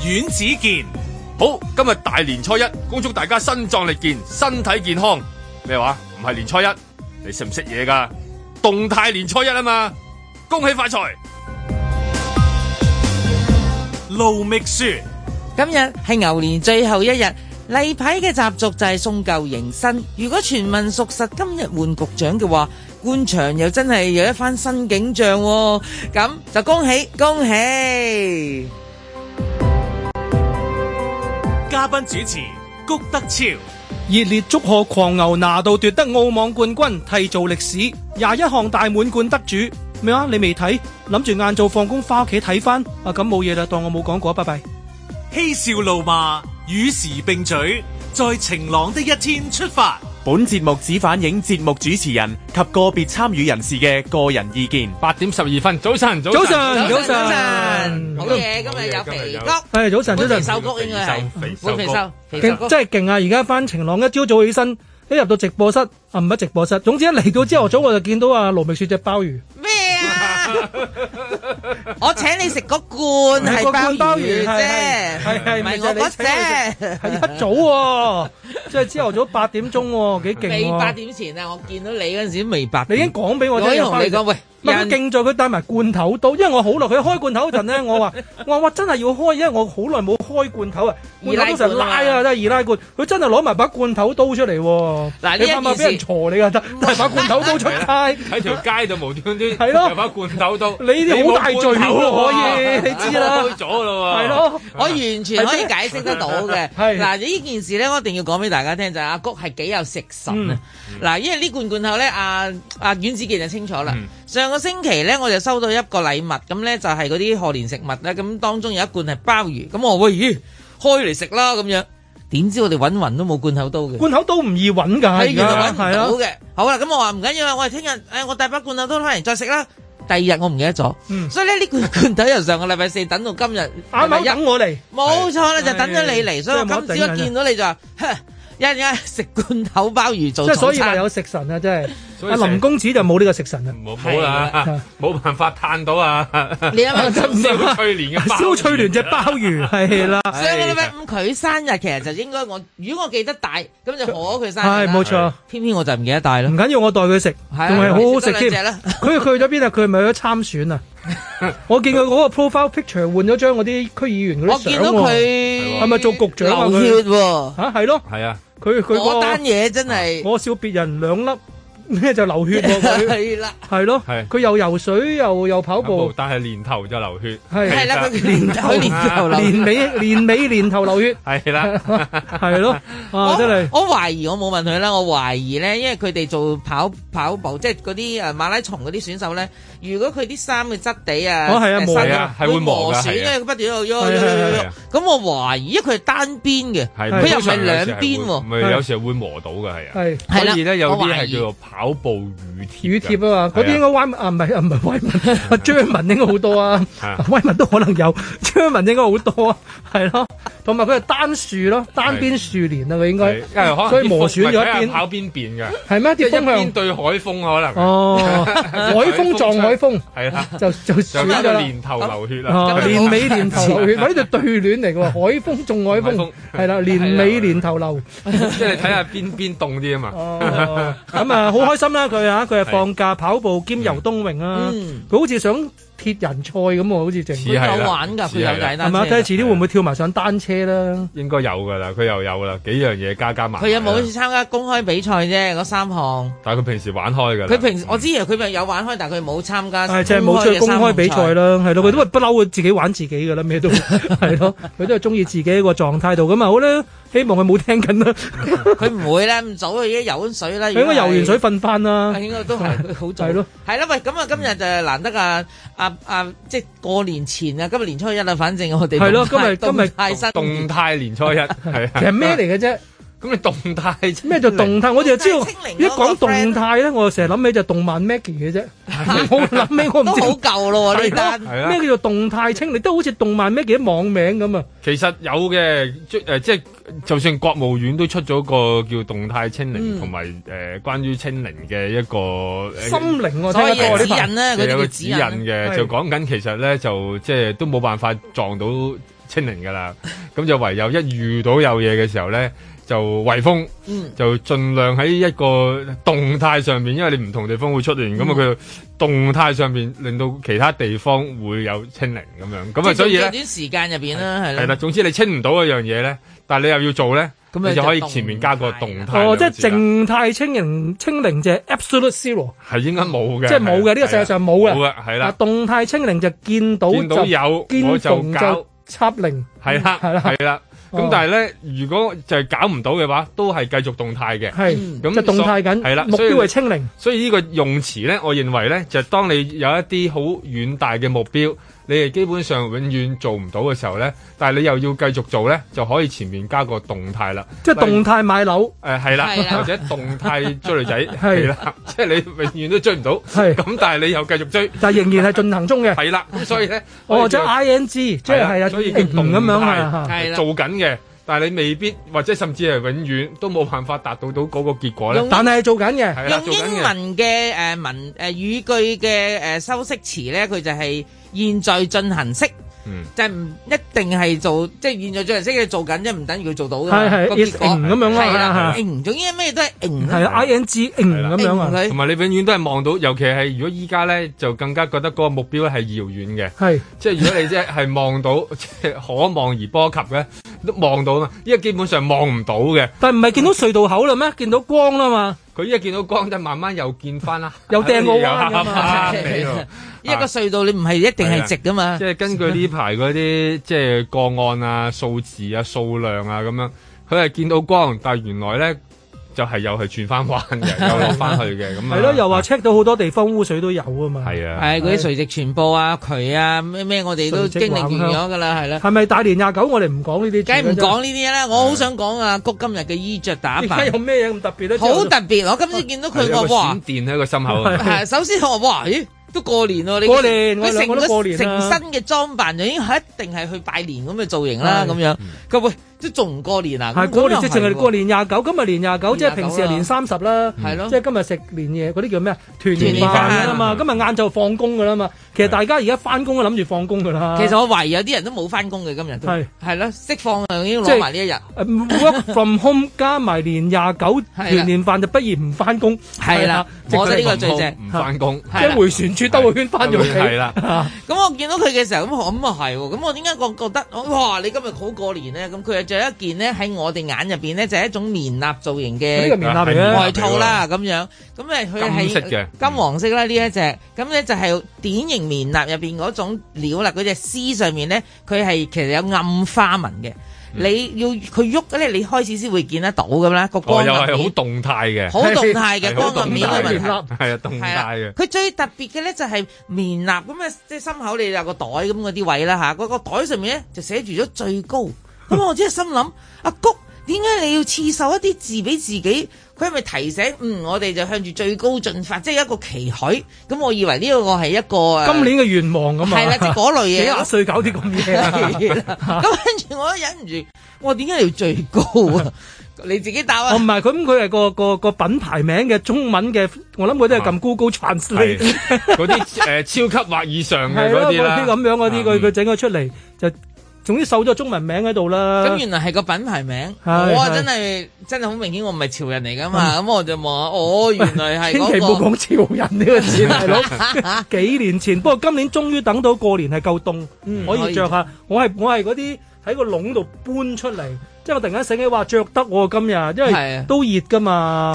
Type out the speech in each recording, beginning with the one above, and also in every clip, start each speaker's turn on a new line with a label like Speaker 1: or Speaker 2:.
Speaker 1: 阮子健。
Speaker 2: 好，今日大年初一，恭祝大家身壯力健，身體健康。咩話？唔係年初一，你識唔識嘢噶？動態年初一啊嘛，恭喜發財！
Speaker 1: 盧覓雪，
Speaker 3: 今日係牛年最後一日，例牌嘅習俗就係送舊迎新。如果全民屬實今日換局長嘅話，官場又真係有一番新景象喎、咁就恭喜恭喜！
Speaker 1: 嘉賓主持谷德超。
Speaker 4: 熱烈祝賀狂牛拿度奪得澳網冠軍，締造歷史，廿一項大滿貫得主。咩啊？你未睇？諗住晏晝放工翻屋企睇翻。啊，咁冇嘢啦，當我冇講過，拜拜。
Speaker 1: 嬉笑怒罵，與時並舉，在晴朗的一天出發。
Speaker 5: 本節目只反映節目主持人及個別參與人士嘅個人意見。
Speaker 2: 八點十二分，早晨，早
Speaker 4: 早晨
Speaker 3: 早晨，好嘢！今日有肥谷，
Speaker 4: 係早晨，早
Speaker 3: 本肥。
Speaker 4: 晨
Speaker 3: 瘦谷應該係
Speaker 2: 肥瘦谷
Speaker 3: 本肥瘦，肥瘦
Speaker 4: 勁
Speaker 3: 谷
Speaker 4: 真係勁啊！而家翻晴朗，一朝早起身，一入到直播室啊，唔係直播室，總之一嚟到朝頭早我就見到啊盧覓雪隻鮑魚，
Speaker 3: 咩啊？我請你食嗰 罐係
Speaker 4: 個
Speaker 3: 鮑
Speaker 4: 罐
Speaker 3: 魚
Speaker 4: 鮑魚係
Speaker 3: 啫，
Speaker 4: 係係
Speaker 3: 唔
Speaker 4: 咪
Speaker 3: 係
Speaker 4: 就
Speaker 3: 我
Speaker 4: 係你
Speaker 3: 嗰
Speaker 4: 請我
Speaker 3: 啫。
Speaker 4: 係一早喎，即係朝頭早八點鐘喎，幾勁
Speaker 3: 未八
Speaker 4: 喎！
Speaker 3: 點前啊，我見到你嗰陣時未八
Speaker 4: 你
Speaker 3: 點。
Speaker 4: 已經講俾我聽
Speaker 3: 我已
Speaker 4: 有
Speaker 3: 經同
Speaker 4: 鮑
Speaker 3: 你
Speaker 4: 魚
Speaker 3: 講，喂，
Speaker 4: 唔係佢
Speaker 3: 人
Speaker 4: 勁在佢帶埋罐頭刀，因為我好耐佢開罐頭嗰 陣咧，我話我話真係要開，因為我好耐冇開罐頭啊，罐頭通常拉啊，真係二拉罐，佢真係攞埋把罐頭刀出嚟喎。
Speaker 3: 嗱呢
Speaker 4: 你
Speaker 3: 一
Speaker 4: 怕唔怕
Speaker 3: 件
Speaker 4: 俾人
Speaker 3: 事
Speaker 4: 鋤 你啊？得帶把罐頭刀出街。
Speaker 2: 喺條街度無端端
Speaker 4: 係咯
Speaker 2: 有把罐頭刀，
Speaker 4: 你啲好大罪喎
Speaker 2: 冇罐
Speaker 4: 可以
Speaker 2: 頭
Speaker 4: 你知 啦
Speaker 2: 開咗啦喎，
Speaker 4: 係。咯，
Speaker 3: 我完全可以解釋得到嘅。
Speaker 4: 係
Speaker 3: 嗱，呢件事咧，我一定要講俾大家聽，就係阿谷係幾有食神啊！嗱，因為呢罐罐頭咧，阿阿阮子健就清楚啦
Speaker 2: 嗯。
Speaker 3: 上個星期咧，我就收到一個禮物，咁咧就係嗰啲賀年食物咧，咁當中有一罐係鮑魚，咁我話喂咦，開嚟食啦咁樣。點知我哋揾雲都冇罐頭刀嘅。
Speaker 4: 罐頭刀唔易揾㗎，
Speaker 3: 係
Speaker 4: 而
Speaker 3: 原
Speaker 4: 家
Speaker 3: 來揾唔
Speaker 4: 係
Speaker 3: 到
Speaker 4: 啊，
Speaker 3: 嘅。好啦，咁我話唔緊要啦，我哋聽日誒我帶把罐頭刀翻嚟再食啦。第二日我唔記得咗，
Speaker 4: 嗯
Speaker 3: 所以咧呢罐罐頭由上個禮拜四等到今日，
Speaker 4: 啱
Speaker 3: 禮拜
Speaker 4: 啱
Speaker 3: 一
Speaker 4: 等我嚟，
Speaker 3: 冇錯啦，就等咗你嚟，所以我
Speaker 4: 真係冇得
Speaker 3: 今朝
Speaker 4: 頂
Speaker 3: 一
Speaker 4: 緊
Speaker 3: 見到你就話，哼一陣間食罐頭鮑魚
Speaker 4: 即
Speaker 3: 做
Speaker 4: 係
Speaker 3: 早
Speaker 4: 所以話
Speaker 3: 餐。
Speaker 4: 有食神啊，真係。
Speaker 2: 所以
Speaker 4: 阿
Speaker 2: 成
Speaker 4: 林公子就冇呢個 食神啊，
Speaker 2: 冇冇啦，冇辦法嘆到啊！
Speaker 3: 你有冇
Speaker 2: 蕭翠蓮嘅
Speaker 4: 蕭翠蓮隻鮑 魚係啦，
Speaker 3: 上個禮拜五佢生日，其實就應該我，如果我記得帶，咁就可佢生日
Speaker 4: 係
Speaker 3: 啦
Speaker 4: 冇錯。
Speaker 3: 偏偏我就唔記得帶
Speaker 4: 唔
Speaker 3: 咯，
Speaker 4: 緊要，我代佢食，仲
Speaker 3: 係
Speaker 4: 係好好食
Speaker 3: 你食多兩隻
Speaker 4: 添
Speaker 3: 啦。
Speaker 4: 佢佢去咗邊啊？佢係咪去咗參 選啊？我見佢嗰個 profile picture 換咗張嗰啲區議員嗰
Speaker 3: 我
Speaker 4: 啲相
Speaker 3: 見到
Speaker 4: 喎，
Speaker 3: 佢
Speaker 4: 係咪做局長啊？
Speaker 3: 流
Speaker 4: 佢
Speaker 3: 血喎，
Speaker 4: 嚇係咯，
Speaker 2: 係啊，
Speaker 4: 佢佢
Speaker 3: 嗰單
Speaker 4: 個
Speaker 3: 嘢真係
Speaker 4: 我笑別人兩粒咩就流血 喎 佢
Speaker 3: 係啦。
Speaker 4: 係咯，
Speaker 2: 係
Speaker 4: 佢又游水又又跑步，
Speaker 2: 但係年頭就流血，
Speaker 4: 係
Speaker 3: 係啦，
Speaker 2: 其實，
Speaker 3: 佢年頭年頭流
Speaker 4: 年尾年尾年頭 流血
Speaker 2: 係啦，
Speaker 4: 係咯，啊真係
Speaker 3: 我我懷疑我冇問佢啦，我懷疑咧，因為佢哋做跑跑步，即係嗰啲誒馬拉松嗰啲選手咧，如果佢啲衫嘅質地啊，
Speaker 4: 哦係啊
Speaker 3: 誒
Speaker 4: 磨
Speaker 3: 身
Speaker 2: 啊係會磨
Speaker 3: 磨
Speaker 2: 㗎
Speaker 3: 損，
Speaker 2: 係
Speaker 3: 因
Speaker 2: 啊
Speaker 3: 為佢不斷喺度喐喐
Speaker 4: 係係係
Speaker 2: 係
Speaker 3: 喐喐。咁我懷疑，因為佢係單邊嘅，
Speaker 2: 係
Speaker 3: 佢又
Speaker 2: 通
Speaker 3: 唔係
Speaker 2: 常有
Speaker 3: 兩
Speaker 2: 時係
Speaker 3: 邊
Speaker 2: 會
Speaker 3: 喎
Speaker 2: 唔。係有時係會磨到嘅，係啊。
Speaker 4: 係
Speaker 3: 係啦
Speaker 2: 所以咧有啲
Speaker 3: 我懷
Speaker 2: 係
Speaker 3: 疑
Speaker 2: 叫做跑步乳貼㗎。
Speaker 4: 乳貼啊嘛，嗰啲應該歪啊唔係啊唔係歪文， 啊張文應該好多啊
Speaker 2: 係，
Speaker 4: 歪文都可能有，張文應該好多啊，係咯，同埋佢係單樹咯，單邊樹連啊佢
Speaker 2: 係
Speaker 4: 應該，
Speaker 2: 因為可能
Speaker 4: 所以磨損咗一邊
Speaker 2: 啲風唔係睇下跑邊邊嘅，
Speaker 4: 係咩？
Speaker 2: 即係
Speaker 4: 啲
Speaker 2: 一
Speaker 4: 風
Speaker 2: 邊
Speaker 4: 向
Speaker 2: 對海風可能
Speaker 4: 哦，海風撞海風
Speaker 2: 係 啦，
Speaker 4: 就
Speaker 2: 就
Speaker 4: 就損
Speaker 2: 搞
Speaker 4: 咗
Speaker 2: 到
Speaker 4: 啦。
Speaker 2: 年頭流血啦。
Speaker 4: 哦，
Speaker 3: 咁
Speaker 4: 年尾年 頭流血，喂呢度對聯嚟嘅喎，海風中海
Speaker 2: 海
Speaker 4: 風
Speaker 2: 風，
Speaker 4: 係啦，年尾年頭流。
Speaker 2: 即係你睇下邊邊凍啲啊嘛。
Speaker 4: 哦，咁啊，好開心啦！佢啊，佢係放假跑步兼游冬泳啊
Speaker 3: 嗯，
Speaker 4: 佢好似想鐵人賽咁喎，好似淨
Speaker 2: 似
Speaker 3: 佢
Speaker 2: 係啦
Speaker 3: 有玩㗎，佢
Speaker 2: 似係啦
Speaker 3: 有解
Speaker 4: 係啊
Speaker 3: 單
Speaker 4: 嘛？睇
Speaker 3: 車
Speaker 4: 下遲。啲會唔會跳埋上單車啦？
Speaker 2: 應該有噶啦，佢又有啦，幾樣嘢加加埋。
Speaker 3: 佢有冇好似？參加公開比賽啫？嗰三項，
Speaker 2: 但係佢平時玩開㗎啦。
Speaker 3: 佢平時我知啊，佢咪有玩開，但係佢冇參加。
Speaker 4: 係即係冇出去公啊開比賽。啦，係啊咯，佢都不嬲會自己玩自己噶啦，咩 都係咯，佢都係中意自己一個狀態度咁啊！好啦，希望佢冇聽緊啦，
Speaker 3: 佢唔會啦，咁早佢已經游緊水啦。
Speaker 4: 佢應該游完
Speaker 3: 如果係
Speaker 4: 水瞓翻啦
Speaker 3: 啊，。應該都係好早。
Speaker 4: 係咯，
Speaker 3: 係啦，喂，咁啊，今日就難得啊，啊啊，即係過年前啊，今日年初一啦，反正我哋
Speaker 4: 係咯
Speaker 3: 動態
Speaker 4: 今日今
Speaker 3: 動
Speaker 4: 日
Speaker 3: 態新
Speaker 2: 動態年初一係
Speaker 4: 其
Speaker 2: 啊。
Speaker 4: 實咩嚟嘅啫？
Speaker 2: 咁你動態
Speaker 4: 咩叫動態？我就知道
Speaker 3: 清啊零嗰個
Speaker 4: 一講動態咧，我就成日諗起就動漫 Maggie 嘅啫。我諗起我唔
Speaker 3: 都
Speaker 4: 知
Speaker 3: 好舊咯喎呢
Speaker 4: 係啊啦
Speaker 3: 單。
Speaker 2: 係啦
Speaker 4: 咩叫做動態清理？都好似動漫咩幾網名咁啊！
Speaker 2: 其實有嘅，即誒即係就算國務院都出咗個叫動態清零，同埋誒關於清零嘅一個呃
Speaker 4: 心靈我聽
Speaker 3: 所
Speaker 4: 得
Speaker 3: 以
Speaker 4: 多啊
Speaker 3: 指
Speaker 4: 呢排
Speaker 3: 引咧，嗰
Speaker 2: 有
Speaker 3: 啲
Speaker 2: 個
Speaker 3: 叫
Speaker 2: 指
Speaker 3: 指
Speaker 2: 引
Speaker 3: 引呢。
Speaker 2: 嘅，
Speaker 4: 係
Speaker 2: 就講緊其實咧就即係都冇辦法撞到清零噶啦。 咁就唯有一遇到有嘢嘅時候咧，就圍封，
Speaker 3: 嗯
Speaker 2: 就盡量喺一個動態上面，因為你唔同地方會出現，咁啊佢就動態上面令到其他地方會有清零咁樣。咁啊，所以咧。
Speaker 3: 短時間入邊啦，係
Speaker 2: 係啦，
Speaker 3: 啦，
Speaker 2: 總之你清唔到一樣嘢咧，但係你又要做咧，
Speaker 3: 咁
Speaker 2: 你
Speaker 3: 你
Speaker 2: 就可以
Speaker 3: 就
Speaker 2: 前面加個動
Speaker 3: 動態
Speaker 2: 態。
Speaker 4: 哦，即係靜態清零清零就係 absolute zero，
Speaker 2: 係應該冇嘅，啊
Speaker 4: 即係冇嘅，呢個世界上冇
Speaker 2: 冇
Speaker 4: 嘅。
Speaker 2: 嘅，係
Speaker 4: 啊，
Speaker 2: 啦，
Speaker 4: 動態清零就見到
Speaker 2: 見到
Speaker 4: 就
Speaker 2: 有我
Speaker 4: 堅
Speaker 2: 就
Speaker 4: 逢
Speaker 2: 搞
Speaker 4: 就，插零，
Speaker 2: 係啦，
Speaker 4: 係啦
Speaker 2: 係啦。咁
Speaker 4: 哦
Speaker 2: 但係咧，如果就係搞唔到嘅話，都係繼續動態嘅。
Speaker 4: 係
Speaker 3: 嗯
Speaker 2: 咁
Speaker 4: 就動態緊，
Speaker 2: 係啦
Speaker 4: 目
Speaker 2: 所以
Speaker 4: 標係清零，
Speaker 2: 所以呢個用詞咧，我認為咧，就係當你有一啲好遠大嘅目標，你係基本上永遠做唔到嘅時候咧，但係你又要繼續做咧，就可以前面加個動態啦。
Speaker 4: 即係動態買樓，
Speaker 2: 誒係啦，
Speaker 3: 係啦
Speaker 2: 或者動態追女仔係
Speaker 4: 係
Speaker 2: 啦，即係你永遠都追唔到，
Speaker 4: 係
Speaker 2: 咁但係你又繼續追，
Speaker 4: 但係仍然係進行中嘅。
Speaker 2: 係啦，咁所以咧，
Speaker 4: 哦，即
Speaker 2: 所以
Speaker 4: 係 ing，即係係啊，
Speaker 2: 所以叫
Speaker 4: 嗯
Speaker 2: 動態
Speaker 4: 咁樣啊，
Speaker 3: 係啦
Speaker 2: 做緊嘅，但係你未必或者甚至係永遠都冇辦法達到到嗰個結果咧
Speaker 3: 用，
Speaker 4: 但係係做緊嘅，
Speaker 2: 係啦，
Speaker 3: 用
Speaker 2: 做緊
Speaker 3: 英
Speaker 2: 嘅。
Speaker 3: 文嘅誒文誒語句嘅誒修飾詞咧，佢就係現在進行式。
Speaker 2: 嗯
Speaker 3: 就係唔一定係做，即係現在進行式嘅做緊，即係唔等於佢做到㗎嘛
Speaker 4: 係係
Speaker 3: 個
Speaker 4: is
Speaker 3: 結果
Speaker 4: ing 咁樣咯
Speaker 3: 係啦
Speaker 4: 嚇，
Speaker 3: ing 總之咩都係 ing 啦
Speaker 4: 係啊，ing
Speaker 2: 係啦
Speaker 4: 嗯咁樣啊，
Speaker 2: 同
Speaker 3: ing 佢
Speaker 2: 埋你永遠都係望到，尤其係如果依家咧就更加覺得嗰個目標係遙遠嘅，
Speaker 4: 係
Speaker 2: 即係如果你即係係望到，即係可望而波及嘅，都望到嘛。依家基本上望唔到嘅，
Speaker 4: 但係唔係見到隧道口啦咩？見到光啦嘛，
Speaker 2: 佢依家見到光，就慢慢又見翻啦，哎
Speaker 4: 又掟啊個彎 㗎嘛
Speaker 2: 啱你喎
Speaker 3: 一個隧道你唔係一定係直噶嘛
Speaker 2: 啊即，係根據呢排嗰啲 即係個案啊、數字啊、數量啊咁樣，佢係見到光，但係原來咧就係、又係轉翻彎 嘅，又落翻去嘅咁啊。
Speaker 4: 係咯，又話 check 到好多地方污水都有啊嘛，
Speaker 2: 係啊，
Speaker 3: 係嗰啲垂直傳播啊、渠啊咩咩，我哋都
Speaker 4: 垂直
Speaker 3: 經歷完
Speaker 4: 橫向
Speaker 3: 咗噶啦，係啦，
Speaker 4: 係咪大年廿九我哋唔講呢啲？
Speaker 3: 梗係唔講呢啲啦。我好想講啊，谷今日嘅衣着打
Speaker 4: 而家
Speaker 3: 扮
Speaker 4: 有咩嘢咁特別咧？
Speaker 3: 好特別，我今次見到
Speaker 2: 係
Speaker 3: 佢
Speaker 2: 有
Speaker 3: 我
Speaker 2: 個
Speaker 3: 哇
Speaker 2: 閃，電喺個心口啊。
Speaker 3: 係
Speaker 4: 係
Speaker 3: 首先我哇咦。都過年喎，你
Speaker 4: 過年我
Speaker 3: 佢成
Speaker 4: 兩個都過
Speaker 3: 個
Speaker 4: 年
Speaker 3: 成
Speaker 4: 啦
Speaker 3: 身嘅裝扮就已經係一定係去拜年咁嘅造型啦，
Speaker 4: 係
Speaker 3: 咁樣。佢話喂，都仲唔過年啊？
Speaker 4: 嗯係
Speaker 3: 咁
Speaker 4: 過年，
Speaker 3: 咁
Speaker 4: 即
Speaker 3: 又
Speaker 4: 係淨係
Speaker 3: 喎
Speaker 4: 過年廿九，今日年廿九，即係平時係年三十啦。
Speaker 3: 係咯
Speaker 4: 即係今日食年夜嗰啲叫咩啊？團
Speaker 3: 團
Speaker 4: 圓
Speaker 3: 年
Speaker 4: 飯
Speaker 3: 飯
Speaker 4: 啊嘛，今日晏晝放工噶啦嘛。其實大家而家翻工都諗住放工噶啦。
Speaker 3: 其實我懷疑有啲人都冇翻工嘅今日都
Speaker 4: 係
Speaker 3: 係啦，釋放啊已經
Speaker 4: 即
Speaker 3: 攞
Speaker 4: 係
Speaker 3: 埋呢一日，
Speaker 4: 誒 work from home 加埋年廿九
Speaker 3: 係啦
Speaker 4: 團年飯就不如唔翻工。
Speaker 3: 係啦，
Speaker 2: 即係
Speaker 3: 我覺得呢個最正。
Speaker 2: 唔翻工，
Speaker 4: 係啦，即係回旋處兜個圈翻咗屋
Speaker 2: 係
Speaker 4: 企。
Speaker 2: 啦，
Speaker 3: 咁我見到佢嘅時候，咁我咁啊係喎，咁我點解覺覺得哇你今日好過年咧？咁佢係着一件咧喺我哋眼入邊咧就係一種棉衲造型
Speaker 4: 呢個
Speaker 3: 嘅
Speaker 4: 棉衲嚟
Speaker 2: 係
Speaker 4: 嘅
Speaker 3: 外套啦，咁樣咁誒佢係
Speaker 2: 金色嘅
Speaker 3: 金黃色啦呢一隻，咁咧就係典型棉衲入邊嗰種料啦，嗰隻絲上面咧佢係其實有暗花紋嘅。你要佢喐咧，你開始先會見得到咁啦，個
Speaker 2: 我
Speaker 3: 光
Speaker 2: 哦又
Speaker 3: 入
Speaker 2: 係好
Speaker 3: 面
Speaker 2: 動態嘅，
Speaker 3: 好動態嘅
Speaker 2: 係好
Speaker 3: 光
Speaker 2: 動
Speaker 3: 暗面嘅
Speaker 2: 態
Speaker 3: 問
Speaker 2: 嘅，
Speaker 3: 題。
Speaker 2: 係啊，動
Speaker 3: 係啦
Speaker 2: 態嘅，
Speaker 3: 佢最特別嘅咧就係棉衲咁啊，即係心口你有個袋咁嗰啲位啦嚇，嗰個袋上面咧就寫住咗最高。咁我真係心諗，阿谷點解你要刺繡一啲字俾自己？佢係咪提醒嗯我哋就向住最高進發，即係一個期許？咁我以為呢個係一個誒
Speaker 4: 今年嘅願望咁啊。
Speaker 3: 係啦，即係嗰類
Speaker 4: 幾啊
Speaker 3: 嘢
Speaker 4: 廿。歲搞啲咁嘢。
Speaker 3: 咁跟住我都忍唔住，我話點解你要最高 啊？你自己答
Speaker 4: 哦，
Speaker 3: 啊
Speaker 4: 唔！係，咁佢係個個個品牌名嘅中文嘅，我諗佢都係撳 Google
Speaker 2: 係
Speaker 4: Translate。
Speaker 2: 嗰啲誒呃超級或以上嘅
Speaker 4: 係
Speaker 2: 嗰
Speaker 4: 咯，
Speaker 2: 啲啦，
Speaker 4: 嗰啲咁樣嗰啲，佢
Speaker 2: 嗯
Speaker 4: 佢整咗出嚟就，總之搜咗中文名喺度啦。
Speaker 3: 咁原來係個品牌名，我
Speaker 4: 係
Speaker 3: 啊
Speaker 4: 係
Speaker 3: 真係真係好明顯，我唔係潮人嚟噶
Speaker 4: 嗯
Speaker 3: 嘛，咁我就望下，哦，原來係
Speaker 4: 千祈唔好
Speaker 3: 嗰個，啊
Speaker 4: 講潮人呢 個字，大佬。幾年前，不過今年終於等到過年係夠凍，
Speaker 3: 嗯
Speaker 4: 可以着下。我係我係嗰啲喺個籠度搬出嚟，即係我突然間醒起話着得喎今日，
Speaker 3: 係啊
Speaker 4: 因為都熱噶 嘛。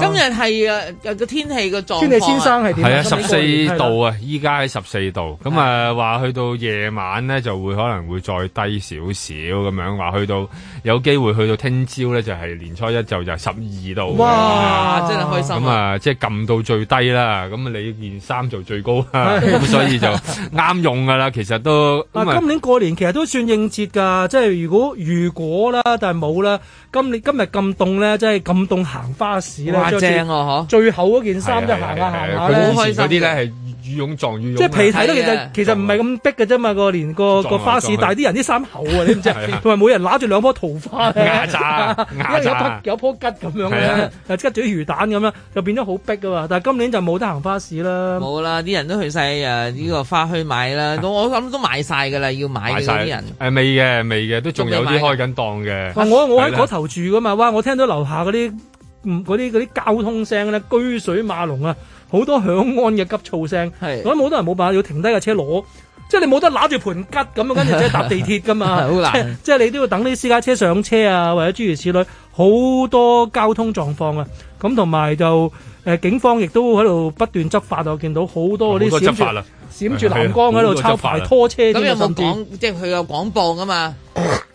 Speaker 3: 今日係啊有個天氣個狀況啊，
Speaker 4: 天氣先生係點？
Speaker 2: 係啊，十
Speaker 4: 今年過年
Speaker 2: 四度啊，依家喺十四度，咁啊話去到夜晚咧就會可能會再低少少咁樣，話去到有機會去到聽朝咧就係年初一就就十二度。
Speaker 4: 哇
Speaker 3: 啊，真係開心
Speaker 2: 咁
Speaker 3: 啊！
Speaker 2: 啊，即係撳到最低啦，咁你件 衫就最高啦，咁所以就啱用噶啦，其實都咁
Speaker 4: 嗱，
Speaker 2: 啊
Speaker 4: 今年過年其實都算應節㗎，即係如果如果啦，但係冇啦。今年今日咁凍咧，即係咁凍行花市咧，
Speaker 3: 哇，
Speaker 4: 着住
Speaker 3: 正啊，嗬！
Speaker 4: 最厚嗰件衫都行
Speaker 2: 係
Speaker 4: 下
Speaker 2: 啊係啊
Speaker 4: 行
Speaker 2: 係
Speaker 4: 下
Speaker 2: 啊
Speaker 3: 咧
Speaker 2: 佢以
Speaker 4: 咧
Speaker 3: 好，開
Speaker 2: 前
Speaker 3: 心
Speaker 2: 嗰啲咧
Speaker 3: 嘅
Speaker 2: 係羽絨撞羽絨啊，
Speaker 4: 即係皮睇到其
Speaker 3: 係啊
Speaker 4: 實其實唔係咁逼嘅啫嘛，個連個個
Speaker 2: 撞嚟
Speaker 4: 花市，
Speaker 2: 撞去
Speaker 4: 但係啲人啲衫厚啊，你知唔知啊
Speaker 2: 係啊？
Speaker 4: 同埋每人揦住兩棵桃花 呢
Speaker 2: 壓榨壓
Speaker 4: 因為有
Speaker 2: 榨
Speaker 4: 棵有棵吉咁樣
Speaker 2: 係啊
Speaker 4: 咧，又吉住啲魚蛋咁樣，就變咗好逼噶嘛。但係今年就冇得行花市啦。
Speaker 3: 冇啦，啲人都去晒誒呢個花墟買
Speaker 4: 啊
Speaker 3: 啦，咁我諗都買晒㗎啦，要買
Speaker 2: 買
Speaker 3: 嘅
Speaker 2: 晒
Speaker 3: 嗰啲人。
Speaker 2: 誒未嘅未嘅，都仲有
Speaker 3: 仲未
Speaker 2: 啲
Speaker 3: 買哦㗎
Speaker 2: 開緊檔嘅。
Speaker 4: 啊我我喺
Speaker 2: 係啦
Speaker 4: 嗰頭住噶嘛，哇！我聽到樓下嗰啲嗯嗰啲嗰啲交通聲咧，居水馬龍啊，好多響安嘅急躁聲。
Speaker 3: 係
Speaker 4: 我諗好多人冇辦法要停低架車攞，即係你冇得揦住盤吉咁樣，跟住即係搭地鐵噶嘛，
Speaker 3: 好難
Speaker 4: 即係即係你都要等啲私家車上車啊，或者諸如此類，好多交通狀況啊。咁同埋就誒、呃警方亦都喺度不斷執法啊，我見到好多
Speaker 2: 好
Speaker 4: 嗰
Speaker 2: 多
Speaker 4: 啲
Speaker 2: 執
Speaker 4: 閃
Speaker 2: 法
Speaker 4: 住
Speaker 2: 啦，
Speaker 4: 閃住藍光
Speaker 2: 係
Speaker 4: 喺
Speaker 2: 啊好
Speaker 4: 度
Speaker 2: 多
Speaker 4: 抄
Speaker 2: 執法
Speaker 4: 牌
Speaker 2: 啊
Speaker 4: 拖車
Speaker 3: 咁
Speaker 4: 咁
Speaker 3: 有冇
Speaker 4: 講？
Speaker 3: 講？即係佢有廣播㗎嘛？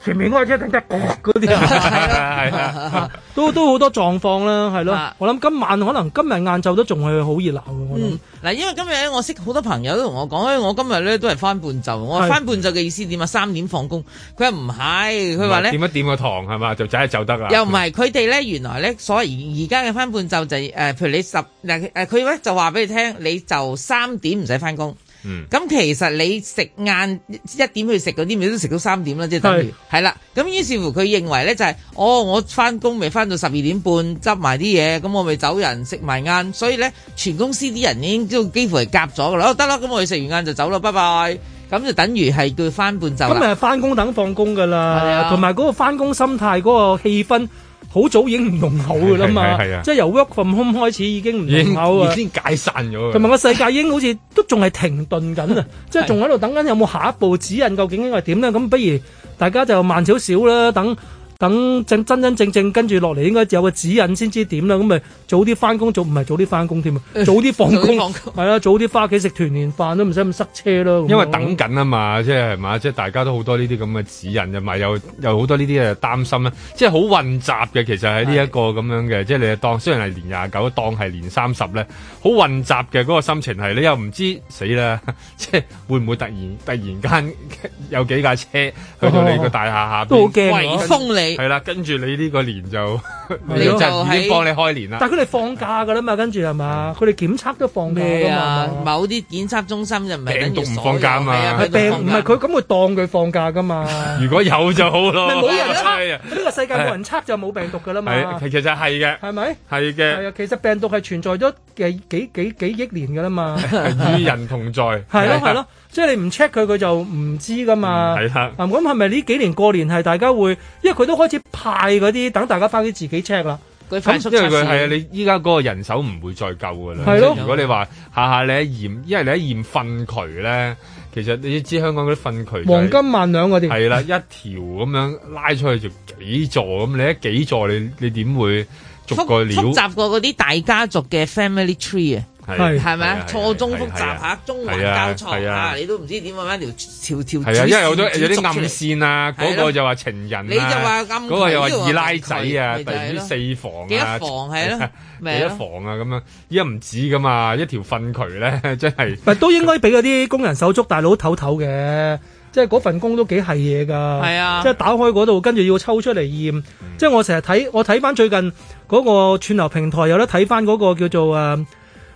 Speaker 4: 前面嗰架車突然間嗰 啲啊！
Speaker 2: 係啊
Speaker 4: 都都好多狀況啦，係咯
Speaker 3: 啊。
Speaker 4: 我諗今晚可能今日晏晝都仲係好熱鬧嘅，我諗
Speaker 3: 嗯，嗱，因為今日咧，我識好多朋友都同我講，誒，我今日咧都係翻半晝。我話
Speaker 4: 係
Speaker 3: 翻半晝嘅意思點啊？三點放工。佢話唔係，佢話咧
Speaker 2: 點一點個堂係嘛，就走一走得啦。
Speaker 3: 又唔係，佢哋咧原來咧，所謂而而家嘅翻半晝就係呃誒，譬如你十嗱誒，佢咧就話俾你聽，你就三點唔使翻工。
Speaker 2: 嗯
Speaker 3: 咁其實你食晏一點去食嗰啲，咪都食到三點啦，即係等於係啦。咁於是乎佢認為咧就係、哦，我翻工未翻到十二點半，執埋啲嘢，咁我咪走人食埋晏。所以咧，全公司啲人已經都幾乎係夾咗噶啦。哦，得啦，咁我哋食完晏就走啦，拜拜。咁就等於係叫翻半晝
Speaker 4: 今日
Speaker 3: 啦。
Speaker 4: 係翻呃工等放工㗎
Speaker 3: 係
Speaker 4: 啦
Speaker 3: 啊，
Speaker 4: 同埋嗰個翻工心態嗰個氣氛。好早已經唔濃厚㗎啦嘛
Speaker 2: 係係係啊，
Speaker 4: 即係由 work from home 開始已經唔
Speaker 2: 已經
Speaker 4: 濃厚啊
Speaker 2: 已，經解散咗㗎。
Speaker 4: 同埋個世界已經好似都仲係停 頓緊啊，即係仲喺度等緊有冇下一步指引，究竟應該係點咧？咁不如大家就慢少少啦，等等真真真正正跟住落嚟應該有個指引先知點啦。咁咪早啲翻工，早唔係早啲翻工添啊，早啲放
Speaker 3: 早啲
Speaker 4: 工
Speaker 3: 放工
Speaker 4: 係啊啦，早啲翻屋企食團年飯都唔使咁塞車咯。咁
Speaker 2: 因為
Speaker 4: 樣
Speaker 2: 等緊啊嘛，即係係嘛，即係大家都好多呢啲咁嘅指引，同埋有有好多呢啲嘅擔心啦，即係好混雜嘅。其實喺呢一個咁樣嘅，即係你當雖然係年廿九，當係年三十咧，好混雜嘅嗰、個心情係，你又唔知死啦， 即係會唔會突然突然間 有幾架車去到你個大廈下邊，
Speaker 4: 哦都好驚
Speaker 3: 圍
Speaker 4: 喎。
Speaker 3: 封你，
Speaker 2: 係啦，跟住你呢個年就
Speaker 4: 你
Speaker 2: 你
Speaker 4: 就
Speaker 2: 就已
Speaker 3: 喺
Speaker 2: 經幫你開年啦。
Speaker 4: 但係佢哋放假㗎啦嘛，跟住係嘛？佢哋檢測都放假
Speaker 3: 咩
Speaker 4: 㗎
Speaker 3: 啊？
Speaker 4: 嘛。
Speaker 3: 某啲檢測中心就唔係
Speaker 2: 病
Speaker 3: 等
Speaker 2: 毒
Speaker 3: 於
Speaker 2: 唔
Speaker 3: 所有
Speaker 2: 放假嘛
Speaker 3: 係啊
Speaker 4: 係
Speaker 3: 病毒
Speaker 4: 病唔係
Speaker 3: 放假
Speaker 4: 佢咁會當佢放 假㗎嘛？
Speaker 2: 如果有就好咯，
Speaker 4: 咪冇 人
Speaker 2: 係
Speaker 4: 測
Speaker 2: 啊，
Speaker 4: 呢個世界冇人測就冇病毒㗎啦嘛
Speaker 2: 係，其其實係嘅，
Speaker 4: 係咪？
Speaker 2: 係嘅。
Speaker 4: 係啊，其實病毒係存在咗幾幾幾幾億年㗎啦嘛，
Speaker 2: 係與人同在， 啊
Speaker 4: 係咯係咯，即係你唔 check 佢，佢就唔知㗎嘛。
Speaker 2: 係啦，
Speaker 4: 啊，咁係咪呢幾年過年係大家會，因為佢都開始派嗰啲等大家翻屋企自己 check 啦，
Speaker 3: 佢快速
Speaker 2: 咁因為
Speaker 3: 測
Speaker 2: 佢係啊，
Speaker 3: 試。
Speaker 2: 你依家嗰個人手唔會再夠噶啦。
Speaker 4: 係咯
Speaker 2: 即係如果你話下下你喺驗，因為你喺驗糞渠咧，其實你知香港嗰啲糞渠就係
Speaker 4: 黃金萬兩嗰啲，
Speaker 2: 係啦，一條咁樣拉出去就幾座咁，你喺幾座你你點會逐個
Speaker 3: 複
Speaker 2: 料
Speaker 3: 複雜過嗰啲大家族嘅 family tree 啊！
Speaker 4: 係
Speaker 3: 係咪啊？錯綜複雜
Speaker 2: 係啊
Speaker 3: 嚇，中
Speaker 2: 係啊
Speaker 3: 環交錯
Speaker 2: 係啊
Speaker 3: 嚇，你都唔知點揾翻條條條
Speaker 2: 係啊，
Speaker 3: 主
Speaker 2: 因為有
Speaker 3: 主
Speaker 2: 啲有啲暗
Speaker 3: 出嚟
Speaker 2: 線啊，
Speaker 3: 係
Speaker 2: 嗰
Speaker 3: 咯
Speaker 2: 個就話情人啊，
Speaker 3: 你就話暗
Speaker 2: 嗰個又話
Speaker 3: 渠呢個
Speaker 2: 二奶仔啊，
Speaker 3: 暗渠
Speaker 2: 第二
Speaker 3: 咪就係咯
Speaker 2: 四房
Speaker 3: 幾
Speaker 2: 啊，
Speaker 3: 多房係咯咪
Speaker 2: 幾
Speaker 3: 係
Speaker 2: 多
Speaker 3: 咯
Speaker 2: 房啊咁樣，依家唔止噶嘛，一條糞渠咧 真係。
Speaker 4: 咪都應該俾嗰啲工人手足大佬唞唞嘅，即係嗰份工都幾係嘢㗎。
Speaker 3: 係啊
Speaker 4: 即係打開嗰度，跟住要抽出嚟
Speaker 2: 嗯
Speaker 4: 驗。即係我成日睇，我睇翻最近嗰個串流平台有得睇翻嗰個叫做誒、呃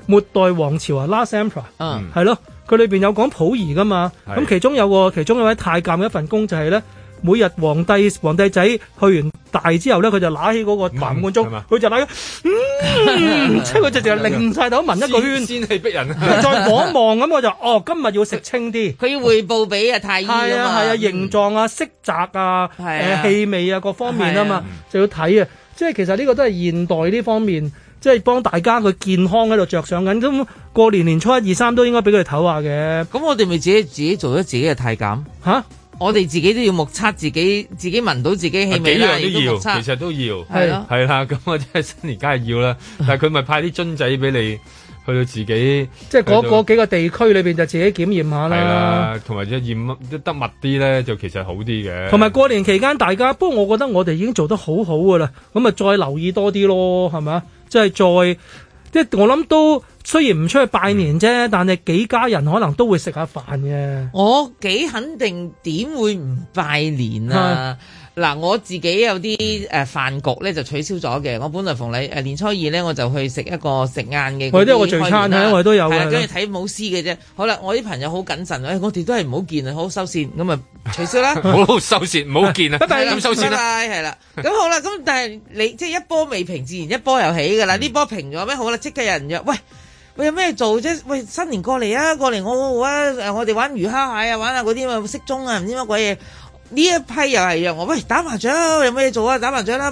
Speaker 4: 末代王朝啊，Last Emperor。
Speaker 3: 嗯，
Speaker 4: 係咯，佢裏邊有講溥儀噶嘛，
Speaker 2: 係
Speaker 4: 咁其中有個其中有位太監嘅一份工就係咧，每日皇帝皇帝仔去完大之後咧，佢就揦起嗰個痰罐
Speaker 2: 聞係
Speaker 4: 盅
Speaker 2: 嘛，
Speaker 4: 佢就揦， 嗯，即係佢就淨係擰晒頭聞一個
Speaker 2: 先
Speaker 4: 圈，
Speaker 2: 先係逼人啊！
Speaker 4: 再望一望咁我就哦，今日要食清啲。
Speaker 3: 佢要匯報俾啊太醫
Speaker 4: 係啊
Speaker 3: 㗎嘛
Speaker 4: 係啊，形狀啊、色澤啊、誒、
Speaker 3: 係啊
Speaker 4: 氣味啊各方面啊
Speaker 3: 係
Speaker 4: 嘛
Speaker 3: 啊，
Speaker 4: 就要睇啊。即係其實呢個都係現代呢方面，即係幫大家個健康喺度着想緊。咁過年年初一二三都應該俾佢哋唞下嘅
Speaker 3: 咁我哋咪自己自己做咗自己嘅太監，
Speaker 4: 嚇。
Speaker 3: 我哋自己都要目測自己，自己聞到自己
Speaker 2: 啊
Speaker 3: 氣
Speaker 2: 幾
Speaker 3: 味啦，
Speaker 2: 樣
Speaker 3: 亦
Speaker 2: 都
Speaker 3: 目
Speaker 2: 要，
Speaker 3: 測啊
Speaker 2: 其實都要，
Speaker 3: 係咯
Speaker 2: 係啦。咁我真係新年梗係要啦， 但係佢咪派啲樽仔俾你，去到自己
Speaker 4: 即係嗰
Speaker 2: 去到
Speaker 4: 嗰幾個地區裏邊就自己檢驗下
Speaker 2: 係
Speaker 4: 啦。
Speaker 2: 啦，同埋即係驗得密啲咧，就其實好啲嘅。
Speaker 4: 同埋過年期間，大家不過我覺得我哋已經做得好好噶啦，咁啊再留意多啲咯，係咪啊？即係再即係我諗都雖然唔出去拜年
Speaker 2: 嗯
Speaker 4: 啫，但係幾家人可能都會食下飯嘅。
Speaker 3: 我幾肯定點會唔拜年啊？嗱，我自己有啲誒飯局咧就取消咗嘅。我本來逢禮誒年初二咧，我就去食一個食晏嘅嗰啲開宴啦。
Speaker 4: 我哋都有個聚餐啊我哋都有㗎
Speaker 3: 係啦
Speaker 4: 係啦
Speaker 3: 跟住睇舞獅嘅啫。好啦，我啲朋友好謹慎，誒，我哋都係唔好見啊，好收線，咁啊取消 啦。
Speaker 2: 好好收線，唔好 見啊，
Speaker 4: 拜
Speaker 2: 咁收線啦。
Speaker 3: 拜拜係啦。咁好啦，咁但係你即係一波未平，自然一波又起㗎
Speaker 2: 嗯
Speaker 3: 啦。呢波平咗咩？好啦，即刻有人約，喂。喂，有咩做啫？喂，新年過嚟啊，過嚟我我啊，誒我哋玩魚蝦蟹啊，玩下嗰啲啊，骰盅啊，唔知乜鬼嘢。呢一批又係約我，喂，打麻雀啊有咩嘢做啊？打麻雀啦、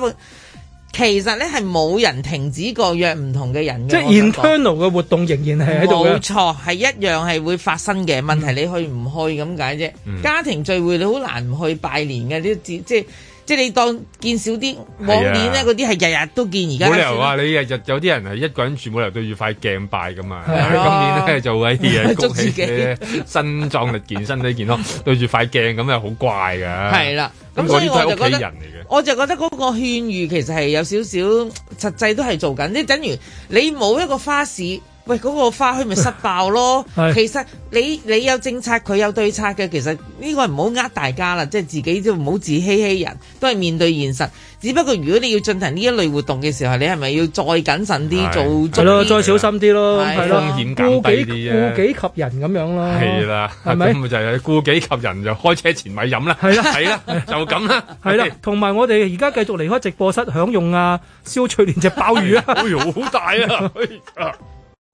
Speaker 3: 其實咧係冇人停止過約唔同嘅人嘅，
Speaker 4: 即係
Speaker 3: 我想講
Speaker 4: internal 嘅活動仍然係喺度
Speaker 3: 冇
Speaker 4: 嘅。
Speaker 3: 錯，係一樣係會發生嘅問題，你去唔去咁解啫？
Speaker 2: 嗯
Speaker 3: 家庭聚會你好難唔去拜年嘅，呢啲即係即係你當見少啲。往年咧嗰啲係日日都見，而家
Speaker 2: 啊冇
Speaker 3: 都
Speaker 2: 理
Speaker 3: 算
Speaker 2: 由啊
Speaker 3: 啦
Speaker 2: 話你日日有啲人係一個人住，冇理由對住塊鏡拜噶嘛。今
Speaker 4: 係
Speaker 3: 啊
Speaker 2: 年咧就喺
Speaker 3: 祝
Speaker 2: 恭
Speaker 3: 自
Speaker 2: 喜
Speaker 3: 己
Speaker 2: 你身壯力健、身體健康，對住塊鏡咁係好怪噶。
Speaker 3: 係啦。咁
Speaker 2: 嗰
Speaker 3: 所以
Speaker 2: 啲都係
Speaker 3: 我就
Speaker 2: 屋
Speaker 3: 覺
Speaker 2: 企
Speaker 3: 得
Speaker 2: 人嚟嘅。
Speaker 3: 我就覺得嗰個勸喻其實係有少少實際都係做緊，即係等於你冇一個花市，喂嗰、個花墟咪失爆咯
Speaker 4: 係。
Speaker 3: 其實你你有政策，佢有對策嘅，其實呢個唔好呃大家啦，即係自己都唔好自欺欺人，都係面對現實。只不過如果你要進行呢一類活動嘅時候，你係咪要再謹慎啲
Speaker 2: 係
Speaker 3: 做
Speaker 4: 係
Speaker 3: 足
Speaker 4: 咯，
Speaker 3: 啲？
Speaker 4: 再小心啲咯，
Speaker 3: 係
Speaker 4: 係咯，
Speaker 3: 風
Speaker 2: 險減
Speaker 4: 顧
Speaker 2: 低
Speaker 4: 己
Speaker 2: 啲啫
Speaker 4: 顧己及人咁樣咯。
Speaker 2: 係啦，
Speaker 4: 係咪
Speaker 2: 咁就係顧己及人，就開車前咪飲啦。
Speaker 4: 係啦
Speaker 2: 係啦，就咁啦。
Speaker 4: 係啦，同埋我哋而家繼續離開直播室，享用啊蕭翠 蓮隻鮑魚啊！
Speaker 2: 哎呦，好大啊！哎呀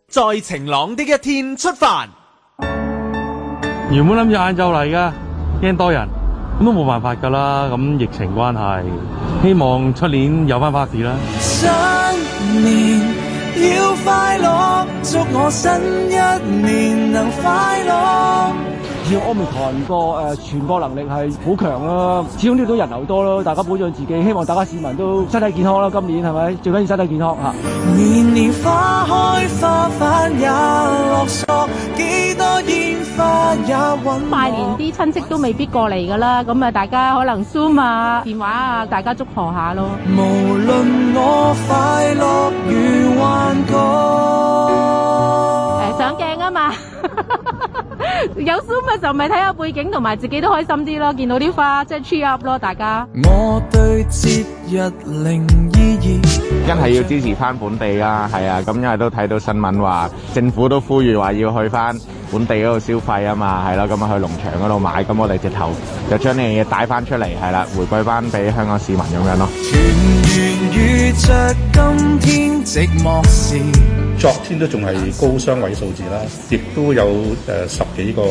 Speaker 5: 在晴朗的一天出發。
Speaker 6: 原本諗住晏晝嚟噶，驚多人，咁都冇辦法噶啦。咁疫情關係，希望出年有翻 party 啦。
Speaker 7: 新年要快樂，祝我新一年能快樂。
Speaker 8: 要 Omicron 個誒傳播能力係好強啦，始終呢度人流多咯，大家保障自己，希望大家市民都身體健康啦。今年係咪最緊要身體健康嚇？
Speaker 7: 年年花開花瓣也落索，幾多煙花也隕
Speaker 9: 拜年
Speaker 7: 落。
Speaker 9: 啲親戚都未必過嚟噶啦，咁啊大家可能 Zoom 啊、電話啊，大家祝賀下咯。
Speaker 7: 無論我快樂與幻
Speaker 9: 誒、
Speaker 7: 覺。
Speaker 9: 上鏡啊嘛， 有 Zoom 嘅時候咪睇下背景，同埋自己都開心啲咯，見到啲花即係 cheer up 咯，大家。
Speaker 7: 我對節日零意義。
Speaker 10: 真係要支持翻本地啦，係啊，咁因為都睇到新聞話政府都呼籲話要去翻本地嗰度消費啊嘛，係咯，咁啊去農場嗰度買，咁我哋直頭就將呢樣嘢帶翻出嚟，係啦，回歸翻俾香港市民咁樣咯。
Speaker 7: 團圓遇着今天寂寞時，
Speaker 11: 昨天都仲係高雙位數字啦，亦都有誒、呃十幾個誒、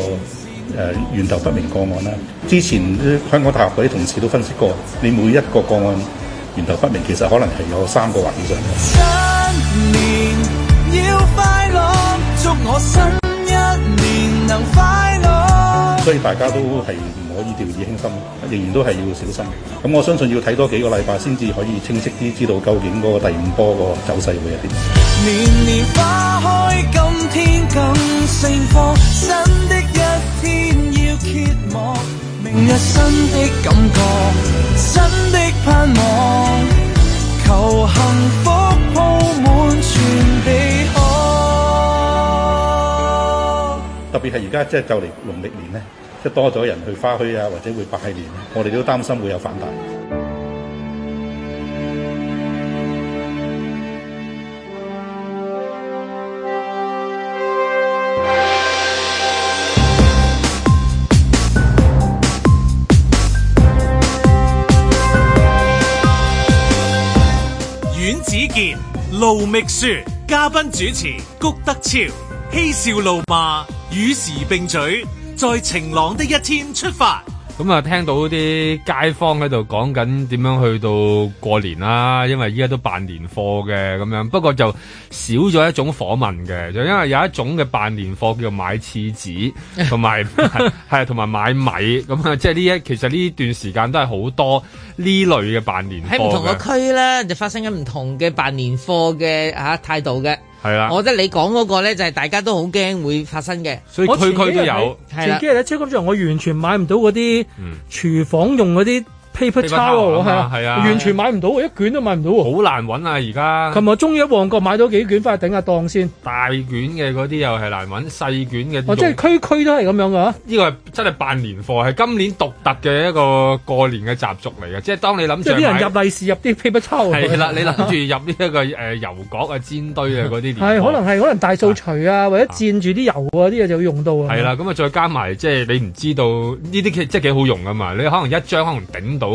Speaker 11: 呃源頭不明個案啦。之前啲香港大學嗰啲同事都分析過，你每一個個案源頭不明，其實可能係有三個或以上嘅。
Speaker 7: 新年要快樂，祝我新一年能快樂。
Speaker 11: 所以大家都係唔可以掉以輕心，仍然都係要小心。咁我相信要睇多幾個禮拜先至可以清晰啲知道究竟嗰個第五波個走勢會係點。
Speaker 7: 年年花開，今天更盛放。新的一天要揭幕，明日新的感覺，新的盼望，求幸福鋪滿全地可。
Speaker 11: 特別係而家即係就嚟農曆年咧，即係多咗人去花墟啊，或者會拜年，我哋都擔心會有反彈。
Speaker 1: 阮子健、盧覓雪，嘉賓主持谷德超，嬉笑怒罵，與時並舉，在晴朗的一天出發。
Speaker 2: 咁啊，聽到啲街坊喺度講緊點樣去到過年啦，因為依家都辦年貨嘅咁樣，不過就少咗一種訪問嘅，就因為有一種嘅辦年貨叫做買廁紙， 同埋 係同埋買米咁啊，即係呢一其實呢段時間都係好多呢類嘅辦年貨
Speaker 3: 喺唔同
Speaker 2: 嘅，
Speaker 3: 嘅區啦，就發生緊唔同嘅辦年貨嘅嚇態度嘅。
Speaker 2: 係啊啦，
Speaker 3: 我覺得你講嗰個咧就係大家都好驚會發生嘅。
Speaker 2: 所以
Speaker 4: 我
Speaker 2: 區
Speaker 4: 前
Speaker 2: 區
Speaker 4: 幾日
Speaker 2: 都
Speaker 4: 喺
Speaker 2: 有。
Speaker 3: 係啦
Speaker 4: 前幾日喺超級市場，我完全買唔到嗰啲廚房用嗰啲 paper
Speaker 2: 嗯 paper
Speaker 4: towel 係啊，
Speaker 2: towel，係啊
Speaker 4: 完全買唔到，一卷都買唔到喎。
Speaker 2: 好難揾啊！而家
Speaker 4: 琴日終於喺旺角買到幾卷翻去頂下檔先。
Speaker 2: 大卷嘅嗰啲又係難揾，細卷嘅
Speaker 4: 哦，即係
Speaker 2: 用
Speaker 4: 區區都係咁樣噶。
Speaker 2: 呢個係真係辦年貨，係今年獨特嘅一個過年嘅習俗嚟嘅。即係當你諗
Speaker 4: 即
Speaker 2: 住
Speaker 4: 係啲
Speaker 2: 買
Speaker 4: 人入啊利是入啲 paper towel。
Speaker 2: 係啦，你諗住入呢一個誒油角啊、煎堆啊嗰啲年
Speaker 4: 係
Speaker 2: 貨
Speaker 4: 可能係可能大掃除啊，或者佔住啲油啊啲嘢就要用到啊。
Speaker 2: 係啦，咁啊再加埋即係你唔知道呢啲其即係幾好用噶嘛，你可能一張可能頂到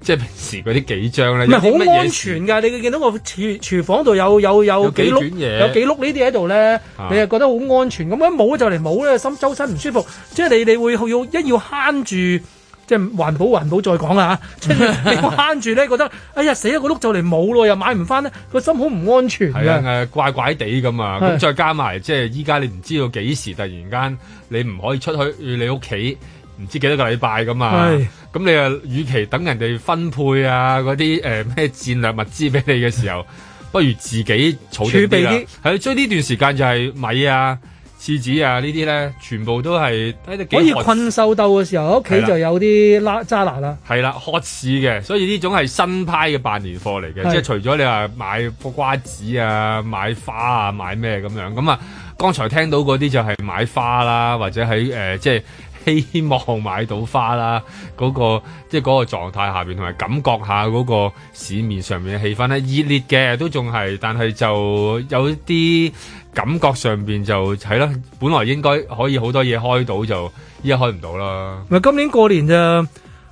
Speaker 2: 即係平時嗰啲幾張咧，
Speaker 4: 唔係
Speaker 2: 有啲乜
Speaker 4: 好
Speaker 2: 嘢
Speaker 4: 安全啊㗎，你見到個廚廚房度有有有
Speaker 2: 有幾
Speaker 4: 幾碌
Speaker 2: 卷嘢
Speaker 4: 有幾碌呢啲喺度咧
Speaker 2: 啊，
Speaker 4: 你又覺得好安全。咁一冇啊就嚟冇咧，心周身唔舒服。即係你你會要一要慳住，即係環保環保再 講啦嚇。即係你你要慳住咧，覺得哎呀死啦個碌就嚟冇咯，又買唔翻咧，個心好唔安全
Speaker 2: 係啊，
Speaker 4: 㗎。
Speaker 2: 誒怪怪地咁啊，
Speaker 4: 係
Speaker 2: 咁再加埋即係依家你唔知道幾時突然間你唔可以出去你屋企，唔知幾多個禮拜噶嘛
Speaker 4: 係。
Speaker 2: 咁你啊，與其等人哋分配啊嗰啲誒咩戰略物資俾你嘅時候，不如自己儲定啲啦
Speaker 4: 儲備啲。
Speaker 2: 係，所以呢段時間就係米啊、廁紙啊呢啲咧，全部都係喺度幾
Speaker 4: 可以
Speaker 2: 寒
Speaker 4: 困獸鬥嘅時候，屋企
Speaker 2: 係啦
Speaker 4: 就有啲拉渣拿啦。
Speaker 2: 係啦，hot 市嘅，所以呢種係新派嘅辦年貨嚟嘅，
Speaker 4: 係
Speaker 2: 即係除咗你話買個瓜子啊、買花啊、買咩咁樣，咁啊，剛才聽到嗰啲就係買花啦，或者喺誒、呃即係。希望買到花啦，嗰、個即係嗰個狀態下邊，同埋感覺下嗰個市面上面嘅氣氛咧，熱烈嘅都仲係，但係就有啲感覺上邊就係啦，本來應該可以好多嘢開到就依家開唔到啦。
Speaker 4: 咪今年過年就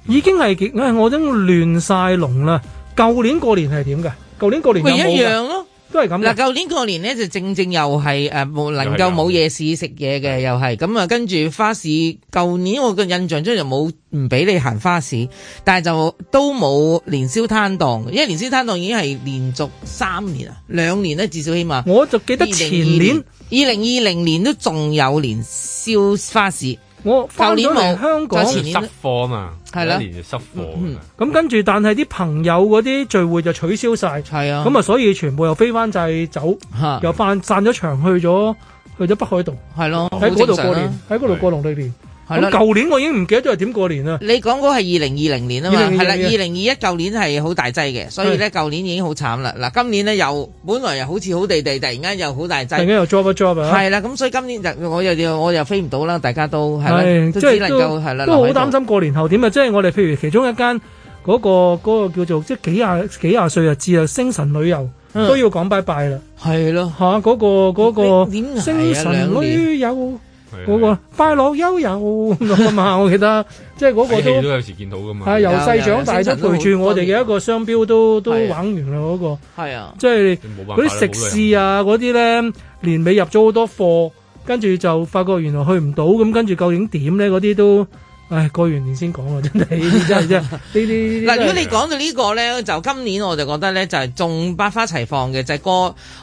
Speaker 4: 已經係幾，唉我已經亂晒龍啦。舊年過年係點㗎？舊年過年
Speaker 3: 咪
Speaker 4: 有冇
Speaker 3: 一
Speaker 4: 㗎
Speaker 3: 樣咯。
Speaker 4: 都係咁
Speaker 3: 嗱，
Speaker 4: 嘅。
Speaker 3: 舊年過年咧就正正又啊係誒冇能夠冇夜市食嘢嘅，又係咁啊。跟住花市，舊年我嘅印象中就冇唔俾你行花市，但係就都冇年宵攤檔，因為年宵攤檔已經係連續三年啊，兩年咧至少起碼。
Speaker 4: 我就記得前年
Speaker 3: 二零二零年都仲有年宵花市，
Speaker 4: 我
Speaker 3: 舊
Speaker 4: 翻
Speaker 3: 年
Speaker 4: 咗
Speaker 3: 冇
Speaker 4: 嚟香港
Speaker 3: 就前年
Speaker 2: 濕貨啊嘛，
Speaker 3: 係啦嗯
Speaker 2: 一年就濕貨㗎嘛。
Speaker 4: 咁跟住，但係啲朋友嗰啲聚會就取消晒，
Speaker 3: 係啊
Speaker 4: 咁啊，所以全部又飛翻掣走，又翻散咗場去咗去咗北海道，
Speaker 3: 係咯，
Speaker 4: 喺嗰
Speaker 3: 好正
Speaker 4: 度
Speaker 3: 常啊
Speaker 4: 過年，喺嗰度過農曆年。
Speaker 3: 係啦
Speaker 4: 咁舊年我已經唔記得咗係點過年啦。
Speaker 3: 你講嗰係二零二零年啊嘛，
Speaker 4: 2020
Speaker 3: 係啦，
Speaker 4: 年
Speaker 3: 二零二一舊年係好大劑嘅，所以咧舊年已經好慘啦。嗱，今年咧又本來又好似好地地，突然間又好大
Speaker 4: 突然間
Speaker 3: 劑，
Speaker 4: 又 job 一 job 啊，
Speaker 3: 係啦，咁所以今年就我又我又飛唔到啦，大家都係啦，
Speaker 4: 係
Speaker 3: 都只
Speaker 4: 即係
Speaker 3: 能
Speaker 4: 都
Speaker 3: 夠係啦，
Speaker 4: 都好
Speaker 3: 留喺度
Speaker 4: 擔心過年後點啊！即係我哋譬如其中一間嗰個嗰個叫做即係幾廿幾廿歲日知啊，星辰旅遊
Speaker 3: 嗯
Speaker 4: 都要講拜拜啦。
Speaker 3: 係咯，
Speaker 4: 嚇嗰個嗰個
Speaker 3: 你點捱啊
Speaker 4: 星辰旅遊
Speaker 2: 係
Speaker 4: 嗰個快樂悠遊咁啊 嘛，我記得即係嗰個
Speaker 2: 睇戲都
Speaker 4: 都啊
Speaker 2: 有時見到噶嘛。
Speaker 3: 哎啊
Speaker 4: 係由細長大
Speaker 3: 有
Speaker 4: 都
Speaker 3: 有
Speaker 4: 陪住我哋嘅一個商標都都
Speaker 3: 係
Speaker 4: 玩
Speaker 3: 啊
Speaker 4: 完啦嗰個。
Speaker 3: 係啊，
Speaker 4: 即係
Speaker 2: 冇辦法
Speaker 4: 嗰
Speaker 2: 啦
Speaker 4: 啲食肆啊，嗰啲咧年尾入咗好多貨，跟住就發覺原來去唔到，咁跟住究竟點咧？嗰啲都，唉，過完年先講啊，真係 呢啲真係真係呢啲。
Speaker 3: 嗱，如果你講到呢個咧，就今年我就覺得咧就係仲百花齊放嘅，就係個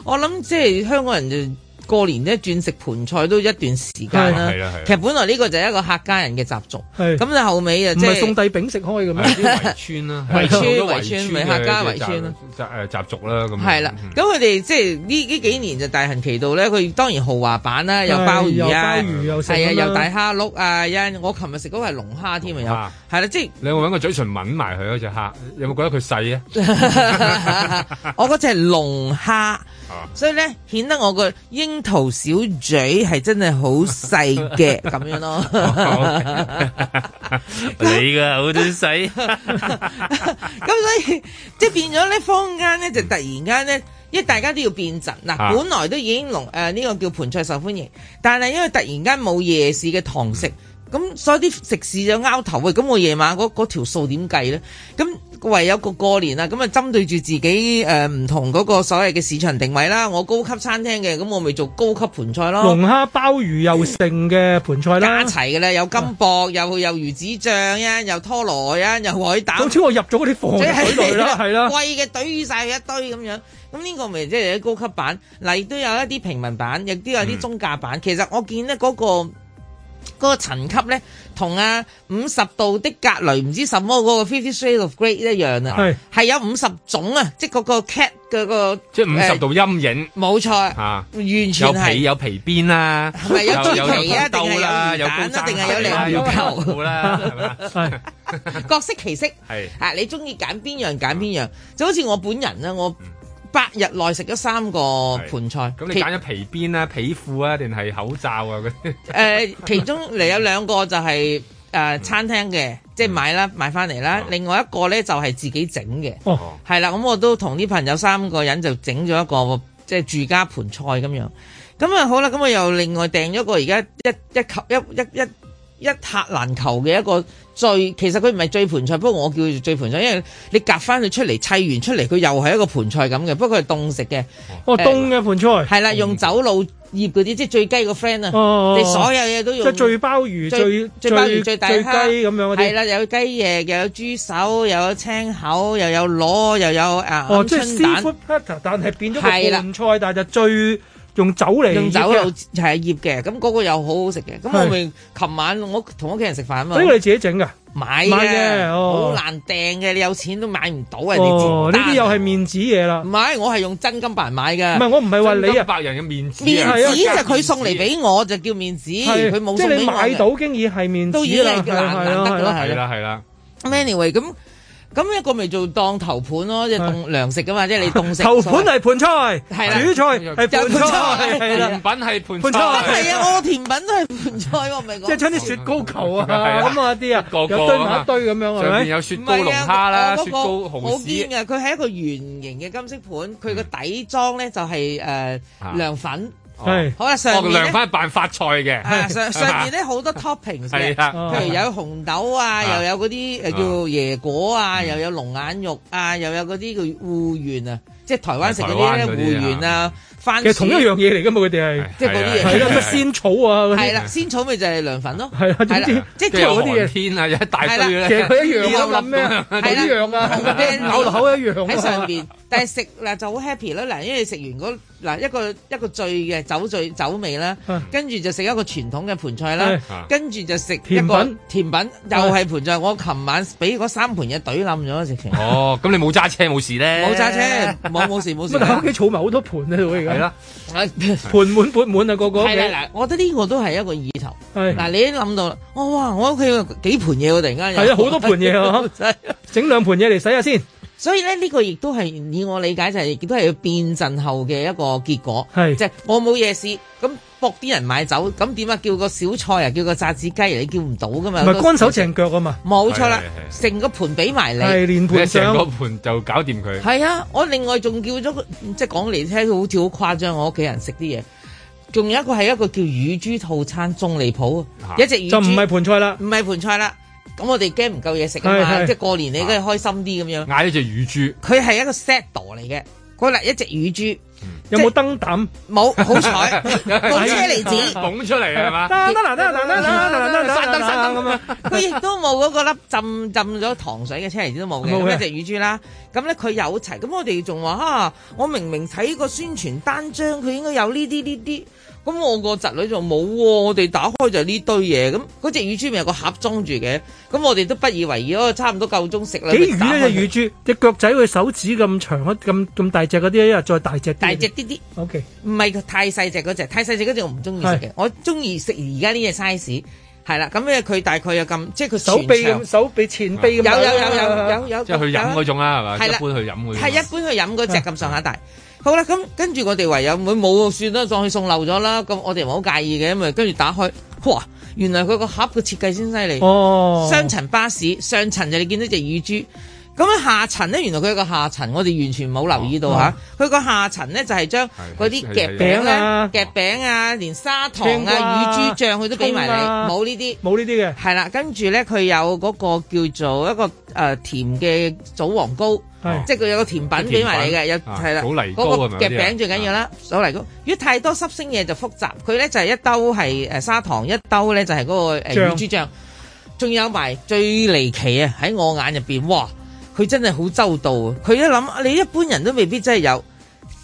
Speaker 3: 我諗即係香港人就過年咧轉食盤菜都一段時間啦
Speaker 2: 係係啊係啊。
Speaker 3: 其實本來呢個就係一個客家人嘅習俗，
Speaker 4: 係
Speaker 3: 咁就後尾啊
Speaker 4: 唔
Speaker 3: 即
Speaker 4: 係
Speaker 3: 係
Speaker 4: 送帝餅食開嘅
Speaker 2: 係
Speaker 4: 咩？
Speaker 2: 啊圍村啦，
Speaker 3: 圍村
Speaker 2: 係好多
Speaker 3: 圍村
Speaker 2: 嘅
Speaker 3: 咪客家
Speaker 2: 嘅
Speaker 3: 圍村啦
Speaker 2: 習誒習俗啦咁樣。嗯
Speaker 3: 係
Speaker 4: 嗯
Speaker 3: 啦。咁佢哋即係呢呢幾年就大行其道咧，佢當然豪華版啦，有鮑魚啊，
Speaker 4: 係有鮑魚又食
Speaker 3: 係啊，
Speaker 4: 咁啦
Speaker 3: 有大蝦碌啊，有我琴日食嗰個係龍蝦添
Speaker 2: 龍蝦
Speaker 3: 啊，有係啦，即 係。
Speaker 2: 你有冇揾個嘴唇吻埋佢嗰只蝦？有冇覺得佢細 啊？
Speaker 3: 我嗰只係龍蝦，
Speaker 4: 哦
Speaker 3: 所以咧顯得我個櫻桃小嘴係真係好細嘅 咁樣咯。
Speaker 4: 哦
Speaker 2: 你噶好啲細，
Speaker 3: 咁所以即係變咗咧，坊間咧就突然間咧，因為大家都要變陣嗱，
Speaker 2: 啊
Speaker 3: 本來都已經龍誒呢個叫盤菜受歡迎，但係因為突然間冇夜市嘅堂食，咁所以啲食肆就拗頭喂，咁我夜晚嗰嗰條數點計咧？咁唯有個過年啦，咁啊針對住自己誒唔同嗰個所謂嘅市場定位啦，我高級餐廳嘅，咁我咪做高級盤菜咯。
Speaker 4: 龍蝦鮑魚又剩嘅盤菜
Speaker 3: 加。
Speaker 4: 啦
Speaker 3: 齊嘅啦，有金箔，又有魚子醬啊，有拖羅啊，有海膽。
Speaker 4: 總之我入咗嗰啲貨喺度 啦，係啦。
Speaker 3: 貴嘅堆晒佢一堆咁樣。咁呢個咪即係高級版，嗱亦都有一啲平民版，亦都有啲中價版。其實我見咧嗰個嗰個層級咧，同啊五十度的格雷唔知什麼嗰個 Fifty Shades of Grey 一樣啊
Speaker 2: 係，
Speaker 3: 係有五十種啊，即係嗰個 cat 嗰個
Speaker 2: 即係五十
Speaker 3: 誒
Speaker 2: 度陰影。
Speaker 3: 冇錯，
Speaker 2: 啊，
Speaker 3: 完全
Speaker 2: 有
Speaker 3: 係
Speaker 2: 皮有皮鞭啦，
Speaker 3: 係咪有
Speaker 2: 有
Speaker 3: 豬
Speaker 2: 有
Speaker 3: 皮啊
Speaker 2: 有兜
Speaker 3: 定係有
Speaker 2: 啦，有高
Speaker 3: 魚蛋啊
Speaker 2: 踭鞋啦
Speaker 3: 定係有鯪魚
Speaker 2: 有
Speaker 3: 球
Speaker 2: 牛肚啦，係咪？
Speaker 3: 各色其色，
Speaker 2: 係
Speaker 3: 啊，你中意揀邊樣揀
Speaker 2: 啊
Speaker 3: 邊樣，就好似我本人啦，我八日內食咗三個盤菜，
Speaker 2: 嗯咁你
Speaker 3: 其
Speaker 2: 揀咗皮鞭啊、皮褲啊，定係口罩啊嗰啲？
Speaker 3: 誒，呃其中嚟有兩個就係誒餐廳嘅，即係
Speaker 2: 嗯
Speaker 3: 買啦買翻嚟
Speaker 2: 啊
Speaker 3: 啦，另外一個咧就係自己整嘅，
Speaker 2: 哦
Speaker 3: 係啦，咁我都同啲朋友三個人就整咗一個即係住家盤菜咁樣，咁啊好啦，咁我又另外訂咗個而家一一球一一一。一客難求嘅一個最，其實佢唔係最盤菜，不過我叫佢最盤菜，因為你夾翻佢出嚟砌完出嚟，佢又係一個盤菜咁嘅，不過佢係凍食嘅。
Speaker 4: 哦，
Speaker 3: 誒
Speaker 4: 凍嘅盤菜
Speaker 3: 係啦，用酒露葉嗰啲，即係最雞個 friend
Speaker 4: 嗯哦
Speaker 3: 啊，你所有嘢都用。
Speaker 4: 即係最鮑魚、最
Speaker 3: 最鮑魚、最大
Speaker 4: 最雞咁樣嗰啲。
Speaker 3: 係啦，有雞翼，又有豬手，又有青口，又有螺，又有啊
Speaker 4: 哦，
Speaker 3: 鵪
Speaker 4: 即係
Speaker 3: 鶉蛋
Speaker 4: seafood platter，但係變咗個
Speaker 3: 係啦
Speaker 4: 盤菜，但係就最用酒嚟
Speaker 3: 用酒
Speaker 4: 醃
Speaker 3: 露
Speaker 4: 嘅
Speaker 3: 係醃嘅，咁嗰個又好好食嘅。咁
Speaker 4: 係
Speaker 3: 我咪琴晚我同屋企人食飯啊嘛
Speaker 4: 呢，個你自己整㗎？
Speaker 3: 買
Speaker 4: 買嘅哦
Speaker 3: 好難訂嘅，你有錢都買唔到啊！
Speaker 4: 哦，
Speaker 3: 你
Speaker 4: 呢
Speaker 3: 知唔
Speaker 4: 啲
Speaker 3: 知
Speaker 4: 又係面子嘢啦
Speaker 3: 唔。係，我係用真金白銀買嘅。
Speaker 4: 唔係我唔係話你啊，
Speaker 2: 白人嘅面子
Speaker 3: 面
Speaker 2: 啊
Speaker 3: 子就佢送嚟俾我就叫面子，
Speaker 4: 係
Speaker 3: 佢冇
Speaker 4: 即
Speaker 3: 送
Speaker 4: 係
Speaker 3: 俾
Speaker 4: 你
Speaker 3: 我
Speaker 4: 買
Speaker 3: 嘅。
Speaker 4: 到經已係面子
Speaker 3: 都已經
Speaker 4: 啦，
Speaker 3: 係
Speaker 4: 係啊
Speaker 3: 難
Speaker 4: 啦
Speaker 3: 難得㗎啦啊
Speaker 2: 係啦係啦，
Speaker 3: 咁 anyway，咁咁一個咪做當頭盤咯，即係凍糧食噶嘛，即係你凍食。
Speaker 4: 頭盤係盤
Speaker 3: 係
Speaker 4: 菜，
Speaker 3: 啦
Speaker 4: 主菜係盤菜，係
Speaker 2: 甜
Speaker 4: 啦
Speaker 2: 品。係盤
Speaker 4: 盤菜
Speaker 3: 係啊，我甜品都係盤菜喎，咪講。
Speaker 4: 即係將啲雪糕球啊，
Speaker 2: 係啊
Speaker 4: 咁啊啲啊，
Speaker 2: 個個
Speaker 4: 有堆埋一堆咁樣
Speaker 2: 上
Speaker 4: 係
Speaker 2: 面
Speaker 4: 咪？
Speaker 2: 有雪糕龍蝦啦、
Speaker 3: 啊
Speaker 2: 雪糕
Speaker 3: 好
Speaker 2: 紅
Speaker 3: 堅
Speaker 2: 絲，
Speaker 3: 嘅，佢係一個圓形嘅金色盤，佢個底裝咧就係誒
Speaker 2: 啊
Speaker 3: 涼粉，
Speaker 2: 係
Speaker 3: 好啦上面呢
Speaker 2: 涼哦翻扮發菜嘅，
Speaker 3: 啊 上上面咧好多 toppings 嘅，
Speaker 2: 係啊
Speaker 3: 譬如有紅豆啊，
Speaker 2: 啊
Speaker 3: 又有嗰啲誒叫做椰果啊，又有龍眼肉啊，又有嗰啲叫芋圓啊，即係台灣食嗰啲咧
Speaker 4: 台灣嗰
Speaker 3: 芋
Speaker 4: 啲啊
Speaker 3: 圓啊，番薯
Speaker 4: 其實同一樣嘢嚟㗎嘛，佢哋
Speaker 2: 啊
Speaker 4: 係
Speaker 3: 即係嗰啲嘢
Speaker 4: 係啦，咩仙草啊嗰啲
Speaker 3: 係啦，仙草咪就係涼粉咯，
Speaker 4: 係啦，總之
Speaker 3: 即
Speaker 2: 跟
Speaker 3: 係
Speaker 2: 住
Speaker 3: 做
Speaker 2: 有
Speaker 3: 嗰
Speaker 2: 寒
Speaker 3: 啲嘢。
Speaker 2: 天啊，有一大
Speaker 3: 係啦
Speaker 2: 堆咧，
Speaker 4: 其實佢一 樣啊，諗
Speaker 2: 粒
Speaker 4: 咩
Speaker 2: 咁樣
Speaker 4: 一樣啊，
Speaker 3: 係啦
Speaker 4: 咬落口一樣啊
Speaker 3: 喺上邊，但係食嗱就好 happy 啦。嗱，因為你食完嗰嗱一個一個醉嘅酒醉酒味啦
Speaker 4: 嗯，
Speaker 3: 跟住就食一個傳統嘅盤菜啦
Speaker 4: 嗯，
Speaker 3: 跟住就食一
Speaker 4: 甜
Speaker 3: 個
Speaker 4: 品
Speaker 3: 甜品，又係盤菜。我琴晚俾嗰三盤嘢懟冧咗直情，
Speaker 2: 哦，咁你冇揸車冇事咧？
Speaker 3: 冇揸車，冇冇事冇事
Speaker 4: 乜。但啊係屋企儲埋好多盤啊喺度而家。
Speaker 2: 係啦，
Speaker 4: 盤滿缽滿啊，個個屋企
Speaker 3: 係啦，嗱，我覺得呢個都係一個意頭。
Speaker 4: 係
Speaker 3: 嗱，你一諗到啦，我哇，我屋企有幾盤嘢喎，突然間有
Speaker 4: 係啊，好多盤 嘢啊，整兩盤嘢嚟洗下先。
Speaker 3: 所以咧，呢個亦都係以我理解就係、亦都係要變陣後嘅一個結果，
Speaker 4: 係
Speaker 3: 即係我冇夜市，咁搏啲人買酒，咁點啊？叫個小菜啊，叫個炸子雞，你叫唔到噶嘛？
Speaker 4: 唔係乾手淨腳啊嘛，
Speaker 3: 冇錯啦，
Speaker 2: 係
Speaker 3: 成個盤俾埋
Speaker 4: 係
Speaker 3: 你。
Speaker 4: 連
Speaker 2: 你
Speaker 4: 盤
Speaker 2: 成
Speaker 4: 上
Speaker 2: 個盤就搞掂佢。
Speaker 3: 係啊，我另外仲叫咗個，即係講嚟聽，好似好誇張。我屋企人食啲嘢，仲有一個係一個叫乳豬套餐中離譜
Speaker 4: 啊，
Speaker 3: 一隻乳豬
Speaker 4: 就唔係盤菜啦，
Speaker 3: 唔係盤菜啦。咁我哋驚唔夠嘢食啊
Speaker 2: 係
Speaker 3: 嘛，
Speaker 2: 係
Speaker 3: 即係過年你梗係開心啲咁樣。
Speaker 2: 嗌一隻乳豬，
Speaker 3: 佢係一個 set 嚟嘅，嗰粒一隻乳豬。
Speaker 4: 有冇燈膽？
Speaker 3: 冇，好彩
Speaker 4: 啊
Speaker 3: 冇車厘子，
Speaker 2: 捧出嚟係嘛？
Speaker 4: 得得啦得啦得啦得啦得啦得啦咁啊！
Speaker 3: 佢亦都冇嗰個粒浸浸咗糖水嘅車厘子都冇嘅，
Speaker 4: 冇嘅
Speaker 3: 咁一隻乳豬啦。咁咧佢有齊，咁我哋仲話啊，我明明睇個宣傳單張，佢應該有呢啲呢啲。咁我個侄女就冇喎，我哋打開就係呢堆嘢，咁嗰隻乳豬咪有個盒裝住嘅，咁我哋都不以為意，哦，差唔多夠鐘食啦。
Speaker 4: 幾魚
Speaker 3: 打
Speaker 4: 呢
Speaker 3: 開
Speaker 4: 隻乳豬，隻腳仔佢手指咁長，咁咁大隻嗰啲，一日再大隻啲。
Speaker 3: 大隻啲啲，
Speaker 4: O K，
Speaker 3: 唔係太細隻嗰只，太細隻嗰只我唔中意食嘅
Speaker 4: 係，
Speaker 3: 我中意食而家呢隻 size，係啦，咁咧佢大概有咁，即係佢
Speaker 4: 手臂
Speaker 3: 全長
Speaker 4: 咁，手臂前臂咁大。
Speaker 3: 有有有有有有
Speaker 2: 即係去飲嗰種啦，係嘛？
Speaker 3: 係啦
Speaker 2: 一般去飲嗰種。
Speaker 3: 係一般佢飲嗰隻咁上下大。好啦，咁跟住我哋唯有冇冇算啦，當佢送漏咗啦。咁我哋唔好介意嘅，咁啊跟住打開，哇！原來佢個盒嘅設計先犀利。
Speaker 4: 哦
Speaker 3: 雙層巴士，上層就你見到隻乳豬。咁樣下層咧，原來佢有個下層，我哋完全冇留意到
Speaker 4: 哦
Speaker 3: 吓。佢個下層咧就係將嗰啲
Speaker 4: 係
Speaker 3: 夾餅
Speaker 4: 係
Speaker 3: 咧、夾餅啊，連砂糖
Speaker 4: 青瓜
Speaker 3: 啊、乳
Speaker 4: 啊
Speaker 3: 豬醬佢都俾埋你，
Speaker 4: 葱啊
Speaker 3: 冇呢啲。
Speaker 4: 冇呢啲嘅。
Speaker 3: 係啦，跟住咧佢有嗰個叫做一個誒、呃甜嘅棗黃糕
Speaker 4: 係，
Speaker 3: 即係佢有個甜品俾埋你嘅，有
Speaker 2: 甜品啊
Speaker 3: 係啦，
Speaker 2: 棗泥糕
Speaker 3: 嗰
Speaker 2: 係
Speaker 3: 個
Speaker 2: 咪嗰
Speaker 3: 夾
Speaker 2: 啲啊
Speaker 3: 餅最緊要啦，棗泥糕。如果太多濕星嘢就複雜，佢咧就係一兜係誒砂糖，一兜咧就係嗰個誒
Speaker 4: 醬
Speaker 3: 乳豬醬，仲有埋最離奇啊！喺我眼入邊，哇！佢真係好周到啊！佢一諗，你一般人都未必真係有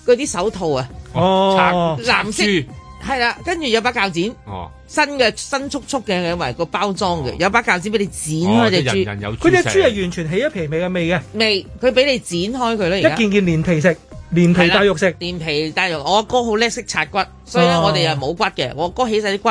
Speaker 3: 嗰啲手套啊，
Speaker 2: 哦，
Speaker 3: 藍色
Speaker 2: 豬
Speaker 3: 係啦，跟住有把鉸剪。
Speaker 2: 哦，
Speaker 3: 新嘅新速速嘅，因為個包裝嘅，有把鉸剪俾你剪
Speaker 2: 哦
Speaker 3: 開
Speaker 2: 即
Speaker 3: 隻
Speaker 2: 係人人
Speaker 3: 豬，
Speaker 2: 有
Speaker 4: 佢只 豬係完全起一皮味嘅味嘅，
Speaker 3: 未，佢俾你剪開佢啦，而家
Speaker 4: 一件件連皮食，連皮帶肉食。
Speaker 3: 連皮帶肉。我阿哥好叻識拆骨，所以咧
Speaker 4: 哦
Speaker 3: 我哋又冇骨嘅。我阿哥起晒啲骨，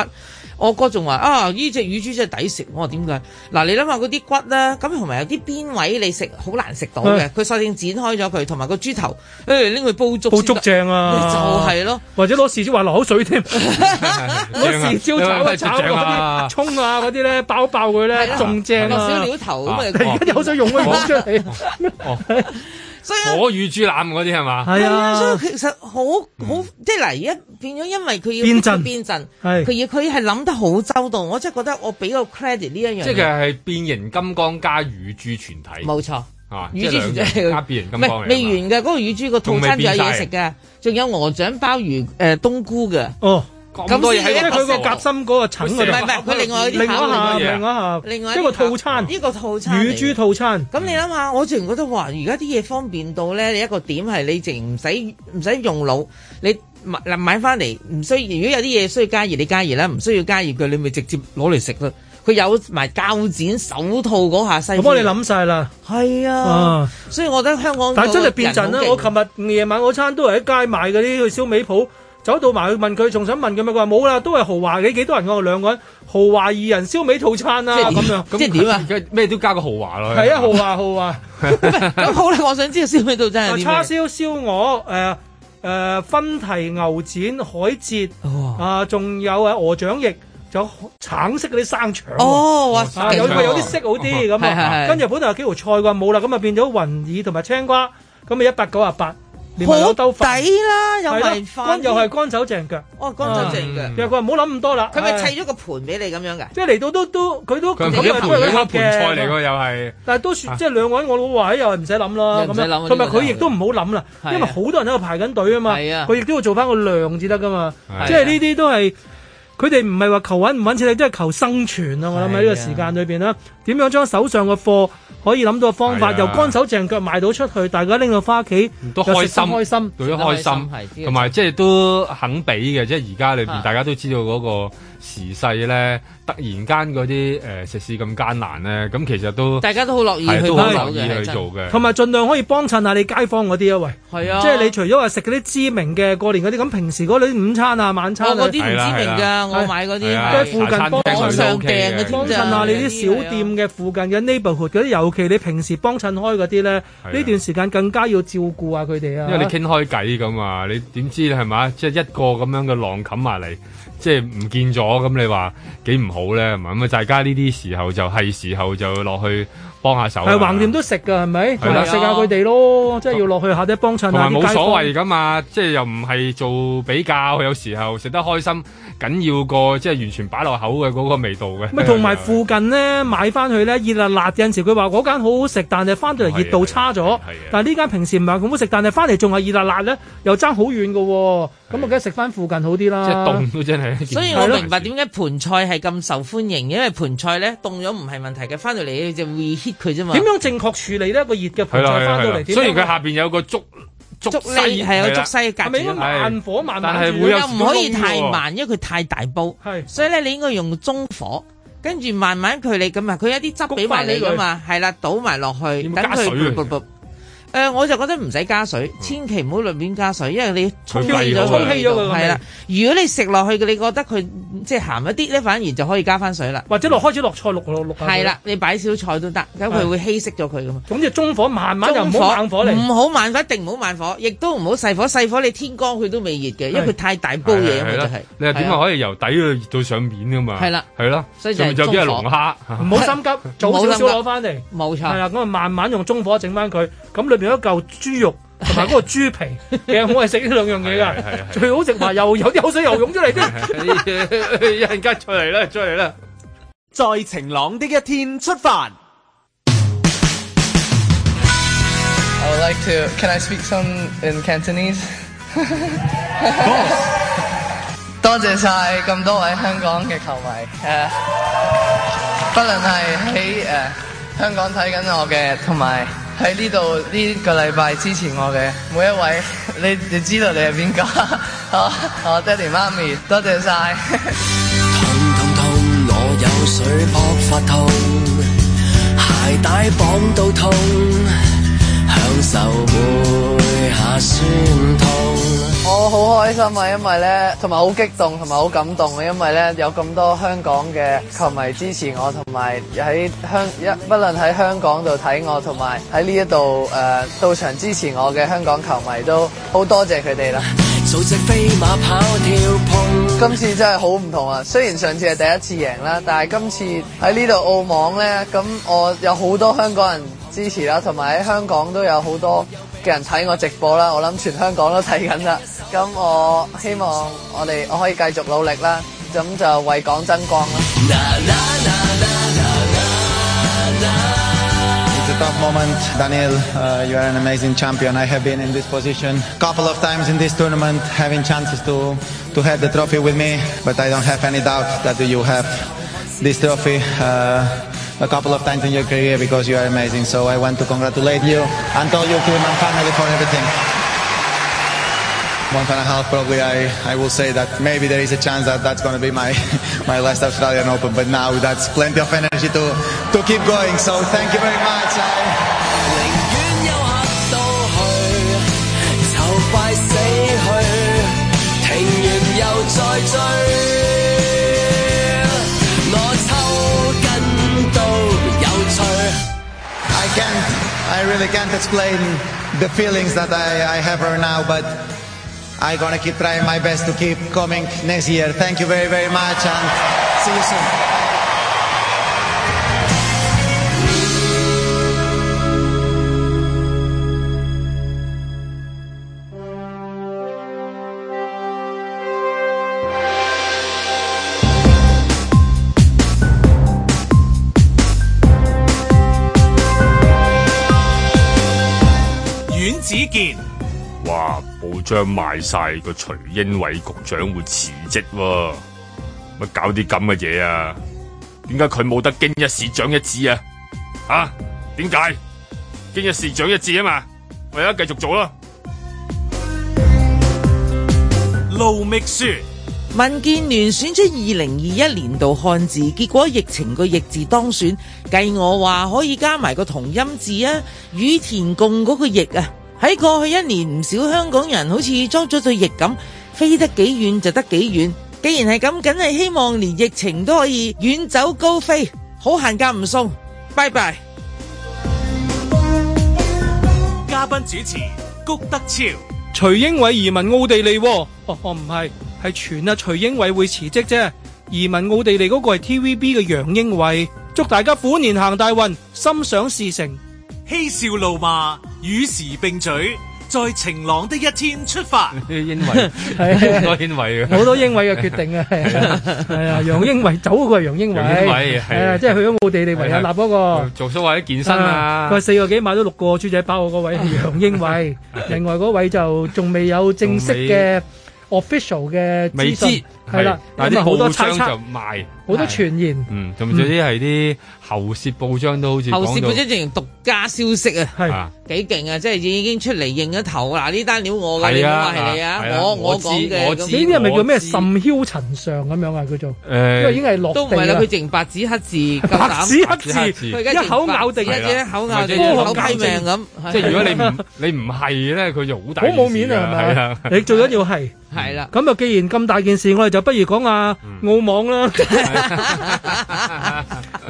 Speaker 3: 我阿哥仲話啊，呢只乳豬真係抵食。我話點解？嗱，你諗下嗰啲骨啦，咁同埋有啲邊位你食好難食到嘅
Speaker 4: 係，
Speaker 3: 佢索性剪開咗佢，同埋個豬頭，誒拎去煲粥先得。
Speaker 4: 煲粥正啊，
Speaker 3: 就係 咯。，
Speaker 4: 或者攞豉椒話落口 水添，攞
Speaker 2: 正啊
Speaker 4: 豉椒
Speaker 2: 因為
Speaker 4: 炒一
Speaker 2: 真係
Speaker 4: 炒
Speaker 2: 正啊
Speaker 4: 嗰啲葱啊嗰啲咧，爆一爆佢咧，仲正
Speaker 3: 落
Speaker 4: 啊！
Speaker 3: 少料頭咁啊
Speaker 4: 突然間有口水用啊，湧出嚟，
Speaker 2: 火乳豬腩嗰啲係嘛？
Speaker 4: 係
Speaker 3: 係啊，所以其實好
Speaker 4: 嗯
Speaker 3: 好即係嗱，而家變咗，因為佢要
Speaker 2: 變陣
Speaker 3: 變陣，
Speaker 2: 係
Speaker 3: 佢要佢係諗得好周到，我真係覺得我俾個 credit 呢一樣嘢。
Speaker 2: 即係佢係變形金剛加乳豬全體，
Speaker 3: 冇錯，
Speaker 2: 啊，
Speaker 3: 乳豬
Speaker 2: 即係兩
Speaker 3: 全
Speaker 2: 樣
Speaker 3: 體
Speaker 2: 加變形
Speaker 3: 唔
Speaker 2: 金剛
Speaker 3: 係
Speaker 2: 啊嚟㗎嘛，
Speaker 3: 未完嘅嗰個乳豬個套餐仲有嘢
Speaker 2: 仲未
Speaker 3: 食
Speaker 2: 變
Speaker 3: 嘅，仲有鵝掌鮑魚誒冬菇嘅。
Speaker 4: 哦，
Speaker 3: 咁
Speaker 4: 多嘢
Speaker 3: 先
Speaker 4: 喺
Speaker 3: 一
Speaker 4: 度即係佢個
Speaker 3: 食
Speaker 4: 夾心嗰個層嗰度
Speaker 3: 唔係唔係，佢啊另外有啲
Speaker 4: 另外一
Speaker 3: 考慮
Speaker 4: 下，
Speaker 3: 嘅嘢
Speaker 4: 另外一下，
Speaker 3: 另外
Speaker 4: 一個套餐，
Speaker 3: 呢個套餐嚟
Speaker 4: 乳
Speaker 3: 嘅
Speaker 4: 豬套餐。
Speaker 3: 咁你諗下，我直然覺得哇，而家啲嘢方便到咧，你一個點係你直唔使唔使用腦，你買嗱買翻嚟唔需如果有啲嘢需要加熱，你加熱啦；唔需要加熱佢，你咪直接攞嚟食啦。佢有埋鉸剪、手套嗰下西。
Speaker 4: 咁我哋諗晒啦，
Speaker 3: 係啊
Speaker 4: 啊，
Speaker 3: 所以我覺得香港
Speaker 4: 但係真係
Speaker 3: 係
Speaker 4: 變陣啦！我琴日夜晚嗰餐都係喺街買嗰啲燒味鋪，走到埋去問佢，仲想問佢咪佢話冇啦，都係豪華嘅，幾多人我話兩個人，豪華二人燒味套餐啊咁樣。
Speaker 2: 即係點啊？而家咩都加個豪華落去。
Speaker 4: 係啊，豪華豪華。
Speaker 3: 咁好啦，我想知道燒味道真係啊點
Speaker 4: 啊叉
Speaker 3: 樣。
Speaker 4: 燒燒鵝誒誒分蹄牛展海蜇
Speaker 3: 哦
Speaker 4: 啊，仲有啊鵝掌翼。仲有橙色嗰啲生腸喎
Speaker 3: 哦哇
Speaker 4: 啊有
Speaker 3: 生腸
Speaker 4: 有啲色好啲咁
Speaker 3: 係係
Speaker 4: 啊，
Speaker 3: 係
Speaker 4: 跟住本來有幾條菜嘅冇啦，咁啊變咗雲耳同埋青瓜，咁啊一百九啊八，連埋有兜飯
Speaker 3: 好抵啦有埋飯
Speaker 4: 係啦又係乾手淨腳，
Speaker 3: 哦乾手淨腳
Speaker 4: 啊又佢話唔好諗咁多啦，
Speaker 3: 佢咪
Speaker 4: 唉
Speaker 3: 砌咗個盤俾你咁樣㗎？
Speaker 4: 即係嚟到都都佢都
Speaker 2: 佢唔
Speaker 4: 咁
Speaker 2: 係一
Speaker 4: 啊
Speaker 2: 盤
Speaker 4: 都
Speaker 2: 佢
Speaker 4: 係一盒
Speaker 2: 一盤菜嚟
Speaker 4: 嘅
Speaker 2: 㗎，又係。
Speaker 4: 但係都算即係兩個人，我老話又係唔使諗啦，
Speaker 2: 啊又唔
Speaker 4: 咁
Speaker 2: 使諗啊
Speaker 4: 樣同埋佢亦都唔好諗啦，
Speaker 2: 呢
Speaker 4: 因
Speaker 2: 個就係啊
Speaker 4: 為好多人喺度排緊隊啊嘛，
Speaker 2: 係啊
Speaker 4: 佢亦都要做翻個量至得噶嘛
Speaker 2: 係啊，
Speaker 4: 即係呢啲都係佢哋唔係話求揾唔揾錢，即係求生存啊！我諗喺呢個時間裏邊啦，點樣將手上嘅貨可以諗到嘅方
Speaker 2: 係
Speaker 4: 法，
Speaker 2: 啊
Speaker 4: 又乾手淨腳賣到出去，大家拎到翻屋企
Speaker 2: 都
Speaker 4: 又
Speaker 2: 開
Speaker 4: 食得
Speaker 2: 心，
Speaker 4: 開心，
Speaker 2: 對都開心，同埋即係都肯俾嘅。即係而家裏
Speaker 4: 啊
Speaker 2: 邊，大家都知道嗰個時勢咧，突然間嗰啲誒食肆咁艱難咧，咁其實都
Speaker 3: 大家都好樂意
Speaker 2: 係
Speaker 3: 去
Speaker 2: 都好
Speaker 3: 幫手
Speaker 2: 樂
Speaker 3: 嘅
Speaker 2: 意
Speaker 3: 係
Speaker 2: 去
Speaker 3: 真
Speaker 2: 做嘅。
Speaker 4: 同埋盡量可以幫襯下你街坊嗰啲啊，喂，
Speaker 3: 係啊
Speaker 4: 即係你除咗話食嗰啲知名嘅過年嗰啲，咁平時嗰啲午餐啊、晚餐啊，
Speaker 3: 我嗰啲唔知名
Speaker 2: 係啦
Speaker 3: 㗎，我買嗰
Speaker 2: 係
Speaker 3: 啲
Speaker 2: 啊
Speaker 4: 都係附近
Speaker 2: 茶餐廳
Speaker 4: 幫
Speaker 2: 佢都
Speaker 4: 上
Speaker 2: OK 嘅
Speaker 3: 訂嘅添
Speaker 4: 幫襯
Speaker 3: 咋
Speaker 4: 下你啲
Speaker 2: 啊
Speaker 4: 小店嘅附近嘅 neighborhood 嗰啲，尤其你平時幫襯開嗰啲咧，呢段時間更加要照顧下佢哋啊。
Speaker 2: 啊因為你傾開偈咁啊，你點知係嘛？即係一個咁樣嘅浪冚埋嚟，即係唔見咗，咁你話幾唔好咧？係嘛咁啊，大家呢啲時候就係時候就落去幫下手啦。啊
Speaker 4: 係橫掂都食㗎，係咪？
Speaker 2: 係啦
Speaker 4: 食下佢哋咯，即係要落去下啲幫襯下
Speaker 2: 同埋
Speaker 4: 啲街
Speaker 2: 冇
Speaker 4: 坊
Speaker 2: 所謂噶嘛，即係又唔係做比較，有時候食得開心緊要過即係完全擺落口嘅嗰個味道嘅。啊
Speaker 4: 咪啊同埋附近咧買翻去咧熱辣辣，有陣時佢話嗰間好好食，但係翻到嚟熱度差
Speaker 2: 啊
Speaker 4: 咗。但係呢間平時唔係咁好食，但係翻嚟仲係熱辣辣咧，又爭好遠㗎喎。咁啊我梗係食翻附近好啲啦。
Speaker 2: 即係凍都真係一件。
Speaker 3: 所以我明白點解盤菜係咁受歡迎，因為盤菜咧凍咗唔係問題嘅，翻到嚟你就 reheat 佢啫嘛。
Speaker 4: 點樣正確處理呢？個熱嘅
Speaker 2: 係
Speaker 4: 盤
Speaker 2: 啦
Speaker 4: 菜
Speaker 2: 係啦
Speaker 4: 翻
Speaker 2: 係
Speaker 4: 到
Speaker 2: 啦
Speaker 4: 嚟，點樣
Speaker 2: 雖然佢下邊有個竹竹
Speaker 3: 啊竹
Speaker 2: 西
Speaker 3: 西係有
Speaker 2: 啦
Speaker 3: 竹西隔
Speaker 4: 係咪
Speaker 3: 住
Speaker 4: 應該
Speaker 3: 啊。
Speaker 4: 慢火慢慢
Speaker 2: 但係
Speaker 4: 煮
Speaker 2: 會有
Speaker 3: 又唔可以太
Speaker 2: 少
Speaker 3: 慢，因為佢太大煲。所以咧你應該用中火，跟住慢慢佢你咁啊，佢有啲汁俾埋你噶嘛，係啦，倒埋落去，
Speaker 2: 冇
Speaker 3: 等
Speaker 2: 加水啊
Speaker 3: 佢。誒、呃我就覺得唔使加水，千祈唔好亂邊加水，因為你沖稀咗
Speaker 2: 佢廢咗佢
Speaker 3: 佢味道
Speaker 4: 佢個味
Speaker 3: 係啦，如果你食落去嘅，你覺得佢即係鹹一啲咧，反而就可以加翻水啦。
Speaker 4: 或者落開始落菜落落落下佢
Speaker 3: 係啦，，你擺少菜都得，咁佢
Speaker 4: 係
Speaker 3: 會稀釋咗佢噶嘛。
Speaker 4: 咁就中火慢慢又唔
Speaker 3: 中
Speaker 4: 好猛火嚟，嗯
Speaker 3: 唔好慢火，一定唔好慢火，亦都唔好細火。細火你天光佢都未熱嘅，因為佢太大煲嘢啊嘛，就
Speaker 2: 啦
Speaker 3: 係。
Speaker 2: 你係點啊
Speaker 3: 係啊
Speaker 2: 可以由底去熱到上面噶嘛？
Speaker 3: 係啦
Speaker 2: 係啦，
Speaker 3: 所以就
Speaker 2: 上面
Speaker 3: 係
Speaker 2: 就邊係龍
Speaker 3: 中
Speaker 2: 蝦，
Speaker 4: 唔好心急，早少少攞翻嚟，
Speaker 3: 冇錯
Speaker 4: 係啦，咁啊慢慢用中火整翻佢，咁裏邊有一嚿豬肉。同埋嗰個豬皮， 其實我係食呢兩樣
Speaker 2: 係
Speaker 4: 嘢
Speaker 2: 係啊係係
Speaker 4: 㗎，最好食埋又有啲口水又湧出嚟 添。
Speaker 2: 一陣間出嚟啦，出嚟啦！
Speaker 5: 在晴朗的一天出發。
Speaker 12: I would like to. Can I speak some in Cantonese? 多謝晒咁多位香港嘅球迷，誒、不論係喺誒香港睇緊我嘅，同埋喺 呢度呢個禮拜支持我嘅每一位，你你知道你係邊個？ 我我爹哋媽咪，多謝晒。
Speaker 13: 我有水泡發痛，鞋帶綁到痛，享受每下酸痛。
Speaker 12: 我好開心啊，因為咧，同埋好激動，同埋好感動啊，因為咧有咁多香港嘅球迷支持我，同埋喺香一，不論喺香港度睇我，同埋喺呢一度誒到場支持我嘅香港球迷都好多謝佢哋啦。
Speaker 13: 組織飛馬跑跳碰，
Speaker 12: 今次真係好唔同啊！雖然上次係第一次贏啦，但係今次喺呢度澳網呢，咁我有好多香港人支持啦，同埋喺香港都有好多嘅人睇我直播啦。我諗全香港都睇緊啦。咁我希望我哋我可以繼續努力啦，咁就為港爭光啦。
Speaker 14: It's a tough moment, Daniel. Uh, you are an amazing champion. I have been in this position a couple of times in this tournament, having chances to, to have the trophy with me, but I don't have any doubt that you have this trophy uh, a couple of times in your career because you are amazing. So I want to congratulate you and all your team and family for everything. Month and a half, probably I, I will say that maybe there is a chance that that's going to be my, my last Australian Open, but now that's plenty of energy to, to keep going. So thank you very much. I,
Speaker 13: 遠有客到去，就快死去，停完又再追。我抽筋到有趣。
Speaker 14: I can't, I really can't explain the feelings that I, I have right now, but I'm gonna keep trying my best to keep coming next year. Thank you very, very much, and see you soon.
Speaker 1: 阮子健、
Speaker 15: 哇！報章賣晒個徐英偉局長會辭職喎、乜搞啲咁嘅嘢啊？點解佢冇得經一事長一智啊？啊？點解經一事長一智啊嘛？我而家繼續做啦。
Speaker 1: 路觅雪。
Speaker 3: 民建聯選出二零二一年度漢字，結果疫情個疫字當選，計我話可以加埋個同音字啊，與田共嗰個疫啊。喺過去一年，唔少香港人好似裝咗對翼咁，飛得幾遠就得幾遠。既然係咁，梗係希望連疫情都可以遠走高飛。好限價唔送，拜拜。
Speaker 1: 嘉賓主持谷德超，
Speaker 4: 徐英偉移民奧地利、喎，哦，哦唔係，係傳啊徐英偉會辭職啫。移民奧地利嗰個係 TVB 嘅楊英偉，祝大家虎年行大運，心想事成。
Speaker 1: 嬉笑怒罵，與時並舉，在晴朗的一天出發。
Speaker 2: 英
Speaker 4: 偉
Speaker 2: 係啊好多英偉嘅
Speaker 4: 好多英偉嘅決定啊，係啊，係啊，楊英偉走嗰個係楊英偉，
Speaker 2: 楊英偉係
Speaker 4: 係啊，即係去咗奧地利維也納嗰個。
Speaker 2: 做數或者健身啊
Speaker 4: 佢話，四個幾買咗六個豬仔包，嗰位係楊英偉，另外嗰位就仲未有正式嘅 official 嘅
Speaker 2: 未
Speaker 4: 資
Speaker 2: 知
Speaker 4: 訊，係啦，
Speaker 2: 但係
Speaker 4: 咁啊
Speaker 2: 啲
Speaker 4: 好多
Speaker 2: 報
Speaker 4: 猜
Speaker 2: 章
Speaker 4: 測，
Speaker 2: 就
Speaker 4: 好
Speaker 2: 賣，
Speaker 4: 多傳言。
Speaker 2: 嗯，同埋有啲係啲喉舌報章都好似
Speaker 3: 後
Speaker 2: 講
Speaker 3: 事
Speaker 2: 到
Speaker 3: 本身仲獨家消息啊，
Speaker 2: 啊
Speaker 3: 幾勁啊！即係已經出嚟認咗頭嗱，呢單料我嘅，你
Speaker 2: 係
Speaker 3: 唔
Speaker 2: 啊
Speaker 3: 好話係你啊
Speaker 2: 係，啊
Speaker 3: 我
Speaker 2: 我
Speaker 3: 我
Speaker 2: 知
Speaker 3: 講嘅
Speaker 2: 我
Speaker 3: 咁
Speaker 2: 知
Speaker 4: 呢啲係咪叫咩甚囂塵上咁樣啊？叫做，
Speaker 2: 誒
Speaker 4: 因為已經係落
Speaker 3: 都唔
Speaker 4: 地
Speaker 3: 係啦，
Speaker 4: 哦啦
Speaker 3: 佢。淨白紙黑字，夠膽
Speaker 4: 白紙黑字，
Speaker 3: 佢而家
Speaker 4: 一口咬定，
Speaker 3: 白紙黑字一口咬定，
Speaker 4: 科
Speaker 3: 口
Speaker 4: 學
Speaker 3: 批命咁。
Speaker 2: 即係如果你唔 你唔係咧，佢就好大
Speaker 4: 好冇面啊，係咪
Speaker 2: 係啊
Speaker 4: 啊？，你最緊要係
Speaker 3: 係啦。
Speaker 4: 咁啊，既然咁大件事，我哋就不如講下澳網啦，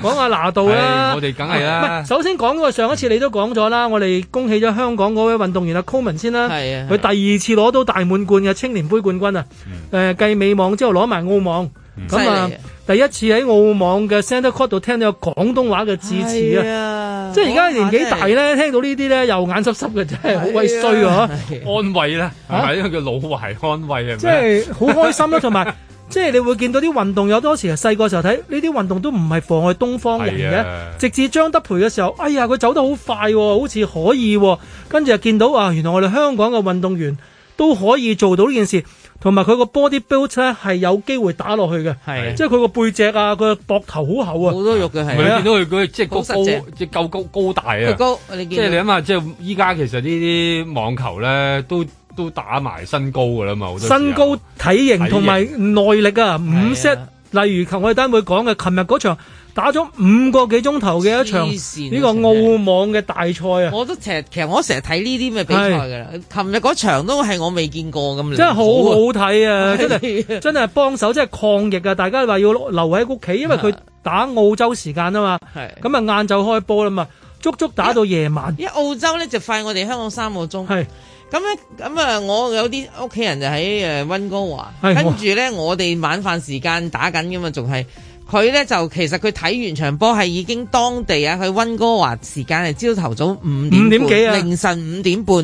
Speaker 4: 講下拿度啦
Speaker 2: 係。我哋梗係啦
Speaker 4: 唔係首先講嗰個上一次你都講咗啦，我哋恭喜咗香港嗰位運動員阿 Coleman 先啦。
Speaker 3: 係啊
Speaker 4: 佢第二次攞到大滿貫嘅青年杯冠軍啊！誒，繼美網之後攞埋澳網，
Speaker 3: 犀
Speaker 4: 咁啊
Speaker 3: 利啊，
Speaker 4: 第一次喺澳網嘅 Centre Court 度聽到有廣東話嘅致 辭
Speaker 3: 係
Speaker 4: 啊！
Speaker 3: 啊
Speaker 4: 即係而家年紀大，
Speaker 3: 嗰下
Speaker 4: 咧，聽到呢啲咧又眼濕濕嘅，真係好鬼衰啊！
Speaker 2: 安慰啦，係咪因為叫老懷安慰係咪？
Speaker 4: 即係好開心啦，同埋 即係你會見到啲運動有多時係細個時候睇呢啲運動都唔係妨礙東方人
Speaker 2: 係
Speaker 4: 嘅
Speaker 2: 啊，
Speaker 4: 直至張德培嘅時候，哎呀佢走得好快喎，好似可以喎，跟住就見到啊，原來我哋香港嘅運動員都可以做到呢件事。同埋佢個 body build 咧係有機會打落去嘅，
Speaker 3: 係啊
Speaker 4: 即係佢個背脊啊，佢個膊頭好厚啊，
Speaker 3: 好多肉嘅
Speaker 2: 唔係你見到佢嗰即係高
Speaker 3: 好實淨
Speaker 2: 高，即係夠高高大啊！
Speaker 3: 佢高你見
Speaker 2: 即係你諗下，即係依家其實呢啲網球咧都都打埋身高噶啦嘛，好多時候
Speaker 4: 身高、體型同埋
Speaker 2: 體
Speaker 4: 耐力啊，五 set。例如琴我哋單會講嘅，琴日嗰場打咗五個幾鐘頭嘅一場
Speaker 3: 黐線啊
Speaker 4: 呢個澳網嘅大賽啊，
Speaker 3: 我都成日，其實我成日睇呢啲咁嘅比賽㗎啦。琴日嗰場都係我未見過咁，
Speaker 4: 真係好好睇
Speaker 3: 係
Speaker 4: 啊！真 係真係幫手，真係抗疫啊！大家話要留喺屋企，因為佢打澳洲時間啊嘛，
Speaker 3: 係
Speaker 4: 咁啊晏晝開波啦嘛，足足打到夜晚。
Speaker 3: 因為澳洲咧就快我哋香港三個鐘。
Speaker 4: 係
Speaker 3: 咁咧，咁啊，我有啲屋企人就喺誒呃温哥華，
Speaker 4: 係
Speaker 3: 跟
Speaker 4: 哎哇
Speaker 3: 住咧我哋晚飯時間打緊噶嘛，仲係佢咧就其實佢睇完場波係已經當地啊，佢温哥華時間係朝頭早五點
Speaker 4: 五點幾啊
Speaker 3: 半凌晨五點半，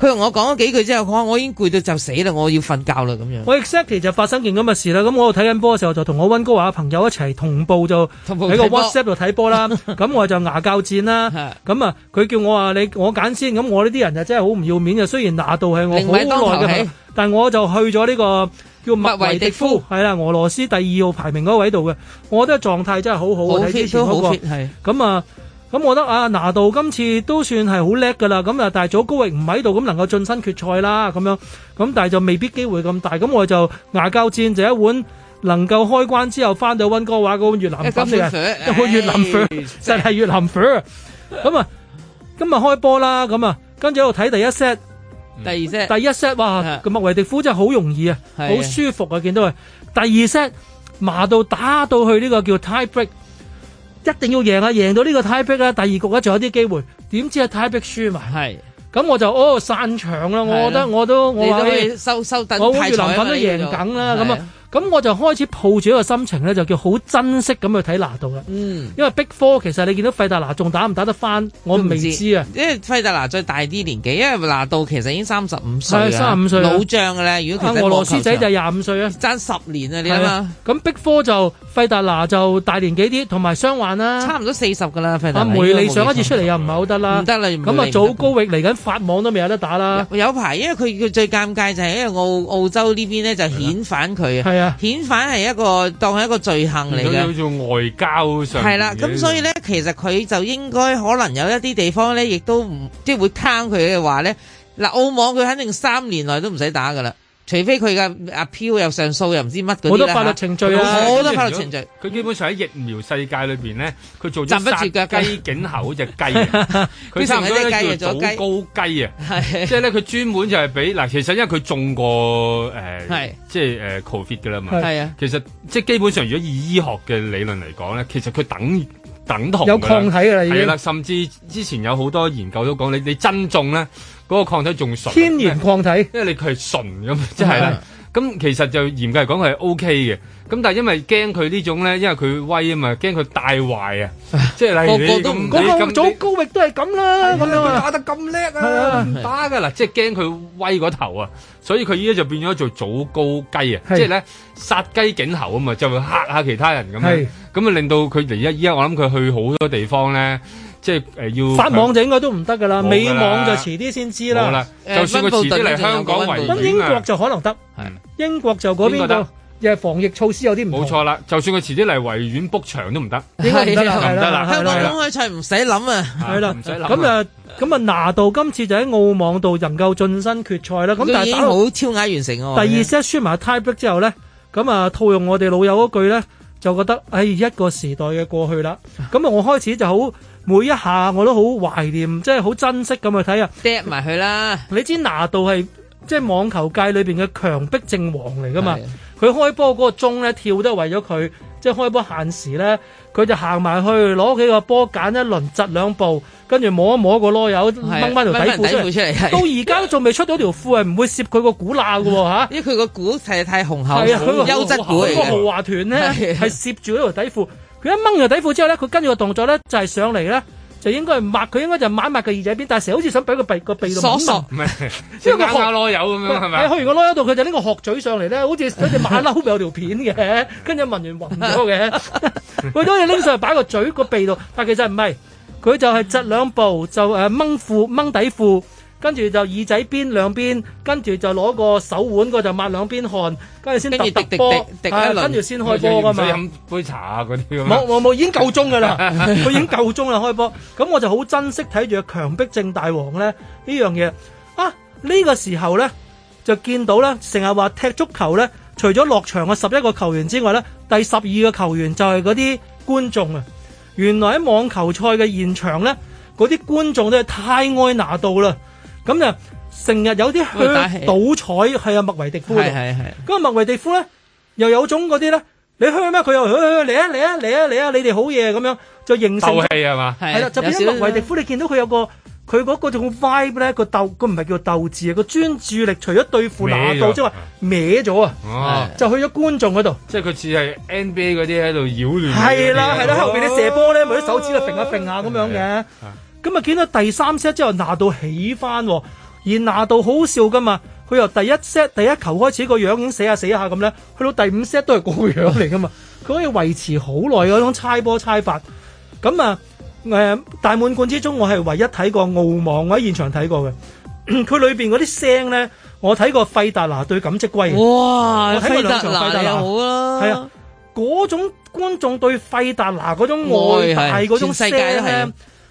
Speaker 3: 佢同我講咗幾句之後，佢話我已經攰到就死啦，我要瞓覺啦咁樣。
Speaker 4: 我 exactly 就發生件咁嘅事啦，咁我睇緊波嘅時候就同我温哥華嘅朋友一齊同步就
Speaker 3: 步
Speaker 4: 喺個
Speaker 3: 睇波
Speaker 4: WhatsApp 度睇 波啦，咁我就牙教戰啦，咁啊佢叫我話你我揀先，咁我呢啲人就真係好唔要面嘅，雖然拿度係我
Speaker 3: 另位當頭
Speaker 4: 好耐嘅朋友
Speaker 3: 起，
Speaker 4: 但我就去咗呢、個。叫麥維迪
Speaker 3: 麥維迪
Speaker 4: 夫
Speaker 3: 夫
Speaker 4: 係啦，俄羅斯第二號排名嗰位度嘅，我覺得狀態真係好好啊！
Speaker 3: 好
Speaker 4: 睇之
Speaker 3: fit
Speaker 4: 前
Speaker 3: 都
Speaker 4: 嗰、
Speaker 3: 好
Speaker 4: 個
Speaker 3: fit 係。
Speaker 4: 咁啊，咁我覺得啊，拿度今次都算係好叻㗎啦。咁啊，但係早高域唔喺度，咁能夠晉身決賽啦。咁樣，咁但係就未必機會咁大。咁我就牙交戰就一碗能夠開關之後翻到温哥華嗰碗越南粉嚟
Speaker 3: 一
Speaker 4: 嘅，
Speaker 3: 碗
Speaker 4: 一碗越南粉
Speaker 3: 唉
Speaker 4: 真係越南粉。咁啊，今日開波啦，咁啊，跟住喺度睇第一 set。
Speaker 3: 第二 set
Speaker 4: 第一 set 哇，咁麥維迪夫真係好容易啊，
Speaker 3: 係啊
Speaker 4: 好舒服啊，見到佢。第二 set 麻到打到去呢個叫 tie break，一定要贏啊！贏到呢個 tie break 咧，第二局咧仲有啲機會，點知啊 tie break 輸埋。
Speaker 3: 係。
Speaker 4: 咁我就哦散場啦，
Speaker 3: 係
Speaker 4: 我
Speaker 3: 咯
Speaker 4: 覺得我都我
Speaker 3: 啊你
Speaker 4: 話
Speaker 3: 都可以
Speaker 4: 哎
Speaker 3: 收收等
Speaker 4: 我好
Speaker 3: 派
Speaker 4: 越
Speaker 3: 彩
Speaker 4: 南
Speaker 3: 啊
Speaker 4: 粉都
Speaker 3: 嘛
Speaker 4: 贏
Speaker 3: 呢個
Speaker 4: 緊啦，
Speaker 3: 係
Speaker 4: 咁啊，咁我就開始抱住一個心情咧，就叫好珍惜咁去睇拿度啦。
Speaker 3: 嗯，
Speaker 4: 因為 Big Four 其實你見到費達拿仲打唔打得翻，我
Speaker 3: 都唔
Speaker 4: 未知啊。
Speaker 3: 因為費達拿再大啲年紀，因為拿度其實已經三十五歲
Speaker 4: 係
Speaker 3: 啦
Speaker 4: 35歲啦
Speaker 3: 老將噶啦。如果
Speaker 4: 啊
Speaker 3: 其實
Speaker 4: 俄羅斯仔就廿五歲啊，
Speaker 3: 爭十年啊，你
Speaker 4: 係
Speaker 3: 諗下
Speaker 4: 啊。咁逼科就費達拿就大年紀啲，同埋傷患啦。
Speaker 3: 差唔多四十噶啦，費達
Speaker 4: 阿
Speaker 3: 拿
Speaker 4: 啊梅利上一次出嚟又唔係好得啦，
Speaker 3: 唔得啦
Speaker 4: 咁
Speaker 3: 梅
Speaker 4: 啊，
Speaker 3: 利
Speaker 4: 早高域嚟緊法網都未有得打啦。
Speaker 3: 有有排，因為佢佢最尷尬就係因為澳澳洲呢邊咧就遣返佢
Speaker 4: 係啊，
Speaker 3: 遣返係一個當係一個罪行嚟
Speaker 2: 有
Speaker 3: 嘅。
Speaker 2: 啲叫外交上
Speaker 3: 係啦，
Speaker 2: 面嘅
Speaker 3: 咁所以咧，其實佢就應該可能有一啲地方咧，亦都唔即係會坑佢嘅話咧。嗱，澳網佢肯定三年內都唔使打噶啦，除非佢嘅阿飄又上訴又唔知乜嗰啲啦
Speaker 2: 好多
Speaker 3: 嚇好多法律程序。。
Speaker 2: 佢基本上喺疫苗世界裏邊咧，佢做
Speaker 3: 站
Speaker 2: 咗
Speaker 3: 不住腳
Speaker 2: 殺
Speaker 3: 㗎
Speaker 2: 雞儆猴嗰只雞 啊，佢差唔多咧
Speaker 3: 佢成為隻雞
Speaker 2: 叫
Speaker 3: 啊做
Speaker 2: 做
Speaker 3: 雞
Speaker 2: 高雞 啊，即係咧佢專門就係俾嗱，其實因為佢中過誒，即係誒呃 covid 噶啦嘛，
Speaker 4: 係啊，
Speaker 2: 其實即係基本上如果以醫學嘅理論嚟講咧，其實佢等等同㗎
Speaker 4: 有抗體啊㗎啦已經
Speaker 2: 係啦，甚至之前有好多研究都講你你真中咧，嗰個抗體仲純啊
Speaker 4: 天然抗體。
Speaker 2: 因為你佢係純咁， 即係
Speaker 4: 嗯
Speaker 2: 啦。咁其實就嚴格嚟講，佢係 O K 嘅。咁但係因為驚佢呢種咧，因為佢威啊嘛，驚佢帶 壞啊，即係例如你咁，你
Speaker 4: 嗰個
Speaker 2: 咁
Speaker 4: 早高域都係咁啦，咁樣
Speaker 2: 打得咁叻
Speaker 4: 啊
Speaker 2: 唔打噶啦，即係驚佢威嗰頭啊，所以佢依家就變咗做早高雞啊，
Speaker 4: 係
Speaker 2: 即係咧殺雞儆猴啊嘛，就會嚇下其他人咁
Speaker 4: 係
Speaker 2: 樣，咁啊令到佢嚟一依家我諗佢去好多地方咧，即係誒要
Speaker 4: 法網就應該都唔得㗎啦，
Speaker 2: 冇㗎啦
Speaker 4: 美網就遲啲先知
Speaker 2: 冇
Speaker 4: 啦
Speaker 2: 啦。就算佢遲啲嚟香港為
Speaker 4: 咁英
Speaker 2: 遠啊
Speaker 4: 國就可能得，英國就嗰邊
Speaker 2: 英國
Speaker 4: 個
Speaker 2: 得
Speaker 4: 又係防疫措施有啲唔
Speaker 2: 冇
Speaker 4: 同。
Speaker 2: 錯啦，就算佢遲啲嚟維園 book 場都唔得，
Speaker 4: 應該唔 得啦
Speaker 2: 唔得啦，
Speaker 4: 係啦係
Speaker 2: 係
Speaker 4: 啦係
Speaker 2: 啦
Speaker 4: 啦
Speaker 3: 公開賽唔使諗啊，
Speaker 4: 係啦，
Speaker 2: 使諗
Speaker 4: 咁啊，咁啊，拿度今次就喺澳網度能夠晉身決賽啦。咁但
Speaker 3: 佢已
Speaker 4: 係
Speaker 3: 經
Speaker 4: 打到
Speaker 3: 好超額完成
Speaker 4: 第
Speaker 3: 喎。
Speaker 4: 二 set 輸埋 tie break 之後咧，咁啊套用我哋老友嗰句咧，就覺得唉一個時代嘅過 去啦。咁啊，我開始就好每一下我都好懷念，即係好珍惜咁去睇啊。
Speaker 3: 掟埋佢啦，
Speaker 4: 你知拿度係即係網球界裏邊嘅強迫症王嚟噶嘛？佢開波嗰個鐘咧跳都係為咗佢，即係開波限時咧，佢就行埋去攞幾個波揀一輪，窒兩步，跟住摸一摸個囉柚，掹翻
Speaker 3: 掹
Speaker 4: 條底
Speaker 3: 翻條底
Speaker 4: 褲
Speaker 3: 褲
Speaker 4: 出
Speaker 3: 出嚟
Speaker 4: 嚟。
Speaker 3: 係
Speaker 4: 到而家都仲未出到條褲，係唔會攝佢個股罅嘅喎嚇。
Speaker 3: 因為佢個股係太雄厚，
Speaker 4: 係啊，佢個
Speaker 3: 優質股嚟
Speaker 4: 嗰個
Speaker 3: 嘅。
Speaker 4: 豪華團咧
Speaker 3: 係啊
Speaker 4: 係攝住嗰條底褲，佢一掹咗底褲之後咧，佢跟住個動作咧就係上嚟咧，就應該係抹，佢應該就抹一抹個耳仔邊，但係成日好似想俾個鼻個鼻度
Speaker 2: 索
Speaker 4: 掹
Speaker 2: 索
Speaker 4: 掹。
Speaker 2: 唔係，即
Speaker 4: 即係
Speaker 2: 係
Speaker 4: 個
Speaker 2: 啱啱攞油咁樣係咪
Speaker 4: 喺？去完個啊攞度，佢就拎個殼嘴上嚟咧，好似嗰隻馬騮有條片嘅， 跟住聞完暈咗嘅， 佢都要拎上嚟擺個嘴個鼻度，但其實唔係，佢就係窒兩步就誒掹褲掹底褲，跟住就耳仔邊兩邊，跟住就攞個手腕個就抹兩邊汗，跟住先
Speaker 3: 跟住
Speaker 4: 揼
Speaker 3: 滴
Speaker 4: 揼
Speaker 3: 滴
Speaker 4: 波
Speaker 3: 滴，滴一
Speaker 4: 係啊
Speaker 3: 輪
Speaker 4: 跟住先開波噶
Speaker 2: 唔使飲
Speaker 4: 嘛。
Speaker 2: 杯茶啊嗰啲咁樣。
Speaker 4: 冇冇冇，已經夠鐘㗎啦， 佢已經夠鐘啦開波。咁我就好珍惜睇住佢強迫症大王咧呢樣嘢。啊，呢、個時候咧，就見到咧，成日話踢足球咧，除咗落場嘅十一個球員之外咧，第十二個球員就係嗰啲觀眾啊。原來喺網球賽嘅現場咧，嗰啲觀眾咧太愛拿度啦，咁就成日有啲
Speaker 3: 會打氣
Speaker 4: 香倒彩係啊麥維迪夫度。
Speaker 3: 係係係
Speaker 4: 咁啊，麥維迪夫咧又有種嗰啲咧，你去咩？佢又去去嚟啊嚟啊嚟啊嚟啊！你哋好嘢咁樣，就形成
Speaker 2: 鬥氣啊係嘛
Speaker 4: 係啦，就變咗
Speaker 2: 有少
Speaker 4: 麥維迪夫，你見到佢有個佢嗰個種 vibe 咧，個鬥佢唔係叫鬥志啊，個專注力除咗對付拿
Speaker 2: 歪
Speaker 4: 度
Speaker 2: 咗
Speaker 4: 之外，歪咗
Speaker 2: 哦
Speaker 4: 啊，就去咗觀眾嗰度。
Speaker 2: 即係佢似係 NBA 嗰啲喺度擾亂你啊嗰啲嘢。
Speaker 4: 係啦係啦，後邊你射波咧，咪啲手指啊揈下揈下咁樣嘅。咁啊，見到第三 set 之後，拿到起翻，而拿到好好笑噶嘛。佢由第一 set 第一球開始個樣已經死下死下咁咧，去到第五 set 都係嗰個樣嚟噶嘛。 佢可以維持好耐嗰種猜波猜法。咁啊，誒、大滿貫之中，我係唯一睇過澳網，我喺現場睇過嘅。 佢裏邊嗰啲聲咧，我睇過費達拿對錦織圭。
Speaker 3: 哇
Speaker 4: 我睇過兩
Speaker 3: 費
Speaker 4: 場
Speaker 3: 達拿
Speaker 4: 費達拿
Speaker 3: 又好啦
Speaker 4: 係啊，嗰種觀眾對費達拿嗰種愛
Speaker 3: 愛
Speaker 4: 戴
Speaker 3: 係
Speaker 4: 嗰種
Speaker 3: 全
Speaker 4: 聲
Speaker 3: 世界都係
Speaker 4: 咧，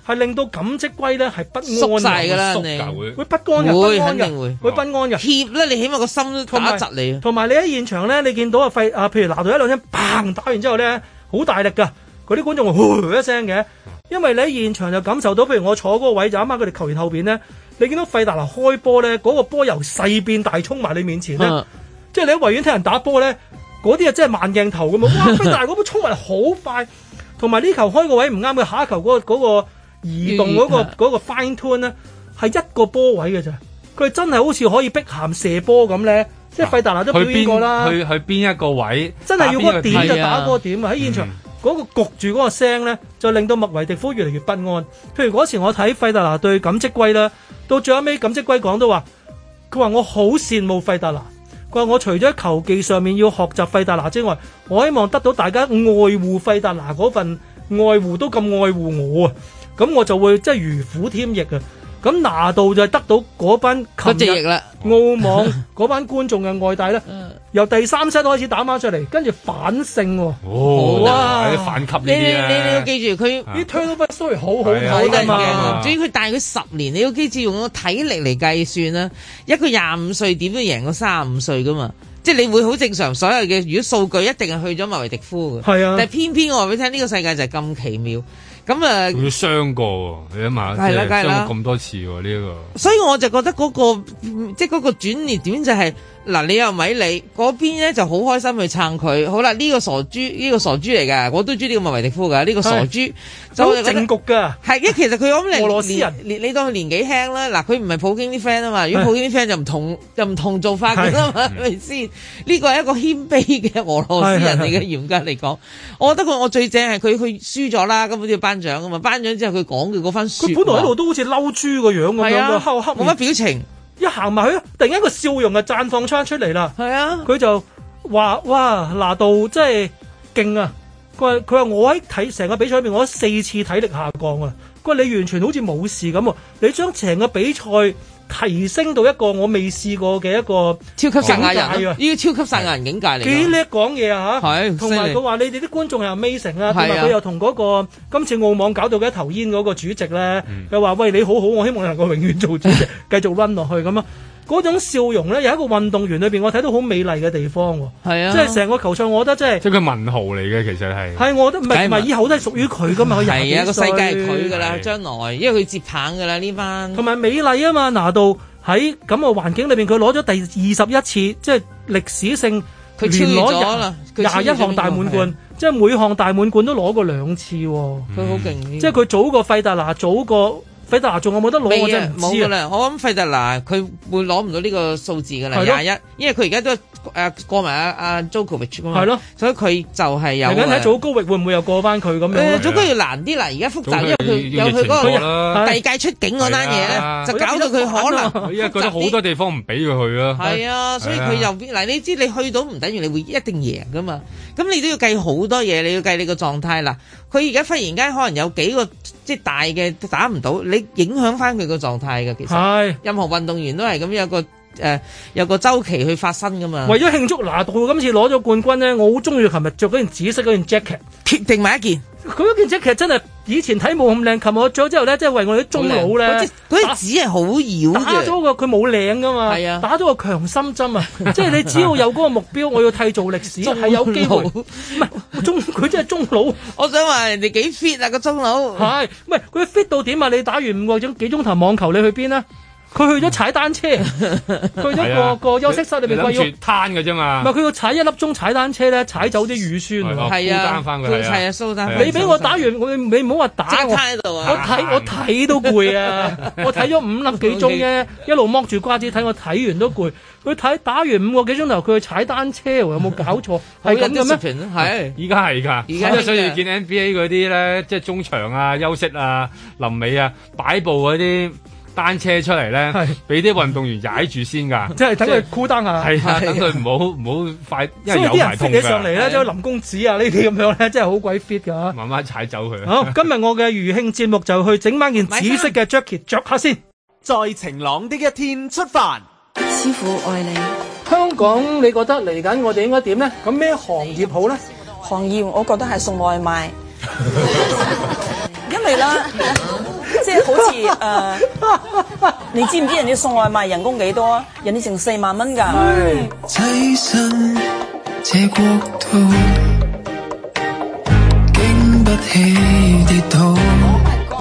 Speaker 4: 係令到錦織圭咧係不安
Speaker 3: 縮晒㗎啦
Speaker 4: 縮
Speaker 3: 你
Speaker 4: 㗎會不安嘅，
Speaker 3: 會
Speaker 4: 不安
Speaker 3: 肯定
Speaker 4: 嘅
Speaker 3: 會，
Speaker 4: 會不安嘅。
Speaker 3: 怯咧，你起碼個心都打窒你啊！
Speaker 4: 同埋你喺現場咧，你見到啊費啊，譬如拿到一兩聲，砰打完之後咧，好大力㗎。嗰啲觀眾會一聲嘅，因為你喺現場就感受到，譬如我坐嗰個位就啱啱佢哋球員後邊咧，你見到費達拿開波咧，嗰、個波由細變大衝埋你面前咧，
Speaker 3: 嗯
Speaker 4: 即係你喺維園睇人打波咧，嗰啲啊真係慢鏡頭咁嘛。哇！費達拿嗰波衝埋嚟好快，同埋呢球開個位唔啱，佢下一球嗰、個嗰個移動嗰、個
Speaker 3: 嗯
Speaker 4: 嗰個 fine tune 咧，係一個波位嘅咋，佢真係好似可以逼咸射波咁咧，即係費達拿都
Speaker 2: 啊去
Speaker 4: 表演過啦
Speaker 2: 邊。去去邊一個位？
Speaker 4: 真係要嗰個點就
Speaker 2: 邊
Speaker 4: 打嗰個點啊！喺現場嗰個焗住嗰個聲咧，就令到麥維迪夫越嚟越不安。譬如嗰時我睇費達拿對錦織圭啦，到最後尾錦織圭講都話，佢話我好羨慕費達拿。佢話我除咗喺球技上面要學習費達拿之外，我希望得到大家愛護費達拿嗰份愛護都咁愛護我啊！咁我就會即係如虎添翼啊！咁拿到就係得到嗰班
Speaker 3: 嗰隻
Speaker 4: 琴日
Speaker 3: 翼啦嗯
Speaker 4: 澳 網嗰班觀眾嘅愛戴咧，由第三 set 開始打翻出嚟，跟住反勝喎。
Speaker 2: 哦
Speaker 4: 哇
Speaker 2: 係反級呢
Speaker 3: 你你
Speaker 2: 啲啊
Speaker 3: 你你要記住佢
Speaker 4: 啲 turnover story 好好
Speaker 2: 係啊
Speaker 4: 睇㗎
Speaker 2: 好得人驚
Speaker 4: 啊嘛
Speaker 2: 啊。
Speaker 3: 至於佢大佢十年，你要記住用個體力嚟計算啦。一個廿五歲點都贏過三十五歲噶嘛，即係你會好正常。所有嘅如果數據一定係去咗麥維迪夫嘅，
Speaker 2: 係啊
Speaker 3: 但係偏偏我話俾你聽，呢、個世界就係咁奇妙。咁啊，
Speaker 2: 仲要傷過喎，你諗下，
Speaker 3: 係啦
Speaker 2: 即
Speaker 3: 梗係
Speaker 2: 係
Speaker 3: 啦
Speaker 2: 傷過咁多次喎呢一個。
Speaker 3: 所以我就覺得嗰、個嗯即係嗰個轉捩點就係、嗱，你又咪理嗰邊咧就好開心去撐佢，好啦呢、個傻豬呢、個傻豬嚟㗎，我都中意呢個麥維迪夫㗎，呢、個傻豬就
Speaker 4: 好
Speaker 3: 我就覺得
Speaker 4: 正局㗎。
Speaker 3: 係，因為其實佢咁嚟，
Speaker 4: 俄羅斯人
Speaker 3: 年年你當佢年紀輕啦，嗱佢唔係普京啲 friend 啊嘛，如果普京啲 friend 就唔同 就唔同做法㗎啦嘛，係咪先？呢個係一個謙卑嘅俄羅斯人嚟
Speaker 16: 係係
Speaker 3: 嘅，
Speaker 16: 係
Speaker 3: 嚴格嚟講，我覺得佢我最正係佢佢輸咗啦，根本要頒獎㗎嘛，頒獎之後佢講嘅嗰番
Speaker 4: 佢本來喺度都好似嬲豬個樣咁
Speaker 3: 係
Speaker 4: 樣
Speaker 3: 啊
Speaker 4: 嘅，黑黑
Speaker 3: 冇乜表情。
Speaker 4: 一行埋去，突然間個笑容就綻放出出嚟啦。
Speaker 3: 係啊，
Speaker 4: 佢就話：哇，拿度真係勁啊！佢話佢話我喺睇成個比賽入面，我四次體力下降啊！佢話你完全好似冇事咁喎，你將成個比賽提升到一個我未試過嘅一個
Speaker 3: 超級殺亞人啊
Speaker 4: 境界啊
Speaker 3: 呢個超級殺亞人境界嚟㗎。
Speaker 4: 幾叻講嘢啊嚇！
Speaker 3: 係
Speaker 4: 同
Speaker 3: 犀
Speaker 4: 埋
Speaker 3: 利
Speaker 4: 佢話你哋啲觀眾又 amazing 啊，同
Speaker 3: 係
Speaker 4: 埋
Speaker 3: 啊
Speaker 4: 佢又同嗰個今次澳網搞到嘅一頭煙嗰個主席咧，
Speaker 3: 嗯
Speaker 4: 佢話喂你好好，我希望你能夠永遠做主 席，繼續 run 落去咁啊！嗰種笑容咧，又喺一個運動員裏邊，我睇到好美麗嘅地方喎。
Speaker 3: 係啊
Speaker 4: 即係成個球賽，我覺得真係
Speaker 2: 即係佢文豪嚟嘅，其實係。
Speaker 4: 係我覺得唔係唔係以後都係屬於佢噶嘛，佢廿幾
Speaker 3: 係啊，個世界係佢㗎啦，
Speaker 4: 歲
Speaker 3: 將來因為佢接棒㗎啦呢班。
Speaker 4: 同埋美麗啊嘛，拿到喺咁嘅環境裏邊，佢攞咗第二十一次，即係歷史性
Speaker 3: 佢超
Speaker 4: 連
Speaker 3: 越
Speaker 4: 攞
Speaker 3: 咗啦佢超
Speaker 4: 廿
Speaker 3: 越咗
Speaker 4: 一項大滿
Speaker 3: 邊個係啊嗯
Speaker 4: 貫，即係每項大滿貫都攞過兩次喎。
Speaker 3: 佢好勁呢個
Speaker 4: 即係佢早過費達拿，早過費達拿仲有冇得攞？我
Speaker 3: 未啊
Speaker 4: 真，係唔
Speaker 3: 冇
Speaker 4: 知
Speaker 3: 噶
Speaker 4: 啊。
Speaker 3: 啦，我諗費特拿佢會攞唔到呢個數字噶啦，
Speaker 4: 係咯
Speaker 3: 廿一，因為佢而家都誒過埋阿阿 Djokovic 噶嘛，
Speaker 4: 係咯，
Speaker 3: 所以佢就係有啊呃
Speaker 4: 嚟緊睇
Speaker 3: 誒
Speaker 4: 祖高域會唔會又過翻佢咁樣？
Speaker 3: 誒
Speaker 4: 啊
Speaker 3: 祖高要難啲啦，而家複雜，
Speaker 4: 祖高
Speaker 3: 因為佢有
Speaker 4: 要疫
Speaker 3: 佢
Speaker 4: 情
Speaker 3: 嗰
Speaker 4: 過
Speaker 3: 個
Speaker 4: 啦
Speaker 3: 遞界出境嗰單嘢
Speaker 2: 係
Speaker 3: 咧
Speaker 2: 啊，
Speaker 3: 就搞到佢可能
Speaker 4: 啊
Speaker 2: 佢 因為覺得好多地方唔俾佢去啦。
Speaker 3: 係啊，所以佢又邊嗱，你知你去到唔等於你會一定贏噶嘛，咁你都要計好多嘢，你要計你個狀態啦。佢而家忽然間可能有幾個即係大嘅打唔到，你影響翻佢個狀態嘅其實。
Speaker 4: 係
Speaker 3: 任何運動員都係咁有個誒有個周期去發生噶嘛。
Speaker 4: 為咗慶祝拿度今次攞咗冠軍咧，我好中意佢琴日着嗰件紫色嗰件 jacket，
Speaker 3: 貼定埋一件。
Speaker 4: 佢嗰件 jacket 真係以前睇冇咁靚，琴日我着咗之後咧，即係為我哋啲中老
Speaker 3: 嗰
Speaker 4: 咧
Speaker 3: 啲，嗰啲紙係好妖
Speaker 4: 打
Speaker 3: 嘅。
Speaker 4: 咗個佢冇領噶嘛，
Speaker 2: 啊
Speaker 4: 打咗個強心 針啊！即係你只要有嗰個目標，我要締造歷史，係有機會。唔係中佢真係中佬，
Speaker 3: 我想話人哋幾 fit 啊個中佬。
Speaker 4: 係，唔係佢 fit 到點啊？你打完五個鐘幾鐘頭網球，你去邊啊？佢去咗踩 單車，去咗
Speaker 2: 係啊
Speaker 4: 個個休息室裏
Speaker 2: 你
Speaker 4: 邊，
Speaker 2: 諗
Speaker 4: 佢
Speaker 2: 住
Speaker 4: 要
Speaker 2: 攤嘅啫嘛
Speaker 4: 唔係。佢要踩一粒鐘踩單車咧，踩走啲乳
Speaker 2: 係
Speaker 4: 酸
Speaker 2: 啊
Speaker 4: 喎
Speaker 2: 係啊高單返佢係啊係啊蘇丹返
Speaker 4: 你俾我打完，我你唔好話打我，
Speaker 3: 即刻喺度啊
Speaker 4: 我 睇我睇都攰啊！我睇咗五粒幾鐘啫，一路剝住瓜子睇，我睇完都攰。佢睇打完五個幾鐘頭，佢去踩單車喎，有冇搞錯？係咁嘅咩？
Speaker 3: 啊係，
Speaker 2: 依家係㗎，
Speaker 4: 而
Speaker 2: 依
Speaker 4: 家
Speaker 2: 家所以
Speaker 4: 興㗎
Speaker 2: 見 NBA 嗰啲咧，即係中場啊、休息啊、臨尾啊，擺部嗰啲單車出嚟咧，俾啲運動員踩住先 㗎，
Speaker 4: 即係等佢 cool down 下。
Speaker 2: 係啊，等佢唔好唔好 快，因為
Speaker 4: 所以
Speaker 2: 有
Speaker 4: 啲
Speaker 2: 埋
Speaker 4: 人 fit
Speaker 2: 痛
Speaker 4: 起上嚟咧，
Speaker 2: 㗎
Speaker 4: 即係林公子啊呢啲咁樣咧，真係好鬼 fit 㗎。
Speaker 2: 慢慢踩走佢。
Speaker 4: 好，今日我嘅餘興節目就去整翻件紫色嘅 jacket 着下先。
Speaker 5: 在晴朗的一天出發。
Speaker 4: 師傅愛你。香港，你覺得嚟緊我哋應該點呢？咁咩行業好呢？
Speaker 16: 行業我覺得係送外賣，因為咧，即係好似誒、呃你知唔知人哋送外賣人工幾多啊？人哋成四萬蚊㗎。
Speaker 13: 躋身這國度，經不起跌倒。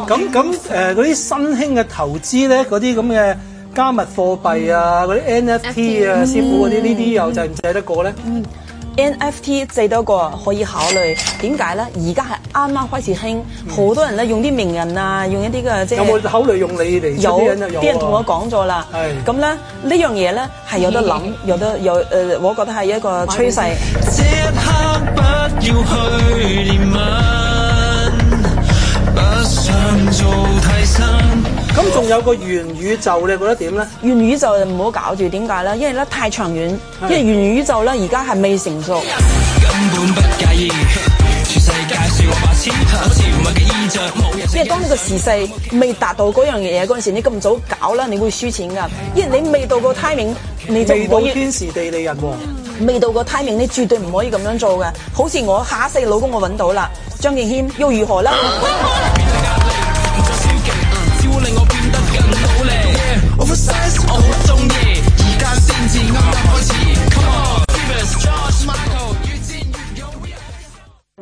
Speaker 4: 咁咁誒，嗰啲新興嘅投資呢，嗰啲咁嘅加密貨幣啊，嗰啲 NFT 啊，師傅嗰啲呢啲又制唔制得過呢？
Speaker 16: NFT 最多個可以考慮，點解咧？而家係啱啱開始興，好多人咧用啲名人啊，用一啲嘅即係
Speaker 4: 有冇考慮用你嚟出
Speaker 16: 有
Speaker 4: 啲人啊有啊
Speaker 16: 啲人同我講咗啦，咁咧呢樣嘢咧係有得諗，有得有誒、呃我覺得係一個趨勢。
Speaker 13: 這一刻不要去憐憫，不想做替身。
Speaker 4: 咁仲有個元宇宙，你覺得點咧？
Speaker 16: 元宇宙就唔好搞住，點解咧？因為咧太長遠，因為元宇宙咧而家係未成熟。因為當呢個時勢未達到嗰樣嘢嗰陣時，你咁早搞啦，你會輸錢㗎。因為你未到個 timing，你就
Speaker 4: 未
Speaker 16: 唔
Speaker 4: 到
Speaker 16: 可以。
Speaker 4: 天時地利人和。
Speaker 16: 未到個 timing，你絕對唔可以咁樣做嘅。好似我下一世老公我揾到啦，張敬軒又如何啦？
Speaker 13: Oversize 我好中意，而家先至啱啱開始。Come on，Beavis George Michael 越戰越勇。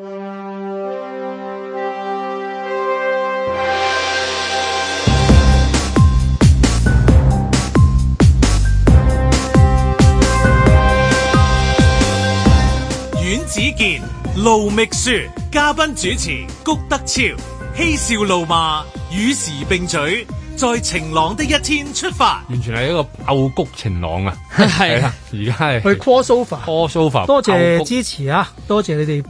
Speaker 1: 阮子健、盧覓雪，嘉賓主持谷德超，嬉笑怒罵，與時並舉，在晴朗的一天出發。
Speaker 2: 完全係一個爆谷晴朗啊！係啦，而家係
Speaker 4: 去 crossover。
Speaker 2: crossover 爆
Speaker 4: 多謝
Speaker 2: 谷
Speaker 4: 支持啊！多謝你哋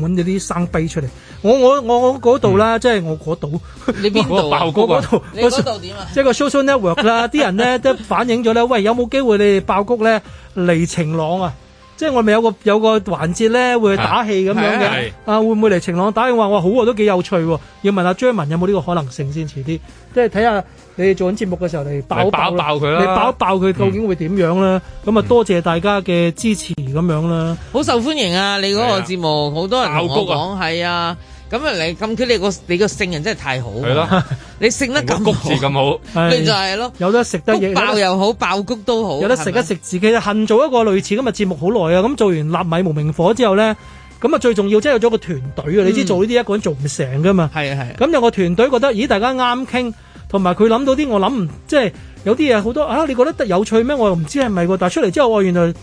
Speaker 4: 揾咗啲生悲出嚟。我我我嗰度啦，即係我嗰度，
Speaker 3: 你邊度啊
Speaker 4: 我爆嗯谷啊我嗰度，
Speaker 3: 你嗰度點啊？
Speaker 4: 即係個 social network 啦，啲人咧都反映咗咧，喂，有冇機會你哋爆谷咧嚟晴朗啊？即係我咪有個有個環節咧會打氣咁樣
Speaker 2: 係
Speaker 4: 嘅
Speaker 2: 係，
Speaker 4: 啊會唔會嚟晴朗打氣？我話哇好啊，都幾有趣喎！要問下張文有冇呢個可能性先，遲啲即係睇下你哋做緊節目嘅時候嚟爆
Speaker 2: 嚟爆
Speaker 4: 啦
Speaker 2: 爆佢啦嗯
Speaker 4: 你爆爆佢究竟會點樣啦？咁啊多謝大家嘅支持咁樣啦。
Speaker 3: 好受歡迎啊！你嗰個節目好多人同
Speaker 4: 爆
Speaker 3: 我
Speaker 4: 谷啊
Speaker 3: 講係啊，咁啊你咁佢你個你個聖人真係太好，
Speaker 2: 係咯，
Speaker 3: 你聖得咁好，
Speaker 2: 字咁好，
Speaker 3: 咪就係咯，
Speaker 4: 有得食得嘢，
Speaker 3: 爆又好，爆谷都好，
Speaker 4: 有得食
Speaker 3: 係咪
Speaker 4: 一食自己，恨做一個類似咁嘅節目好耐啊！咁做完納米無名火之後咧，咁啊最重要即係有咗個團隊啊！你知做呢啲一個人做唔成噶嘛？
Speaker 3: 係嗯啊係。
Speaker 4: 咁有個團隊覺得，咦大家啱傾，同埋佢諗到啲我諗唔，即係有啲嘢好多啊！你覺得得有趣咩？我又唔知係咪喎，但係出嚟之後，我原來誒、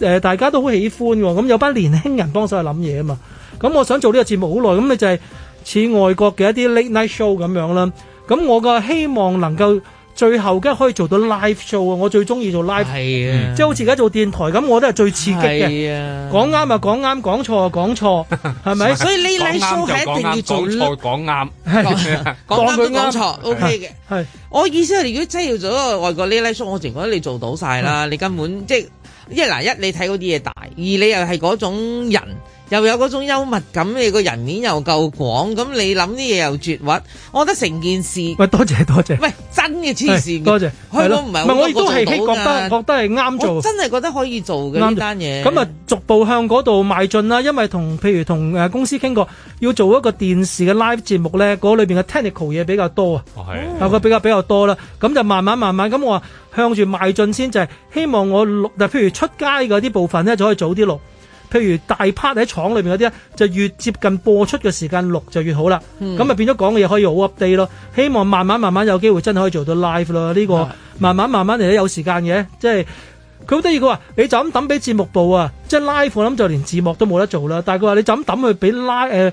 Speaker 4: 呃大家都好喜歡喎。咁有班年輕人幫手去諗嘢啊嘛。咁我想做呢個節目好耐，咁你就係、似外國嘅一啲 late night show 咁樣啦。咁我個希望能夠最後梗係可以做到 live show 啊！我最中意做 live，
Speaker 3: 係啊
Speaker 4: 即係好似而家做電台咁，我都係最刺激
Speaker 3: 係
Speaker 4: 嘅。
Speaker 3: 啊
Speaker 4: 講啱啊，講啱，講錯啊，講錯， 係咪？
Speaker 3: 所以呢 live show 係一定要做
Speaker 2: 講錯講啱，
Speaker 3: 講啱都講錯，OK 嘅。
Speaker 4: 係
Speaker 3: 我意思係，如果真係要做一個外國呢拉叔，我淨覺得你做
Speaker 4: 嗯
Speaker 3: 到晒啦，你根本即係一嗱一你睇嗰啲嘢大，二你又係嗰種人，又有嗰種幽默感，你個人面又夠廣，咁你諗啲嘢又絕核，我覺得成件事
Speaker 4: 喂，多謝多謝，
Speaker 3: 喂真嘅黐線嘅，
Speaker 4: 係多謝係
Speaker 3: 香
Speaker 4: 咯
Speaker 3: 港唔係
Speaker 4: 唔係
Speaker 3: 好
Speaker 4: 我亦
Speaker 3: 多
Speaker 4: 都係
Speaker 3: 個做到㗎
Speaker 4: 覺得覺得係啱做
Speaker 3: 我真係覺得可以做嘅
Speaker 4: 啱
Speaker 3: 呢
Speaker 4: 嘅
Speaker 3: 單嘢。
Speaker 4: 咁啊，逐步向嗰度邁進啦。因為同譬如同誒公司傾過，要做一個電視嘅 live 節目咧，嗰裏邊嘅 technical 嘢比較多啊。
Speaker 15: 係
Speaker 4: 啊，佢比較比較多啦，咁就慢慢慢慢咁，我話向住邁進先，就係、希望我錄，嗱譬如出街嗰啲部分咧，就可以早啲錄。譬如大 part 喺廠裏面嗰啲咧，就越接近播出嘅時間錄就越好啦。
Speaker 17: 嗯
Speaker 4: 咁咪、啊變咗講嘅嘢可以好 update 咯。希望慢慢慢慢有機會真係可以做到 live 咯。呢、個慢慢慢慢嚟咧，有時間嘅，即係佢好得意。佢話你就咁抌俾節目部啊，即係 live 我諗就連字幕都冇得做啦。但係佢話你就咁抌去俾 live 呃誒、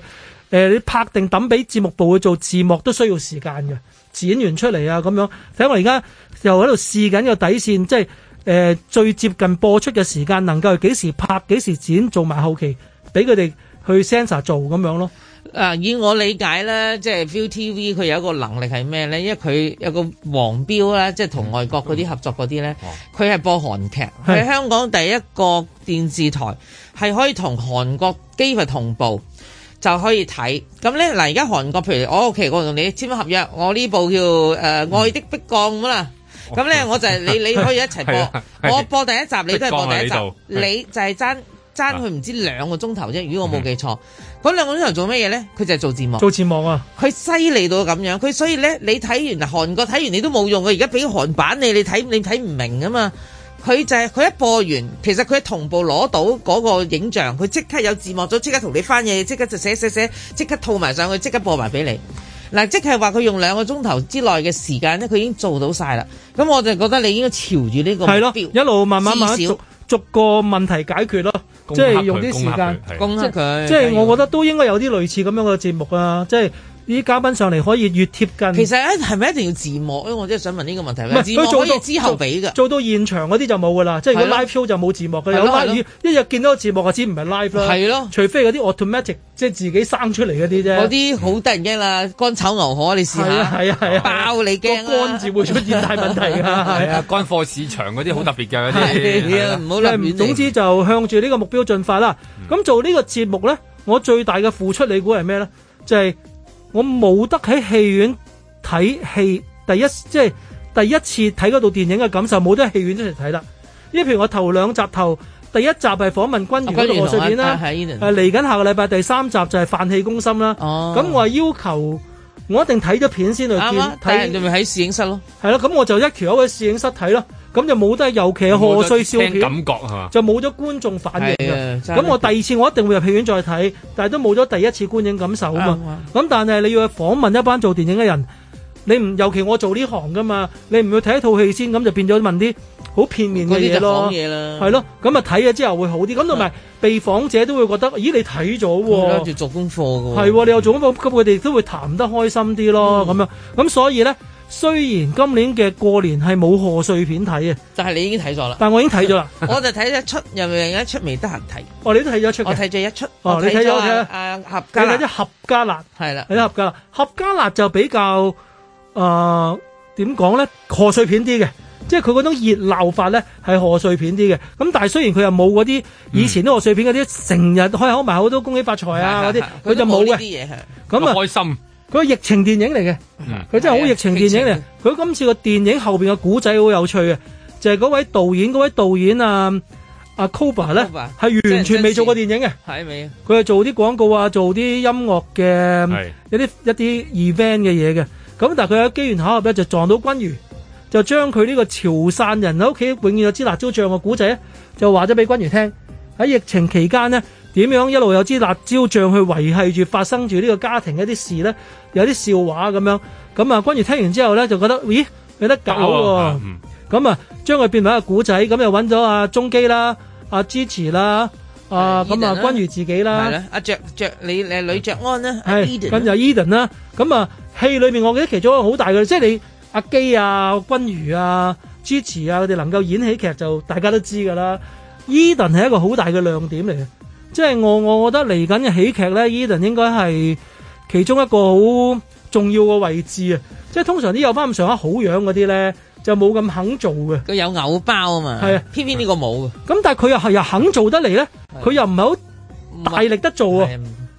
Speaker 4: 誒你拍定抌俾節目部去做字幕都需要時間嘅，剪完出嚟啊咁樣。睇我而家又喺度試緊個底線，即係誒、呃最接近播出嘅時間，能夠係幾時拍、幾時剪，做埋後期，俾佢哋去 sensor 做咁樣咯。
Speaker 3: 啊，以我理解咧，即係 ViuTV 佢有一個能力係咩咧？因為佢有個黃標啦，即係同外國嗰啲合作嗰啲咧，佢係播韓劇，
Speaker 7: 嗯哦係
Speaker 3: 係香港第一個電視台係可以同韓國幾乎同步。就可以睇咁咧嗱，而家韓國譬如我 OK，我同你簽咗合約，我呢部叫誒《愛的迫降》咁啦，咁咧我就係你你可以一齊
Speaker 7: 哦 係啊係
Speaker 3: 播，我播第一集，你都係播第
Speaker 7: 迫降喺呢
Speaker 3: 一
Speaker 7: 度
Speaker 3: 集，你就係爭爭佢唔知兩個鐘頭啫，如果我冇記錯，嗰兩個鐘頭做乜嘢咧？佢就係做字幕，
Speaker 4: 做字幕啊！
Speaker 3: 佢犀利到咁樣，佢所以咧，你睇完韓國睇完你都冇用嘅，而家俾韓版你，你睇你睇唔明啊嘛。佢就係、佢一播完，其實佢同步攞到嗰個影像，佢即刻有字幕組，即刻同你翻嘢，即刻就寫寫寫，即刻套埋上去，即刻播埋俾你。嗱，即係話佢用兩個鐘頭之內嘅時間咧，佢已經做到晒啦。咁我就覺得你應該朝住呢個目
Speaker 4: 係咯，
Speaker 3: 標，
Speaker 4: 一路慢慢慢慢
Speaker 3: 至少
Speaker 4: 逐逐個問題解決咯，
Speaker 3: 攻
Speaker 4: 即
Speaker 3: 克佢
Speaker 4: 係用啲時間
Speaker 3: 攻克佢
Speaker 4: 即
Speaker 3: 係啊
Speaker 4: 即係我覺得都應該有啲類似咁樣嘅節目啊，即係啲嘉賓上嚟可以越貼
Speaker 3: 其
Speaker 4: 近。
Speaker 3: 實咧係咪一定要字幕咧？我真係想問呢個問題。
Speaker 4: 唔係
Speaker 3: 字幕
Speaker 4: 佢做
Speaker 3: 可
Speaker 4: 到
Speaker 3: 以之後俾㗎。
Speaker 4: 做到現場嗰啲就冇噶啦，即係如
Speaker 3: 係
Speaker 4: 果
Speaker 3: 咯
Speaker 4: live show 就冇字幕嘅，
Speaker 3: 係
Speaker 4: 有
Speaker 3: 咯係
Speaker 4: live 一日見到個字幕就知唔係 live 啦。
Speaker 3: 係啊咯
Speaker 4: 除非嗰啲 automatic 即係自己生出嚟嗰啲啫。
Speaker 3: 嗰啲好得人驚啦，乾炒牛河你試
Speaker 4: 嗯係啊
Speaker 3: 下，
Speaker 4: 係啊係啊
Speaker 3: 爆你驚
Speaker 4: 個肝字會出現大問題 㗎 係啊
Speaker 15: 乾貨市場嗰啲好特別嘅嗰
Speaker 3: 啊
Speaker 15: 啲，
Speaker 4: 係啊
Speaker 15: 係啦
Speaker 4: 總之就向住呢個目標進發啦。咁做呢個節目呢，我最大嘅付出你估係咩呢？就係、我冇得喺戲院睇戲，第一即係第一次睇嗰套電影嘅感受，冇得喺戲院一齊睇啦。因為譬如我頭兩集頭第一集係訪問君如嗰
Speaker 3: 君
Speaker 4: 度
Speaker 3: 如
Speaker 4: 賀歲片啦，
Speaker 3: 同阿
Speaker 4: 誒
Speaker 3: Eden
Speaker 4: 嚟緊下個禮拜第三集就係飯氣攻心啦。咁、我係要求我一定睇咗片先去
Speaker 3: 哦嗯啱啊
Speaker 4: 見！
Speaker 3: 但係
Speaker 4: 睇
Speaker 3: 你。咪喺試影室咯，
Speaker 4: 係啦，咁我就一橋喺去攝影室睇啦，咁就冇得，尤其係賀歲笑
Speaker 15: 聽
Speaker 4: 片，
Speaker 15: 感覺係嘛？
Speaker 4: 就冇咗觀眾反應
Speaker 15: 係啊
Speaker 4: 嘅。
Speaker 15: 真係
Speaker 4: 咁我第二次我一定會入戲院再睇，但係都冇咗第一次觀影感受啊嘛。咁但係你要去訪問一班做電影嘅人，你唔尤其我做呢行噶嘛，你唔去睇一套戲先，咁就變咗問啲好片面嘅嘢
Speaker 3: 嗰啲
Speaker 4: 咯。
Speaker 3: 就講嘢啦
Speaker 4: 係咯，咁啊睇咗之後會好啲，咁同埋被訪者都會覺得，咦你睇咗
Speaker 3: 跟
Speaker 4: 喎
Speaker 3: 住。做功課㗎
Speaker 4: 係喎，你又做咁咁，佢哋都會談得開心啲
Speaker 3: 嗯
Speaker 4: 咯，咁、樣。咁所以咧，雖然今年嘅過年係冇賀歲片睇啊，
Speaker 3: 但係你已經睇咗 啦。。
Speaker 4: 但我已經睇咗啦
Speaker 3: 我就睇咗一出，又另一出未得閒 睇。
Speaker 4: 哦，你都睇咗一出嘅
Speaker 3: 我睇咗一出。
Speaker 4: 哦
Speaker 3: 我
Speaker 4: 你睇咗
Speaker 3: 啊
Speaker 4: 嘅
Speaker 3: 啊合
Speaker 4: 你
Speaker 3: 家
Speaker 4: 睇
Speaker 3: 辣
Speaker 4: 咗合家辣，
Speaker 3: 係啦，
Speaker 4: 你睇合家辣，合家辣就比較誒點講咧，賀歲片啲嘅。即係佢嗰種熱鬧法咧，係賀歲片啲嘅。咁但係雖然佢又冇嗰啲以前啲賀歲片嗰啲，成日開口埋口都恭喜發財 啊嗰啲，佢就冇
Speaker 3: 呢
Speaker 4: 嘅
Speaker 3: 啲。嘢係。
Speaker 4: 咁啊，
Speaker 15: 開心。
Speaker 4: 佢係疫情電影嚟嘅，佢真係啊好疫情電影嚟。佢今次個電影後邊嘅古仔好有趣嘅，就係嗰位導演，嗰位導演啊阿 Koba 咧
Speaker 3: Koba，，
Speaker 4: 係完全未做過電影嘅。
Speaker 3: 睇未？
Speaker 4: 佢係做啲廣告啊，做啲音樂嘅一啲一啲 event 嘅嘢嘅。咁但係佢喺機緣巧合咧就撞到君如，就將佢呢個潮汕人喺屋企永遠有支辣椒醬嘅古仔咧，啊就話咗俾君如聽。喺疫情期間呢，點樣一路有支辣椒醬去維係住發生住呢個家庭一啲事呢？有啲笑話咁樣。咁啊，君如聽完之後呢，就覺得，咦，有得搞喎、
Speaker 2: 哦
Speaker 4: 咁啊，將佢變為一個古仔，咁又揾咗阿鐘基啦、阿 Gigi 啦、啊咁啊
Speaker 3: Eden 啦
Speaker 4: 君如自己
Speaker 3: 係啦
Speaker 4: 啦，，
Speaker 3: 阿着着你你女着安啦，阿
Speaker 4: 係
Speaker 3: Eden 啊啦
Speaker 4: 哎咁就 Eden 啦。咁啊，戲裏面我記得其中一個好大嘅，即係你阿基啊、君如啊、Gigi 啊，佢哋能夠演喜劇就大家都知㗎啦。Eden 係一個好大嘅亮點嚟嘅，即係我我覺得嚟緊嘅喜劇咧，Eden 應該係其中一個好重要嘅位置啊。即係通常啲有翻咁上下好樣嗰啲咧，就冇咁肯做嘅。
Speaker 3: 佢有偶包啊嘛，
Speaker 4: 係啊
Speaker 3: 偏偏呢個冇嘅。
Speaker 4: 咁但係佢又係又肯做得嚟咧，佢又唔係好大力得做啊，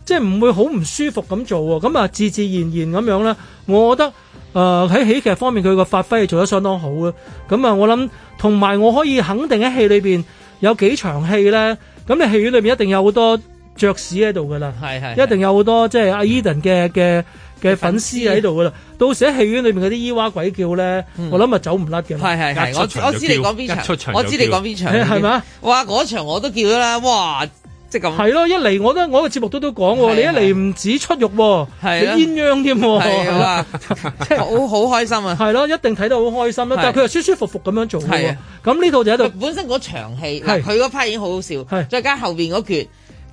Speaker 4: 即係唔會好唔舒服咁做喎。咁啊，自自然然咁樣咧，我覺得誒喺、喜劇方面佢個發揮係做得相當好啊。咁啊，我諗同埋我可以肯定喺戲裏邊有幾場戲咧，咁你戲院裏邊一定有好多爵士喺度噶啦，
Speaker 3: 係係
Speaker 4: 一定有好多即係阿 Eden 嘅嘅嘅粉絲喺度噶啦。到時喺戲院裏邊嗰啲咿哇鬼叫咧，
Speaker 3: 嗯
Speaker 4: 我諗啊走唔甩嘅。係
Speaker 3: 係係，我我知你講邊場，我知你講邊場，
Speaker 4: 係咪啊？
Speaker 3: 哇！嗰場我都叫咗啦，哇！即係咁。
Speaker 4: 係咯，一嚟我都我個節目都都講喎，你
Speaker 3: 係啊
Speaker 4: 一嚟唔止出肉喎，
Speaker 3: 係啊
Speaker 4: 你鴛鴦添喎，
Speaker 3: 係啊哇
Speaker 4: 即係
Speaker 3: 好好開心啊！
Speaker 4: 係咯，一定睇得好開心啦
Speaker 3: 係，
Speaker 4: 但係佢又舒舒服服咁樣做嘅
Speaker 3: 係
Speaker 4: 喎
Speaker 3: 啊，
Speaker 4: 咁呢度就喺度
Speaker 3: 本身嗰場戲，嗱
Speaker 4: 係
Speaker 3: 佢嗰 part 已經好好笑，再加後邊嗰橛，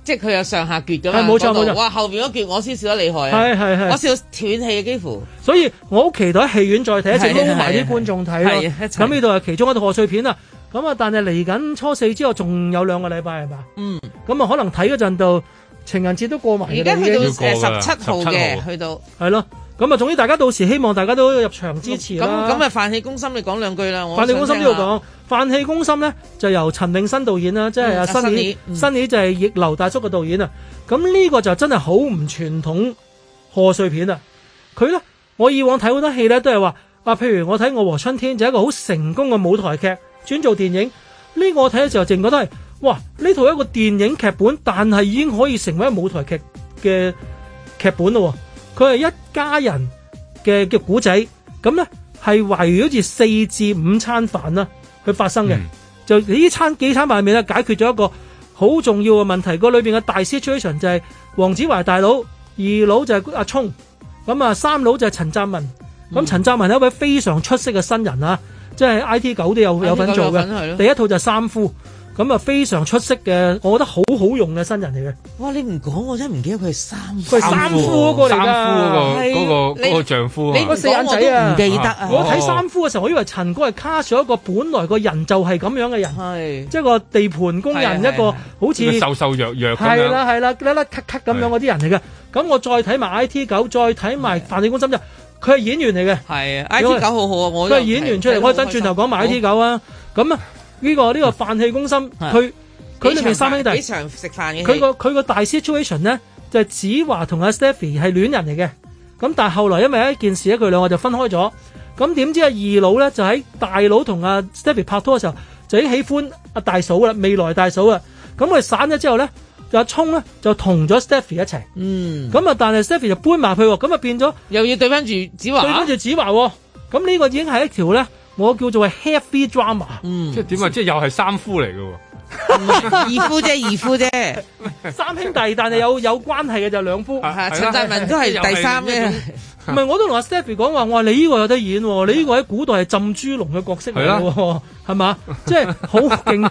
Speaker 3: 即係佢有上下橛咁
Speaker 4: 係冇錯冇錯
Speaker 3: 哇！後邊嗰橛我先笑得厲害啊！
Speaker 4: 係係係
Speaker 3: 我笑斷氣啊，幾乎。
Speaker 4: 所以我好期待戲院再睇一次，
Speaker 3: 係啊
Speaker 4: 撈埋
Speaker 3: 係啊
Speaker 4: 啲觀眾睇
Speaker 3: 係
Speaker 4: 咯
Speaker 3: 啊一齊。
Speaker 4: 咁呢度係其中一套賀歲片啦。咁啊，但係嚟緊初四之後仲有兩個禮拜係嘛？
Speaker 3: 嗯。
Speaker 4: 咁啊，可能睇嗰陣到情人節都過埋㗎啦。
Speaker 3: 而家去到
Speaker 4: 已
Speaker 3: 誒
Speaker 4: 經
Speaker 3: 十七號嘅，去到。
Speaker 4: 係咯。咁啊，總之大家到時希望大家都入場支持
Speaker 3: 咁
Speaker 4: 啦。
Speaker 3: 咁啊，泛氣攻心，你講兩句啦。我
Speaker 4: 飯氣攻心呢度
Speaker 3: 想
Speaker 4: 講，飯氣攻心咧就由陳令新導演啦，即係
Speaker 3: 嗯
Speaker 4: 阿
Speaker 3: 阿
Speaker 4: 新
Speaker 3: 新
Speaker 4: 宇
Speaker 3: 宇，嗯
Speaker 4: 新宇就係逆流大叔嘅導演啊。咁呢個就真係好唔傳統賀歲片啊！佢咧，我以往睇好多戲咧都係話啊，譬如我睇《我和春天》就係一個好成功嘅舞台劇轉做電影。呢、個我睇嘅時候，淨覺得係哇，呢套一個電影劇本，但係已經可以成為一個舞台劇嘅劇本咯喎。佢係一家人嘅嘅古仔，咁咧係圍繞住四至五餐飯啦去發生嘅。就呢餐幾餐飯入面咧，解決咗一個好重要嘅問題。個裏邊嘅大 situation 就係黃子華大佬，二佬就係阿聰，咁啊三佬就係陳澤文。咁陳澤文係一位非常出色嘅新人嗯啊，即係 I T 九都有
Speaker 3: IT9
Speaker 4: 有份做
Speaker 3: 有份係咯
Speaker 4: 嘅。第一套就係三夫，咁啊非常出色嘅，我覺得好好用嘅新人嚟嘅。
Speaker 3: 哇！你唔講我真係唔記得佢係三
Speaker 4: 佢係三夫嗰個嚟㗎
Speaker 2: 三夫嗰個嗰個
Speaker 4: 係
Speaker 2: 嗰個丈夫啊
Speaker 4: 你個四眼仔啊，
Speaker 2: 我都唔記得啊
Speaker 4: 我睇三夫嘅時候，我以為陳哥係卡咗一個本來個人就係咁樣嘅
Speaker 3: 嗯人，
Speaker 4: 即係個地盤工人
Speaker 2: 係啊
Speaker 4: 一個好似
Speaker 2: 瘦瘦弱弱咁樣
Speaker 4: 係啦係啦，甩甩咳咳咁樣嗰啲人嚟嘅。咁我再睇埋 I T 九，再睇埋《飯氣攻心》啫，佢係演員嚟嘅。
Speaker 3: 係啊，IT 九好好啊，我
Speaker 4: 佢係演員出嚟，我等轉頭講埋 I T 九啊。咁啊，呢個呢個飯氣攻心，佢佢裏面三兄弟。
Speaker 3: 幾場食飯嘅戲，
Speaker 4: 佢個佢個大 situation 咧，就係、子華同阿 Stephy 係戀人嚟嘅。咁但係後來因為一件事咧，佢兩個就分開咗。咁點知阿二佬咧就喺大佬同阿 Stephy 拍拖嘅時候，就已經喜歡阿大嫂啦，未來大嫂啦。啊咁佢散咗之後咧，就阿聰咧就同咗 Stephy 一齊。
Speaker 3: 嗯。
Speaker 4: 咁啊，但係 Stephy 就搬埋去喎，咁啊變咗
Speaker 3: 又要對翻住子華，
Speaker 4: 對翻住子華喎。咁呢個已經係一條咧，我叫做係 heavy drama。
Speaker 3: 嗯
Speaker 2: 即係點啊？即係又係三夫嚟嘅喎。
Speaker 3: 二夫啫，二夫啫，
Speaker 4: 三兄弟，但係有有關係嘅就兩夫。
Speaker 3: 啊陳澤文 都係第三嘅。啊
Speaker 4: 唔係，我都同阿 Stephy 講話，我話你呢個有得演喎，你呢個喺古代係浸豬籠嘅角色嚟嘅喎，係嘛？即係好 勁。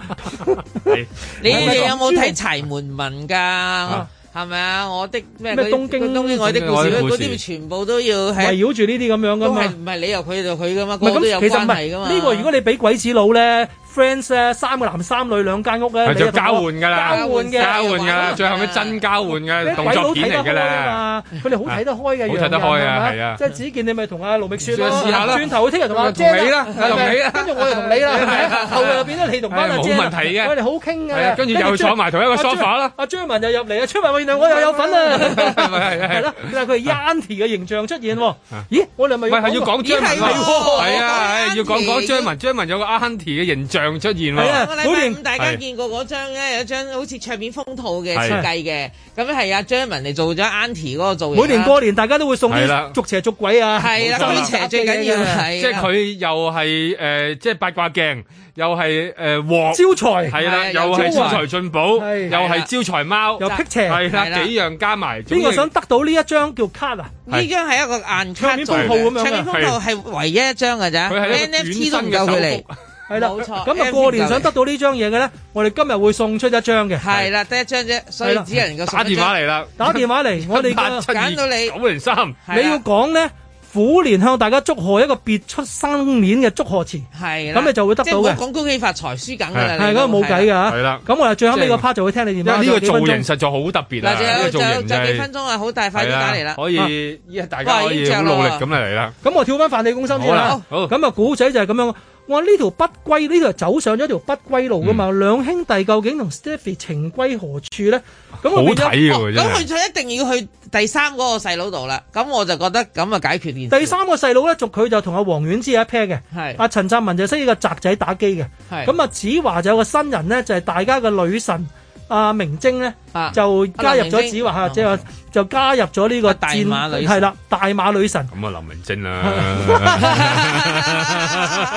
Speaker 3: 你哋有冇睇柴門文㗎？係咪啊？我的咩
Speaker 4: 咩
Speaker 3: 嗰啲
Speaker 4: 東京
Speaker 3: 東京我的故事
Speaker 4: 我的故
Speaker 3: 嗰
Speaker 4: 事
Speaker 3: 啲全部都要
Speaker 4: 圍
Speaker 3: 係
Speaker 4: 繞住呢啲咁樣噶
Speaker 3: 都
Speaker 4: 嘛
Speaker 3: 係？唔係你由佢就佢噶嘛，
Speaker 4: 唔
Speaker 3: 個
Speaker 4: 係
Speaker 3: 個都有
Speaker 4: 咁，其實
Speaker 3: 關
Speaker 4: 唔
Speaker 3: 係
Speaker 4: 係
Speaker 3: 噶嘛。
Speaker 4: 呢個。如果你俾鬼子佬咧，friends 咧，三個男三女兩間屋咧，
Speaker 2: 係
Speaker 4: 你
Speaker 2: 就
Speaker 4: 就
Speaker 2: 交換㗎啦，
Speaker 4: 交換嘅，
Speaker 2: 交換㗎啦，最後尾真交換嘅動作片嚟㗎啦。
Speaker 4: 佢哋好睇得開嘅，
Speaker 2: 好睇得開啊
Speaker 4: 樣樣
Speaker 2: 係啊
Speaker 4: 即係子健你咪同阿盧覓雪咯，
Speaker 2: 試下啦
Speaker 4: 轉頭佢聽日同阿
Speaker 2: 同你
Speaker 4: 姐
Speaker 2: 啦
Speaker 4: 係咪
Speaker 2: 同你啦
Speaker 4: 跟住我又同你啦，係
Speaker 2: 係
Speaker 4: 咪
Speaker 2: 啊
Speaker 4: 後日又變咗你同班阿姐啦，
Speaker 2: 係冇問題嘅
Speaker 4: 我哋好傾
Speaker 2: 係啊
Speaker 4: 嘅，
Speaker 2: 跟住又坐埋同一個
Speaker 4: 阿張
Speaker 2: sofa 啦，
Speaker 4: 阿張文又入嚟啊，張文原來我又有份啊，
Speaker 2: 係咪係
Speaker 4: 係啦，但係佢係 Yanti 嘅形象出現喎，咦，我哋咪
Speaker 2: 喂，係要講張文
Speaker 4: 咦係喎
Speaker 2: 係啊，係要講講張文，張文有個 Auntie 嘅形象出現
Speaker 4: 係啊
Speaker 2: 喎。
Speaker 3: 個禮拜五大家見過嗰張咧，有一張好似桌面封套嘅
Speaker 2: 係
Speaker 3: 設計嘅，咁樣係阿張文嚟做咗 Auntie 嗰個造型啦。
Speaker 4: 每年過年大家都會送
Speaker 2: 係啦
Speaker 4: 啲逐邪逐鬼啊，
Speaker 3: 係啦驅邪最緊要係
Speaker 2: 即係佢又係誒，即係八卦鏡，又係誒鑊，
Speaker 4: 招財
Speaker 2: 係啦，
Speaker 4: 係
Speaker 2: 又
Speaker 4: 啊
Speaker 2: 係
Speaker 4: 招
Speaker 2: 招
Speaker 4: 財
Speaker 2: 財進寶，又
Speaker 4: 係係
Speaker 2: 係
Speaker 4: 啦
Speaker 2: 招財貓，
Speaker 4: 又辟邪
Speaker 2: 係
Speaker 4: 係啦
Speaker 2: 啦，幾樣加埋。
Speaker 4: 邊個想得到呢一張叫卡啊？
Speaker 3: 呢張係一個硬卡
Speaker 4: 桌面封號咁樣嘅
Speaker 3: 桌面封號係唯一一張㗎咋
Speaker 4: 佢係一個
Speaker 3: ，NFT 都唔夠佢嚟。
Speaker 4: 係啦，
Speaker 3: 冇錯
Speaker 4: 咁啊
Speaker 3: NFT
Speaker 4: 過年想得到呢張嘢嘅咧，我哋今日會送出一 張嘅。
Speaker 3: 係啦，得一張啫，所以
Speaker 4: 係啦
Speaker 3: 只能夠送
Speaker 2: 打
Speaker 3: 一
Speaker 2: 電
Speaker 3: 張
Speaker 2: 話嚟啦，
Speaker 4: 打電話嚟，我哋嘅
Speaker 3: 揀到你
Speaker 2: 九零三，
Speaker 4: 你要講咧虎年向大家祝賀一個別出生面嘅祝賀詞。
Speaker 3: 係啦，
Speaker 4: 咁你就會得到
Speaker 3: 即係唔
Speaker 4: 嘅
Speaker 3: 好講恭喜發財輸緊㗎啦，
Speaker 4: 係
Speaker 3: 你
Speaker 4: 咁啊
Speaker 3: 都
Speaker 4: 冇計㗎嚇。
Speaker 2: 係啦
Speaker 4: 咁我哋最後尾個 part 就會聽你電
Speaker 2: 因
Speaker 4: 話。
Speaker 2: 為呢個造
Speaker 4: 仲有幾
Speaker 2: 型
Speaker 4: 分鐘
Speaker 2: 實在好特別啊！
Speaker 3: 嗱，仲
Speaker 2: 呢個
Speaker 3: 有
Speaker 2: 造
Speaker 3: 仲
Speaker 2: 型
Speaker 3: 有仲有
Speaker 2: 真
Speaker 3: 幾分
Speaker 2: 係
Speaker 3: 鐘啊，好快快啲打嚟啦，
Speaker 2: 可以依家大家可以好努力咁嚟啦。
Speaker 4: 咁我跳翻飯氣攻心先
Speaker 2: 好
Speaker 4: 啦
Speaker 2: 啦。
Speaker 4: 咁啊，古仔就係咁樣。我話呢條不歸呢條走上咗條不歸路噶嘛，
Speaker 2: 嗯
Speaker 4: 兩兄弟究竟同 Stephy 情歸何處咧？咁我變咗
Speaker 3: 哦咁佢就一定要去第三嗰個細佬度啦。咁我就覺得咁啊解決件事。
Speaker 4: 第三個細佬咧，仲佢就同阿黃遠之係一 pair 嘅，
Speaker 3: 嗯
Speaker 4: 係阿陳澤文就識呢個澤仔打機嘅，
Speaker 3: 係
Speaker 4: 咁啊子華就有個新人咧，就係、大家嘅女神阿、明晶咧， 就加入
Speaker 3: 啊阿
Speaker 4: 咗
Speaker 3: 林明晶
Speaker 4: 子華嚇，即係話就加入咗呢個大
Speaker 3: 馬女神
Speaker 4: 係啦，大馬女神
Speaker 15: 咁啊，林明 晶啦，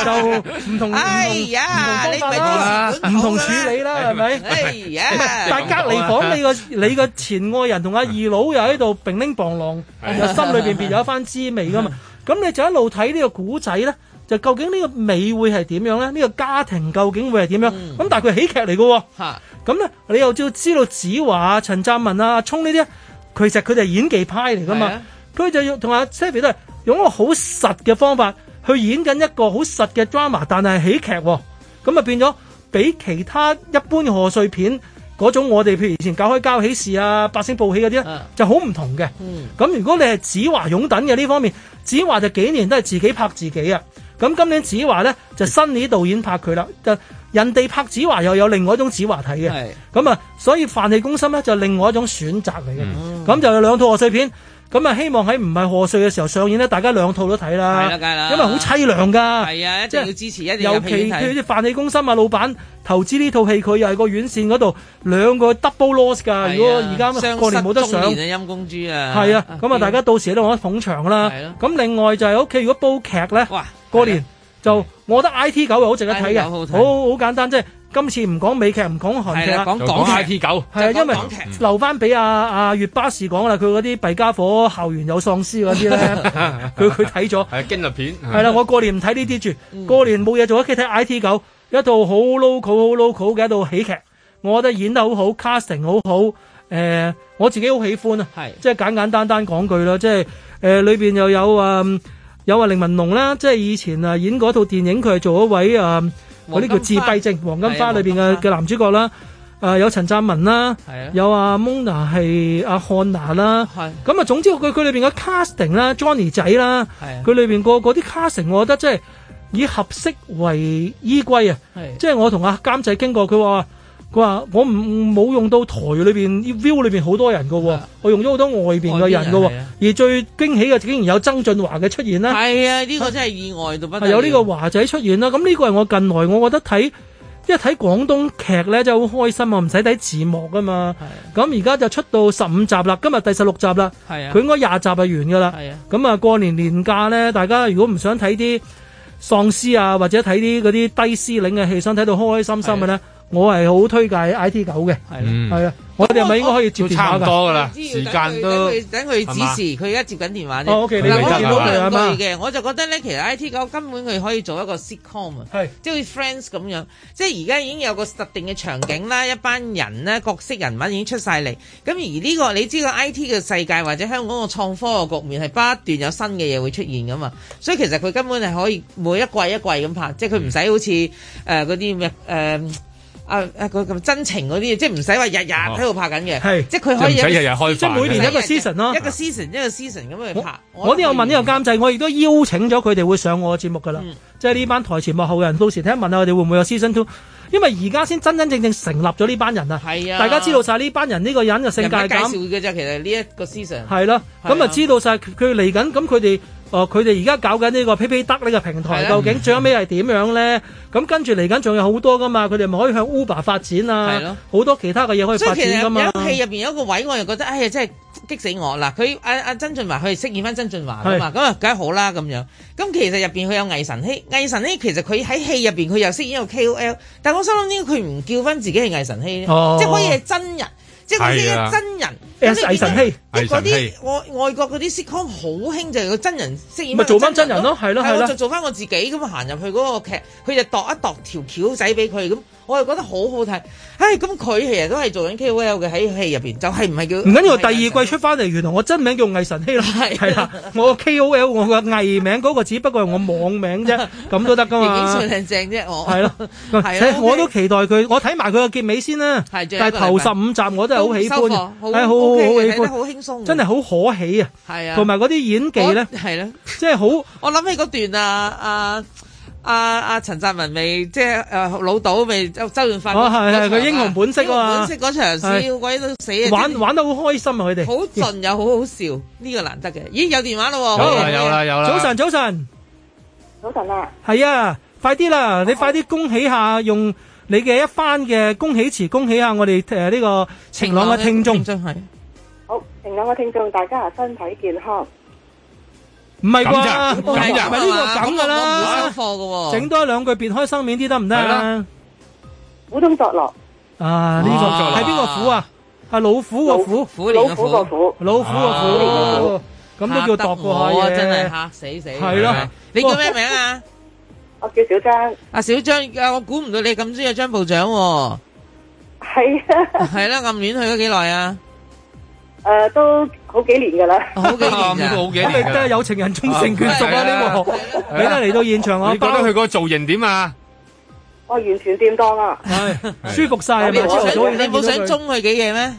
Speaker 4: 就唔同唔 同
Speaker 3: 哎呀，你
Speaker 4: 唔同方
Speaker 3: 咪
Speaker 4: 法啦
Speaker 3: 支持本
Speaker 4: 唔
Speaker 3: 土
Speaker 4: 同
Speaker 3: 㗎啦
Speaker 4: 處理啦，係咪？
Speaker 3: 哎呀
Speaker 4: 唔係 但係隔離房你個你個前愛人同阿二佬又喺度並拎傍浪，
Speaker 3: 係
Speaker 4: 又心裏邊別有一番滋味噶嘛。咁你就一路睇呢個古仔咧，就究竟呢個美會係點樣咧？呢個家庭究竟會係點樣？
Speaker 3: 嗯
Speaker 4: 咁但係佢係喜劇嚟嘅喎。
Speaker 3: 嚇
Speaker 4: 咁咧，你又要知道子華啊、陳湛文啊、阿聰呢啲，其實佢哋係演技派嚟噶
Speaker 3: 係
Speaker 4: 嘛
Speaker 3: 啊。
Speaker 4: 佢就要同阿 Stephy 都係用一個好實嘅方法去演緊一個好實嘅 drama，但係喜劇喎、咁啊變咗比其他一般嘅賀歲片嗰種我哋譬如以前搞開交喜事啊、八星報喜嗰啲咧，就好唔同嘅。
Speaker 3: 嗯
Speaker 4: 咁如果你係子華擁躉嘅呢方面，子華就幾年都係自己拍自己啊。咁今年子華咧就新年導演拍佢啦，就人哋拍子華又有另外一種子華睇嘅。咁啊，所以飯氣攻心咧就另外一種選擇嚟嘅。
Speaker 3: 嗯
Speaker 4: 咁、就有兩套賀歲片。咁啊，希望喺唔係賀歲嘅時候上映咧，大家兩套都睇啦。
Speaker 3: 係啦梗係啦
Speaker 4: 因為好凄涼㗎。
Speaker 3: 係啊，一定要支持，一定
Speaker 4: 尤
Speaker 3: 要
Speaker 4: 其
Speaker 3: 戲
Speaker 4: 佢
Speaker 3: 睇。
Speaker 4: 啲泛起公心啊，老闆投資呢套戲，佢又係個院線嗰度兩個 double loss 㗎。如果而家過年冇得上，
Speaker 3: 啊，陰公豬啊！
Speaker 4: 係啊，咁啊，大家到時都冇得捧場㗎啦
Speaker 3: 係咯。
Speaker 4: 咁另外就係屋企如果煲劇咧，過年就我覺得 I T 九係好值得睇
Speaker 3: IT
Speaker 4: 嘅，
Speaker 3: 九好睇
Speaker 4: 好好簡單，即係今次唔講美劇，唔講韓
Speaker 3: 係
Speaker 4: 劇啦
Speaker 3: 啦，講港
Speaker 4: 係
Speaker 3: 劇
Speaker 4: 啊
Speaker 2: IT 九
Speaker 4: 係
Speaker 3: 就
Speaker 4: 啊，
Speaker 3: 講
Speaker 4: 因為
Speaker 3: 港劇
Speaker 4: 留翻俾阿阿月巴士講啦，佢嗰啲弊家伙校園有喪屍嗰啲咧。佢佢睇咗，
Speaker 2: 係驚慄片，
Speaker 4: 係啦，我過年唔睇呢啲
Speaker 3: 嗯
Speaker 4: 住，過年冇嘢做，屋企睇 I T 九，一套好 local 好 local 嘅一套喜劇，我覺得演得好好，casting 好好，誒、我自己好喜歡啊，即係簡簡單單講句啦，即係誒裏邊又有啊、嗯有啊凌文龍啦，即係以前啊演嗰套電影，佢係做一位啊嗰啲叫
Speaker 3: 黃
Speaker 4: 自
Speaker 3: 金花
Speaker 4: 閉症黃金
Speaker 3: 係啊
Speaker 4: 花裏邊
Speaker 3: 黃
Speaker 4: 嘅嘅男主角啦。誒、有陳湛文啦
Speaker 3: 係啊，
Speaker 4: 有阿蒙娜係阿漢娜啦，咁啊總之佢佢裏邊嘅 casting 啦，Johnny 仔啦
Speaker 3: 係啊，
Speaker 4: 佢裏邊個嗰啲 casting，我覺得即係以合適為依歸啊
Speaker 3: 係，
Speaker 4: 即係我同阿監製經過，佢話佢話我唔冇用到台裏邊 view 裏邊好多人嘅喎，我用咗好多外邊嘅人嘅
Speaker 3: 啊外邊
Speaker 4: 喎
Speaker 3: 人係啊，
Speaker 4: 而最驚喜嘅竟然有曾俊華嘅出現 啦，
Speaker 3: 係啊，呢個真係意外到不得
Speaker 4: 係
Speaker 3: 了
Speaker 4: 啊有呢個華仔出現啦。咁呢個係我近來我覺得睇，因為睇廣東劇咧真係好開心啊，唔使睇字幕噶嘛。咁而家就出到十五集啦，今日第十六集啦。
Speaker 3: 係啊
Speaker 4: 佢應該廿集就完噶啦
Speaker 3: 係啊。
Speaker 4: 咁啊，過年年假咧，大家如果唔想睇啲喪屍啊，或者睇啲嗰啲低司令嘅戲，想睇到開開心心嘅咧，我係好推介 I T 九嘅。
Speaker 2: 嗯
Speaker 4: 係啊，我哋係咪應該可以接
Speaker 2: 啊都
Speaker 4: 電
Speaker 2: 差
Speaker 4: 話
Speaker 2: 唔
Speaker 4: 㗎？
Speaker 2: 多噶啦，
Speaker 3: 知要
Speaker 2: 時間都
Speaker 3: 等佢等佢指示，佢而家接緊電話啫。
Speaker 4: 哦，OK，
Speaker 2: 你
Speaker 3: 嗱，
Speaker 2: 明
Speaker 3: 我
Speaker 2: 白
Speaker 3: 見到
Speaker 2: 啦
Speaker 3: 兩
Speaker 2: 係嘛
Speaker 3: 句嘅，我就覺得咧，其實 I T 九根本佢可以做一個 sitcom 啊，即係好似 Friends 咁樣，即係而家已經有個特定嘅場景啦，一班人咧角色人物已經出晒嚟。咁而呢個你知個 I T 嘅世界或者香港個創科嘅局面係不斷有新嘅嘢會出現噶嘛，所以其實佢根本係可以每一季一季咁拍，即係佢唔使好似誒嗰啲咩誒。啊啊！佢咁真情嗰啲，即係唔使話日日喺度拍緊嘅，
Speaker 4: 係
Speaker 3: 即係佢可以
Speaker 2: 即係唔使日日開飯
Speaker 4: 即係每年一個 season 咯
Speaker 3: 一個 season 一個 season 咁去拍。
Speaker 4: 我都有問呢個監製，我亦都邀請咗佢哋會上我嘅節目㗎
Speaker 3: 嗯
Speaker 4: 啦。即係呢班台前幕後人，到時睇下問下佢哋會唔會有 season two。因為而家先真真正正成立咗呢班人啊，
Speaker 3: 係啊
Speaker 4: 大家知道晒呢班人呢個人嘅性格係
Speaker 3: 人物
Speaker 4: 咁，
Speaker 3: 介紹嘅啫，其實呢一個 season
Speaker 4: 係啦，
Speaker 3: 係啊
Speaker 4: 咁啊知道晒佢佢嚟緊，咁佢哋誒佢哋而家搞緊呢個 PayPay 得呢個
Speaker 3: 係
Speaker 4: 平台，
Speaker 3: 啊
Speaker 4: 究竟最後尾係點樣咧？咁跟住嚟緊仲有好多㗎嘛，佢哋咪可以向 Uber 發展
Speaker 3: 係咯
Speaker 4: 啊，好多其他嘅嘢可以
Speaker 3: 所以
Speaker 4: 發
Speaker 3: 其
Speaker 4: 展
Speaker 3: 實
Speaker 4: 㗎
Speaker 3: 有
Speaker 4: 嘛。
Speaker 3: 一戲入邊有一個位，我又覺得哎呀真係激死我啦！佢阿阿曾俊華佢係飾演翻曾俊華噶嘛，
Speaker 4: 係
Speaker 3: 咁啊梗係好啦咁樣。咁其實入邊佢有魏晨曦，魏晨曦其實佢喺戲入邊佢又飾演一個 KOL，但我心諗點解佢唔叫翻自己係魏晨曦咧？
Speaker 4: 哦
Speaker 3: 即係可以係真人，即係佢
Speaker 4: 係
Speaker 3: 飾
Speaker 4: 啊
Speaker 3: 演真人。
Speaker 4: 誒魏晨曦
Speaker 3: 即係嗰
Speaker 4: 魏晨曦
Speaker 3: 啲外外國嗰啲 sitcom 好興就係個真人飾演
Speaker 4: 咪
Speaker 3: 返個人咯，
Speaker 4: 做返真人咯係咯係咯
Speaker 3: 我就做翻我自己咁啊行入去嗰個劇，佢就度一度條橋仔俾佢咁，我又覺得好好睇。唉，咁佢其實都係做緊 KOL 嘅喺戲入邊，就係唔係叫
Speaker 4: 唔緊要，第二季出翻嚟，原來我真名叫魏晨曦啦，係啦，我個 KOL 我個藝名嗰個只不過係我網名 啫，咁都得噶
Speaker 3: 影影
Speaker 4: 嘛
Speaker 3: 算。靚正啫，我
Speaker 4: 係咯，
Speaker 3: 係
Speaker 4: 我都期待佢，我睇埋佢個結尾先啦。但
Speaker 3: 最後一
Speaker 4: 係
Speaker 3: 個
Speaker 4: 頭
Speaker 3: 禮拜
Speaker 4: 十五集我都係好喜
Speaker 3: 都唔
Speaker 4: 歡
Speaker 3: 收貨
Speaker 4: 嘅，
Speaker 3: 好
Speaker 4: 係好
Speaker 3: OK 嘅睇得
Speaker 4: 好
Speaker 3: 好
Speaker 4: 喜
Speaker 3: 輕鬆
Speaker 4: 歡，
Speaker 3: 嘅
Speaker 4: 真係好可喜啊！
Speaker 3: 係啊，
Speaker 4: 同埋嗰啲演技咧，
Speaker 3: 係啦，
Speaker 4: 即係好
Speaker 3: 我諗起嗰段啊啊阿阿陳澤文咪即係誒老賭咪周周潤發
Speaker 4: 哦
Speaker 3: 嗰
Speaker 4: 係係
Speaker 3: 場啊
Speaker 4: 佢英雄本色啊嘛
Speaker 3: 英雄本色嗰場笑
Speaker 4: 係
Speaker 3: 鬼到死啊！
Speaker 4: 玩玩得好開心啊！佢哋
Speaker 3: 好盡又好好笑，呢個難得嘅。咦，有電話咯喎！
Speaker 4: 好
Speaker 3: 好
Speaker 4: 早晨，早晨，
Speaker 17: 早晨啊，
Speaker 4: 係啊，快啲啦！你快啲恭喜下，用你嘅一番嘅恭喜詞恭喜下我哋誒呢個晴朗嘅聽眾，
Speaker 3: 真係
Speaker 17: 好，晴朗嘅聽眾，大家身體健康。
Speaker 4: 唔係
Speaker 3: 咁
Speaker 4: 啩？
Speaker 3: 咋
Speaker 4: 唔係
Speaker 3: 咁
Speaker 4: 呢
Speaker 3: 咋
Speaker 4: 個咁㗎
Speaker 3: 我
Speaker 4: 啦
Speaker 3: 唔收，貨㗎喎
Speaker 4: 整多兩句別開生面啲得唔得
Speaker 3: 係
Speaker 4: 啊
Speaker 3: 啦？
Speaker 17: 苦中作樂，
Speaker 4: 啊！呢個係邊個虎啊？係老虎個虎，
Speaker 3: 虎年個虎老虎個
Speaker 17: 虎，
Speaker 4: 老虎個虎，咁都叫度過
Speaker 3: 嚇
Speaker 4: 下嘢，
Speaker 3: 得我啊真係嚇死死。
Speaker 4: 係咯，
Speaker 3: 你叫咩名啊？
Speaker 17: 我叫小張。
Speaker 3: 阿小張，啊我估唔到你咁中意張部長 喎。
Speaker 17: 係 啊。
Speaker 3: 係啦，暗戀佢咗幾耐啊？
Speaker 17: 誒，都好幾年㗎啦。
Speaker 3: 好幾年咋？
Speaker 2: 好幾
Speaker 4: 咁
Speaker 2: 年
Speaker 4: 咪
Speaker 2: 㗎
Speaker 4: 真係有情人終成眷屬
Speaker 2: 係
Speaker 4: 啊！
Speaker 2: 啊
Speaker 4: 呢鑊你都嚟到現場啊，
Speaker 2: 你覺得
Speaker 4: 包
Speaker 2: 佢嗰個造型點啊？
Speaker 17: 我完全掂當啊，
Speaker 4: 舒服晒啊！
Speaker 3: 你
Speaker 4: 咪朝頭早
Speaker 3: 冇想
Speaker 4: 已經
Speaker 3: 你冇
Speaker 4: 見
Speaker 3: 想
Speaker 4: 到佢
Speaker 3: 中佢幾嘢咩？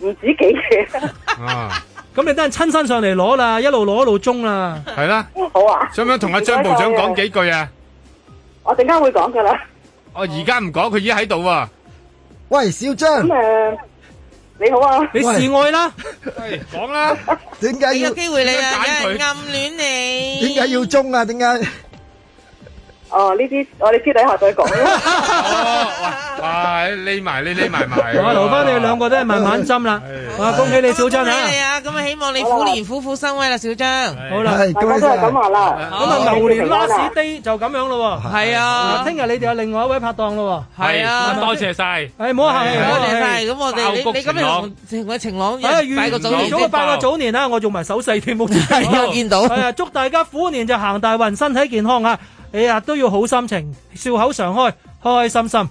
Speaker 17: 唔止幾嘢。
Speaker 4: 咁你等陣親身上嚟攞啦，一路攞一路中啦。
Speaker 2: 係啦，
Speaker 17: 好啊，
Speaker 2: 想唔想同阿張部長講幾句啊？
Speaker 17: 我陣間會講㗎啦。
Speaker 2: 我而家唔講，佢已經喺度啊！
Speaker 18: 喂，小張，
Speaker 17: 咁誒，你好啊，
Speaker 4: 你示愛啦，
Speaker 2: 喂，講啦，
Speaker 18: 點解
Speaker 3: 俾
Speaker 18: 要
Speaker 3: 個機會你啊！
Speaker 17: 點解揀佢
Speaker 3: 有人暗戀你，
Speaker 18: 點解要中啊？ 點解？
Speaker 17: 哦，呢啲我哋私底下再講啦。
Speaker 2: 哇，匿埋你匿埋埋，
Speaker 4: 我留翻你兩個都係慢慢斟啦。哇，恭喜你小張
Speaker 3: 恭喜你
Speaker 4: 啊！
Speaker 3: 啊！咁啊，希望你虎年虎虎生威啦，小張。
Speaker 4: 好
Speaker 17: 大啊
Speaker 4: 啦，
Speaker 17: 家都係咁話啦。
Speaker 4: 咁啊牛年 last day 就咁樣咯喎。
Speaker 3: 係啊
Speaker 4: 嗱聽日你哋有另外一位拍檔咯喎。
Speaker 2: 係啊，多謝晒，
Speaker 4: 誒唔好客氣，唔好
Speaker 3: 多
Speaker 4: 客氣
Speaker 3: 謝晒。咁我哋你
Speaker 2: 爆谷
Speaker 3: 你今日
Speaker 2: 晴朗
Speaker 3: 同同我晴朗
Speaker 4: 哎呀，
Speaker 3: 日拜個早
Speaker 4: 預
Speaker 3: 年
Speaker 4: 早
Speaker 3: 先
Speaker 4: 拜個早年啦，我做埋手勢添，冇見
Speaker 3: 我見到
Speaker 4: 係啊，祝大家虎年就行大運，身體健康啊！你日都要好心情，笑口常開，開開心心。